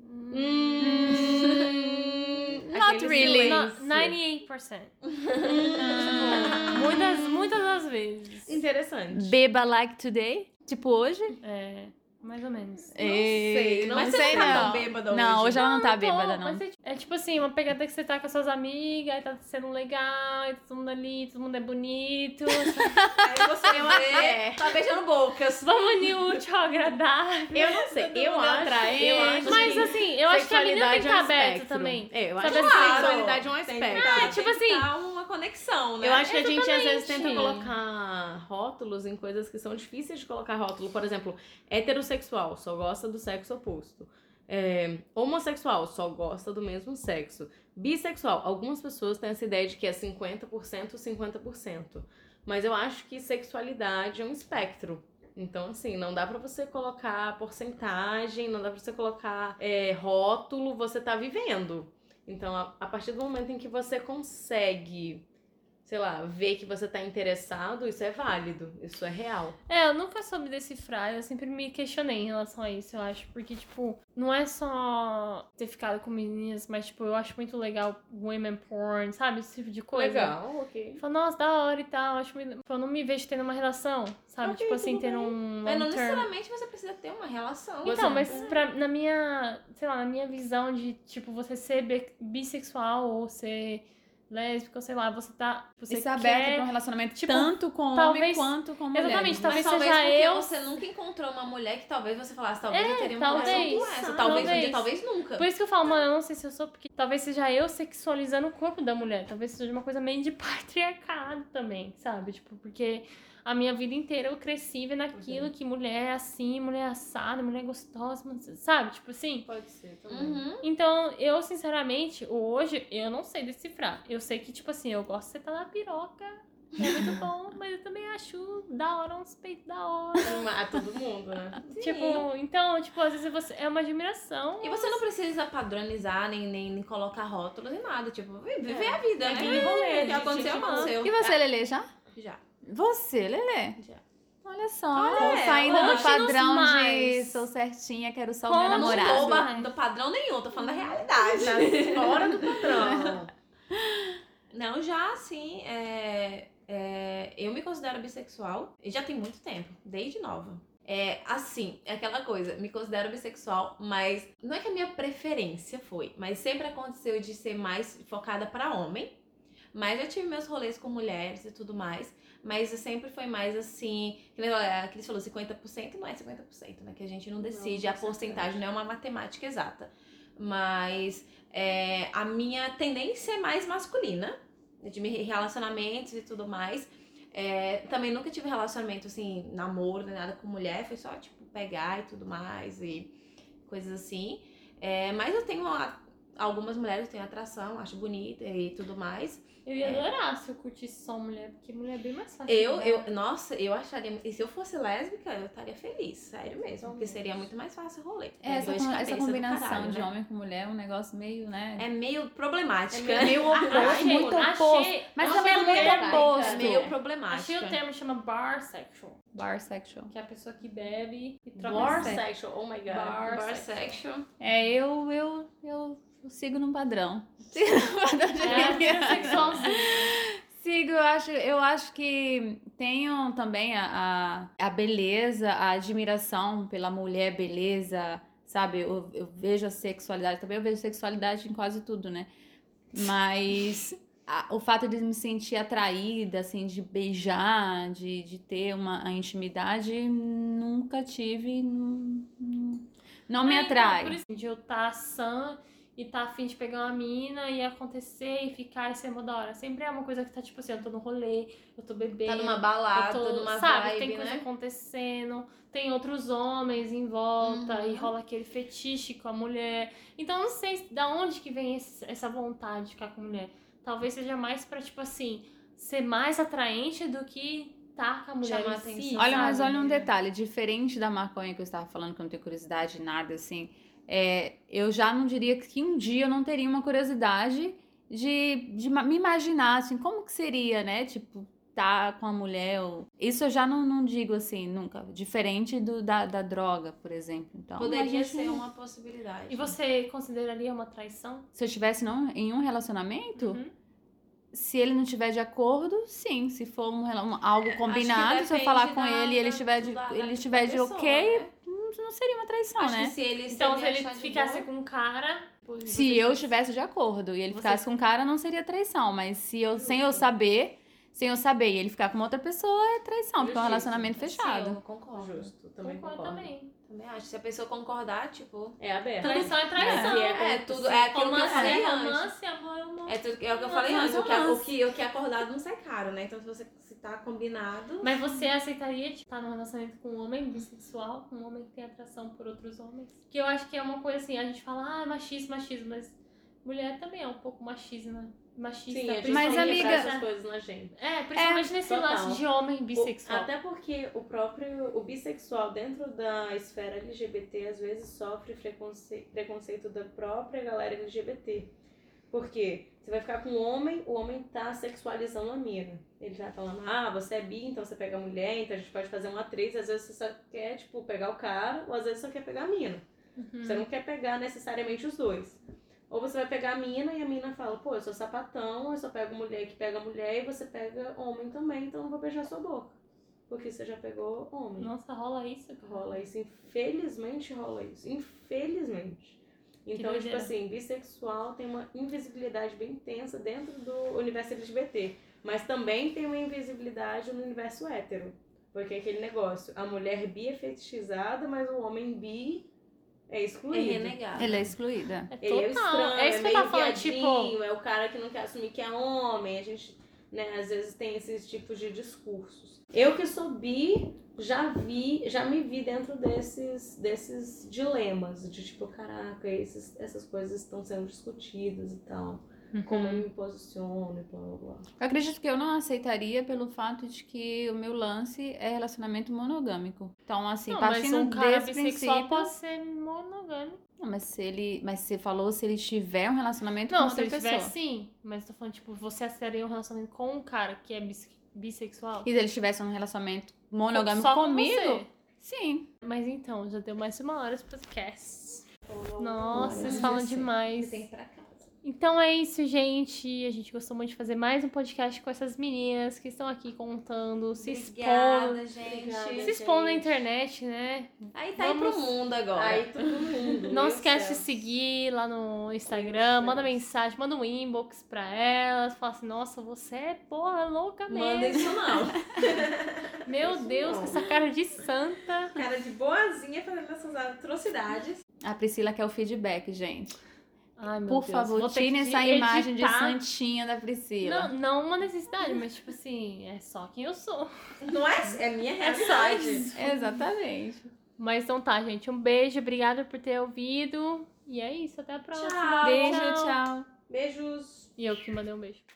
[SPEAKER 3] Hum,
[SPEAKER 4] Hum,
[SPEAKER 2] Not
[SPEAKER 4] aquele
[SPEAKER 2] really.
[SPEAKER 3] no-
[SPEAKER 4] silêncio.
[SPEAKER 3] 98%.
[SPEAKER 2] Ah.
[SPEAKER 4] Hum.
[SPEAKER 3] Tipo, muitas, muitas das vezes.
[SPEAKER 4] Interessante.
[SPEAKER 2] Beba like today? Tipo hoje?
[SPEAKER 3] É. Mais ou menos.
[SPEAKER 2] Não sei,
[SPEAKER 1] não sei
[SPEAKER 2] não.
[SPEAKER 1] tá tão bêbada
[SPEAKER 2] Não,
[SPEAKER 1] hoje.
[SPEAKER 2] hoje ela não tá
[SPEAKER 3] Não,
[SPEAKER 2] bêbada, não.
[SPEAKER 3] mas é, tipo- é tipo assim, uma pegada que você tá com as suas amigas, aí tá sendo legal, aí todo mundo ali, todo mundo é bonito.
[SPEAKER 4] Aí você vê,
[SPEAKER 1] É.
[SPEAKER 4] tá beijando bocas.
[SPEAKER 3] Vamos unir o útil ao agradável.
[SPEAKER 4] Eu não sei, eu
[SPEAKER 1] mundo
[SPEAKER 4] acho, eu acho
[SPEAKER 3] um Mas
[SPEAKER 4] que
[SPEAKER 3] assim, eu acho que a menina tem que
[SPEAKER 1] Sexualidade é um
[SPEAKER 3] estar aberta
[SPEAKER 1] espectro.
[SPEAKER 3] também.
[SPEAKER 1] É, eu acho
[SPEAKER 3] Sabe
[SPEAKER 1] que
[SPEAKER 3] assim,
[SPEAKER 1] a sexualidade é um
[SPEAKER 4] tem que
[SPEAKER 1] aspecto.
[SPEAKER 3] Ah, tipo
[SPEAKER 4] tem que
[SPEAKER 3] assim,
[SPEAKER 4] dar uma conexão, né?
[SPEAKER 1] Eu acho que a gente às vezes tenta
[SPEAKER 3] Exatamente.
[SPEAKER 1] colocar rótulos em coisas que são difíceis de colocar rótulo. Por exemplo, heterossexual só gosta do sexo oposto. É, homossexual só gosta do mesmo sexo. Bissexual, algumas pessoas têm essa ideia de que é 50% 50%. Mas eu acho que sexualidade é um espectro. Então, assim, não dá pra você colocar porcentagem, não dá pra você colocar é, rótulo, você tá vivendo. Então, a, a partir do momento em que você consegue, sei lá, ver que você tá interessado, isso é válido, isso é real.
[SPEAKER 3] É, eu nunca soube decifrar, eu sempre me questionei em relação a isso, eu acho. Porque, tipo, não é só ter ficado com meninas, mas, tipo, eu acho muito legal women porn, sabe? Esse tipo de coisa.
[SPEAKER 4] ok.
[SPEAKER 3] Fala, nossa, da hora e tal. Acho muito... Tipo, eu não me vejo tendo uma relação, sabe?
[SPEAKER 4] Ok,
[SPEAKER 3] tipo assim,
[SPEAKER 4] tudo
[SPEAKER 3] tendo
[SPEAKER 4] bem.
[SPEAKER 3] um.
[SPEAKER 1] Mas É, não
[SPEAKER 3] long term.
[SPEAKER 1] necessariamente você precisa ter uma relação.
[SPEAKER 3] Então, mas pra, na minha, sei lá, na minha visão de, tipo, você ser bi- bissexual ou ser lésbica, ou sei lá, você tá, você
[SPEAKER 2] Isso
[SPEAKER 3] quer...
[SPEAKER 2] é aberto pra um relacionamento
[SPEAKER 3] tipo,
[SPEAKER 2] tanto com homem
[SPEAKER 3] talvez-
[SPEAKER 2] quanto com mulher.
[SPEAKER 3] Exatamente,
[SPEAKER 1] Mas
[SPEAKER 3] talvez
[SPEAKER 1] talvez
[SPEAKER 3] seja
[SPEAKER 1] porque
[SPEAKER 3] eu... É,
[SPEAKER 1] você nunca encontrou uma mulher que talvez você falasse, talvez eu teria uma
[SPEAKER 3] talvez,
[SPEAKER 1] relação com essa. Talvez um dia,
[SPEAKER 3] talvez.
[SPEAKER 1] talvez nunca.
[SPEAKER 3] Por isso que eu falo, mano, eu não sei se eu sou, porque talvez seja eu sexualizando o corpo da mulher. Talvez seja uma coisa meio de patriarcado também, sabe? Tipo, porque a minha vida inteira eu cresci vendo aquilo que mulher é assim, mulher é assada, mulher é gostosa, sabe? Tipo assim...
[SPEAKER 5] Pode ser também.
[SPEAKER 1] Uhum.
[SPEAKER 3] Então, eu, sinceramente, hoje, eu não sei decifrar. Eu sei que, tipo assim, eu gosto de sentar na piroca, é muito bom, mas eu também acho da hora uns peitos da hora.
[SPEAKER 4] A é todo mundo, né?
[SPEAKER 3] Tipo, então, tipo, às vezes você, é uma admiração.
[SPEAKER 1] E você não precisa padronizar, nem, nem, nem colocar rótulos, nem nada. Tipo, vi- viver a vida, né?
[SPEAKER 3] É. aquele rolê,
[SPEAKER 1] o que
[SPEAKER 3] gente,
[SPEAKER 1] aconteceu,
[SPEAKER 3] tipo,
[SPEAKER 1] aconteceu.
[SPEAKER 2] E você, Lelê, já?
[SPEAKER 1] Já.
[SPEAKER 2] Você, Lelê?
[SPEAKER 1] Já.
[SPEAKER 2] Olha só,
[SPEAKER 1] Olha,
[SPEAKER 2] saindo do
[SPEAKER 3] conte-nos
[SPEAKER 2] padrão de
[SPEAKER 3] mais.
[SPEAKER 2] sou certinha, quero só o
[SPEAKER 3] Conte-
[SPEAKER 2] meu
[SPEAKER 1] Eu não
[SPEAKER 3] Namorado.
[SPEAKER 1] sou
[SPEAKER 2] namorado.
[SPEAKER 1] ba- do padrão nenhum, tô falando da realidade.
[SPEAKER 4] Tá Fora do patrão.
[SPEAKER 1] Não, já assim, é, é, eu me considero bissexual e já tem muito tempo, desde nova. É assim, é aquela coisa, me considero bissexual, mas não é que a minha preferência foi, mas sempre aconteceu de ser mais focada pra homem. Mas eu tive meus rolês com mulheres e tudo mais, mas sempre foi mais assim, que nem a Cris falou, 50% não é 50%, né? Que a gente não decide, a porcentagem não é uma matemática exata. Mas é, a minha tendência é mais masculina, de me relacionamentos e tudo mais. É, também nunca tive relacionamento assim, namoro, nem nada com mulher, foi só tipo pegar e tudo mais e coisas assim. É, mas eu tenho a- algumas mulheres, eu tenho atração, acho bonita e tudo mais.
[SPEAKER 3] Eu ia adorar se eu curtisse só mulher, porque mulher é bem mais fácil.
[SPEAKER 1] Eu,
[SPEAKER 3] né?
[SPEAKER 1] eu, nossa, eu acharia. E se eu fosse lésbica, eu estaria feliz, sério mesmo. Porque seria muito mais fácil o rolê.
[SPEAKER 2] É, essa,
[SPEAKER 1] Dor de
[SPEAKER 2] com-
[SPEAKER 1] cabeça
[SPEAKER 2] essa
[SPEAKER 1] do
[SPEAKER 2] combinação
[SPEAKER 1] caralho,
[SPEAKER 2] de
[SPEAKER 1] né?
[SPEAKER 2] homem com mulher é um negócio meio, né?
[SPEAKER 1] É meio problemática.
[SPEAKER 2] É meio oposto,
[SPEAKER 3] Achei,
[SPEAKER 2] muito
[SPEAKER 3] achei.
[SPEAKER 2] oposto. Mas
[SPEAKER 3] Nossa,
[SPEAKER 2] também é
[SPEAKER 3] eu quero,
[SPEAKER 2] muito
[SPEAKER 3] cara.
[SPEAKER 2] oposto.
[SPEAKER 1] meio
[SPEAKER 3] Achei
[SPEAKER 1] problemática.
[SPEAKER 3] o termo, chama bar sexual.
[SPEAKER 2] Bar sexual.
[SPEAKER 3] Que é a pessoa que bebe e troca
[SPEAKER 4] Bar
[SPEAKER 3] sexo.
[SPEAKER 4] sexual, oh my god.
[SPEAKER 3] Bar
[SPEAKER 1] Bar
[SPEAKER 3] sexual.
[SPEAKER 1] sexual.
[SPEAKER 2] É, eu, eu, eu sigo num padrão. Sigo num padrão de
[SPEAKER 3] É, a vida
[SPEAKER 2] menina.
[SPEAKER 3] sexual, sim.
[SPEAKER 2] Sigo, eu acho, eu acho que tenham também a, a, a beleza, a admiração pela mulher beleza, sabe? Eu, eu vejo a sexualidade, também eu vejo sexualidade em quase tudo, né? Mas a- o fato de me sentir atraída, assim, de beijar, de, de ter uma a intimidade, nunca tive, não, não- não me
[SPEAKER 3] É, então,
[SPEAKER 2] atrai.
[SPEAKER 3] por isso de eu tá sã e tá afim de pegar uma mina e acontecer e ficar e ser mó da hora. Sempre é uma coisa que tá tipo assim, eu tô no rolê, eu tô bebendo.
[SPEAKER 1] Tá numa balada,
[SPEAKER 3] eu tô,
[SPEAKER 1] numa
[SPEAKER 3] sabe,
[SPEAKER 1] vibe,
[SPEAKER 3] tem coisa
[SPEAKER 1] né?
[SPEAKER 3] acontecendo, tem outros homens em volta
[SPEAKER 1] Uhum.
[SPEAKER 3] e rola aquele fetiche com a mulher. Então eu não sei se- da onde que vem esse- essa vontade de ficar com mulher. Talvez seja mais pra, tipo assim, ser mais atraente do que tá com a mulher
[SPEAKER 1] Chamar
[SPEAKER 3] em si,
[SPEAKER 1] atenção.
[SPEAKER 2] Olha, mas
[SPEAKER 3] sabe?
[SPEAKER 2] olha um detalhe, diferente da maconha que eu estava falando, que eu não tenho curiosidade de nada, assim, é, eu já não diria que um dia eu não teria uma curiosidade de, de ma- me imaginar, assim, como que seria, né? Tipo, tá com a mulher. Ou... Isso eu já não, não digo assim, nunca. Diferente do, da, da droga, por exemplo. Então, a
[SPEAKER 1] Poderia
[SPEAKER 2] gente
[SPEAKER 1] ser um
[SPEAKER 2] não-
[SPEAKER 1] uma possibilidade.
[SPEAKER 3] E você consideraria uma traição?
[SPEAKER 2] Se eu estivesse não, em um relacionamento,
[SPEAKER 3] Uhum.
[SPEAKER 2] se ele não tiver de acordo, sim. Se for um, rela- um- algo
[SPEAKER 1] Acho que
[SPEAKER 2] combinado, se eu
[SPEAKER 1] depende
[SPEAKER 2] falar com
[SPEAKER 1] da-
[SPEAKER 2] ele e ele
[SPEAKER 1] da-
[SPEAKER 2] estiver de,
[SPEAKER 1] da- da-
[SPEAKER 2] ele estiver
[SPEAKER 1] da
[SPEAKER 2] de
[SPEAKER 1] pessoa,
[SPEAKER 2] ok,
[SPEAKER 1] né?
[SPEAKER 2] não seria uma traição,
[SPEAKER 1] Acho
[SPEAKER 2] né?
[SPEAKER 1] que se ele
[SPEAKER 3] Então, se
[SPEAKER 1] me
[SPEAKER 3] ele
[SPEAKER 1] achar de
[SPEAKER 3] ficasse
[SPEAKER 1] boa-
[SPEAKER 3] com um cara. pois
[SPEAKER 2] Se
[SPEAKER 3] você-
[SPEAKER 2] eu estivesse de acordo e ele
[SPEAKER 3] Você-
[SPEAKER 2] ficasse com o cara, não seria traição. Mas se eu, sem eu saber, sem eu saber e ele ficar com outra pessoa, é traição, porque é
[SPEAKER 4] Justiça.
[SPEAKER 2] um relacionamento
[SPEAKER 1] Sim,
[SPEAKER 2] fechado.
[SPEAKER 1] eu concordo.
[SPEAKER 4] Justo, também
[SPEAKER 3] Concordo,
[SPEAKER 4] concordo.
[SPEAKER 3] também.
[SPEAKER 1] Também acho. Se a pessoa concordar, tipo.
[SPEAKER 4] É aberto.
[SPEAKER 3] Traição é traição.
[SPEAKER 1] É, é, tudo. É aquilo que eu
[SPEAKER 3] Romance é
[SPEAKER 1] falei antes.
[SPEAKER 3] romance, amor é amor.
[SPEAKER 1] É, tudo, é o que eu
[SPEAKER 3] Romance,
[SPEAKER 1] falei antes. O que, o,
[SPEAKER 3] romance.
[SPEAKER 1] que, o que é acordado não sai caro, né? Então se você se tá combinado.
[SPEAKER 3] Mas você aceitaria tipo, estar num relacionamento com um homem bissexual, com um homem que tem atração por outros homens? Que eu acho que é uma coisa assim, a gente fala, ah, machismo, machismo, mas mulher também é um pouco machismo, né? machista.
[SPEAKER 4] Sim, a gente
[SPEAKER 2] Mas,
[SPEAKER 4] tem que
[SPEAKER 3] principalmente
[SPEAKER 2] amiga-
[SPEAKER 4] quebrar
[SPEAKER 3] pra-
[SPEAKER 4] essas coisas na gente.
[SPEAKER 3] É, principalmente nesse
[SPEAKER 4] total.
[SPEAKER 3] lance de homem
[SPEAKER 4] O-
[SPEAKER 3] bissexual.
[SPEAKER 4] até porque o próprio o bissexual dentro da esfera LGBT às vezes sofre preconce- preconceito da própria galera LGBT. Porque você vai ficar com um homem, o homem tá sexualizando a mina. Ele tá falando, ah, você é bi, então você pega a mulher, então a gente pode fazer uma atriz. Às vezes você só quer, tipo, pegar o cara, ou às vezes só quer pegar a mina.
[SPEAKER 3] Uhum.
[SPEAKER 4] Você não quer pegar necessariamente os dois. Ou você vai pegar a mina e a mina fala, pô, eu sou sapatão, eu só pego mulher que pega mulher e você pega homem também, então eu vou beijar sua boca. Porque você já pegou homem.
[SPEAKER 3] Nossa, rola isso? cara?
[SPEAKER 4] Rola isso, infelizmente rola isso. Infelizmente. Então, tipo
[SPEAKER 3] doideira.
[SPEAKER 4] assim, bissexual tem uma invisibilidade bem intensa dentro do universo LGBT. Mas também tem uma invisibilidade no universo hétero. Porque é aquele negócio, a mulher bi é fetichizada, mas o homem bi é
[SPEAKER 1] É
[SPEAKER 4] excluído.
[SPEAKER 1] renegado.
[SPEAKER 2] Ele é excluída.
[SPEAKER 3] É
[SPEAKER 4] Ele é o
[SPEAKER 3] total.
[SPEAKER 4] estranho,
[SPEAKER 3] É,
[SPEAKER 4] é,
[SPEAKER 3] isso que eu
[SPEAKER 4] meio
[SPEAKER 3] tava falando, tipo.
[SPEAKER 4] viadinho, é o cara que não quer assumir que é homem. A gente, né, às vezes tem esses tipos de discursos. Eu que sou bi, já vi, já me vi dentro desses, desses dilemas. De tipo, caraca, esses, essas coisas estão sendo discutidas e tal.
[SPEAKER 3] Uhum.
[SPEAKER 4] Como eu me posiciono e blá blá blá.
[SPEAKER 2] Eu acredito que eu não aceitaria pelo fato de que o meu lance é relacionamento monogâmico. Então, assim,
[SPEAKER 3] Não, mas
[SPEAKER 2] partindo
[SPEAKER 3] um cara
[SPEAKER 2] desse
[SPEAKER 3] bissexual
[SPEAKER 2] princípio.
[SPEAKER 3] pode ser monogâmico.
[SPEAKER 2] Não, mas se ele. Mas você falou se ele tiver um relacionamento com
[SPEAKER 3] Não, se
[SPEAKER 2] outra
[SPEAKER 3] ele
[SPEAKER 2] pessoa.
[SPEAKER 3] tiver sim. Mas tô falando, tipo, você aceitaria um relacionamento com um cara que é bis- bissexual?
[SPEAKER 2] E se ele tivesse um relacionamento monogâmico
[SPEAKER 3] Só com
[SPEAKER 2] comigo?
[SPEAKER 3] você.
[SPEAKER 2] Sim.
[SPEAKER 3] Mas então, já deu mais de uma hora esse podcast.
[SPEAKER 4] Então,
[SPEAKER 3] Nossa,
[SPEAKER 1] Olha,
[SPEAKER 3] vocês falam
[SPEAKER 1] eu sei.
[SPEAKER 3] demais.
[SPEAKER 1] Você tem que ir pra casa.
[SPEAKER 3] Então é isso, gente. A gente gostou muito de fazer mais um podcast com essas meninas que estão aqui contando, se expondo.
[SPEAKER 1] Obrigada, gente.
[SPEAKER 4] Obrigada.
[SPEAKER 3] Se expondo na internet, né?
[SPEAKER 1] Aí tá aí pro
[SPEAKER 3] Vamos-
[SPEAKER 1] mundo agora.
[SPEAKER 4] Aí todo mundo.
[SPEAKER 3] Não
[SPEAKER 4] meu
[SPEAKER 3] esquece de
[SPEAKER 4] céu.
[SPEAKER 3] seguir lá no Instagram, manda mensagem, manda um inbox pra elas, fala assim, nossa, você é porra louca
[SPEAKER 1] Manda
[SPEAKER 3] mesmo.
[SPEAKER 1] isso não.
[SPEAKER 3] Meu
[SPEAKER 4] isso
[SPEAKER 3] Deus,
[SPEAKER 4] não.
[SPEAKER 3] com essa cara de santa.
[SPEAKER 1] Cara de boazinha fazendo essas atrocidades.
[SPEAKER 2] A Priscila quer o feedback, gente.
[SPEAKER 3] Ai, meu
[SPEAKER 2] Por
[SPEAKER 3] Deus, vou
[SPEAKER 2] favor,
[SPEAKER 3] ter que
[SPEAKER 2] tirem essa
[SPEAKER 3] editar.
[SPEAKER 2] imagem de santinha da Priscila.
[SPEAKER 3] Não, não uma necessidade, mas tipo assim, é só quem eu sou.
[SPEAKER 1] Não é? É minha realidade.
[SPEAKER 2] Exatamente.
[SPEAKER 3] Mas então tá, gente, um beijo, obrigada por ter ouvido. E é isso, até a próxima.
[SPEAKER 1] Tchau.
[SPEAKER 2] Beijo, tchau.
[SPEAKER 4] Beijos.
[SPEAKER 3] E eu que mandei um beijo.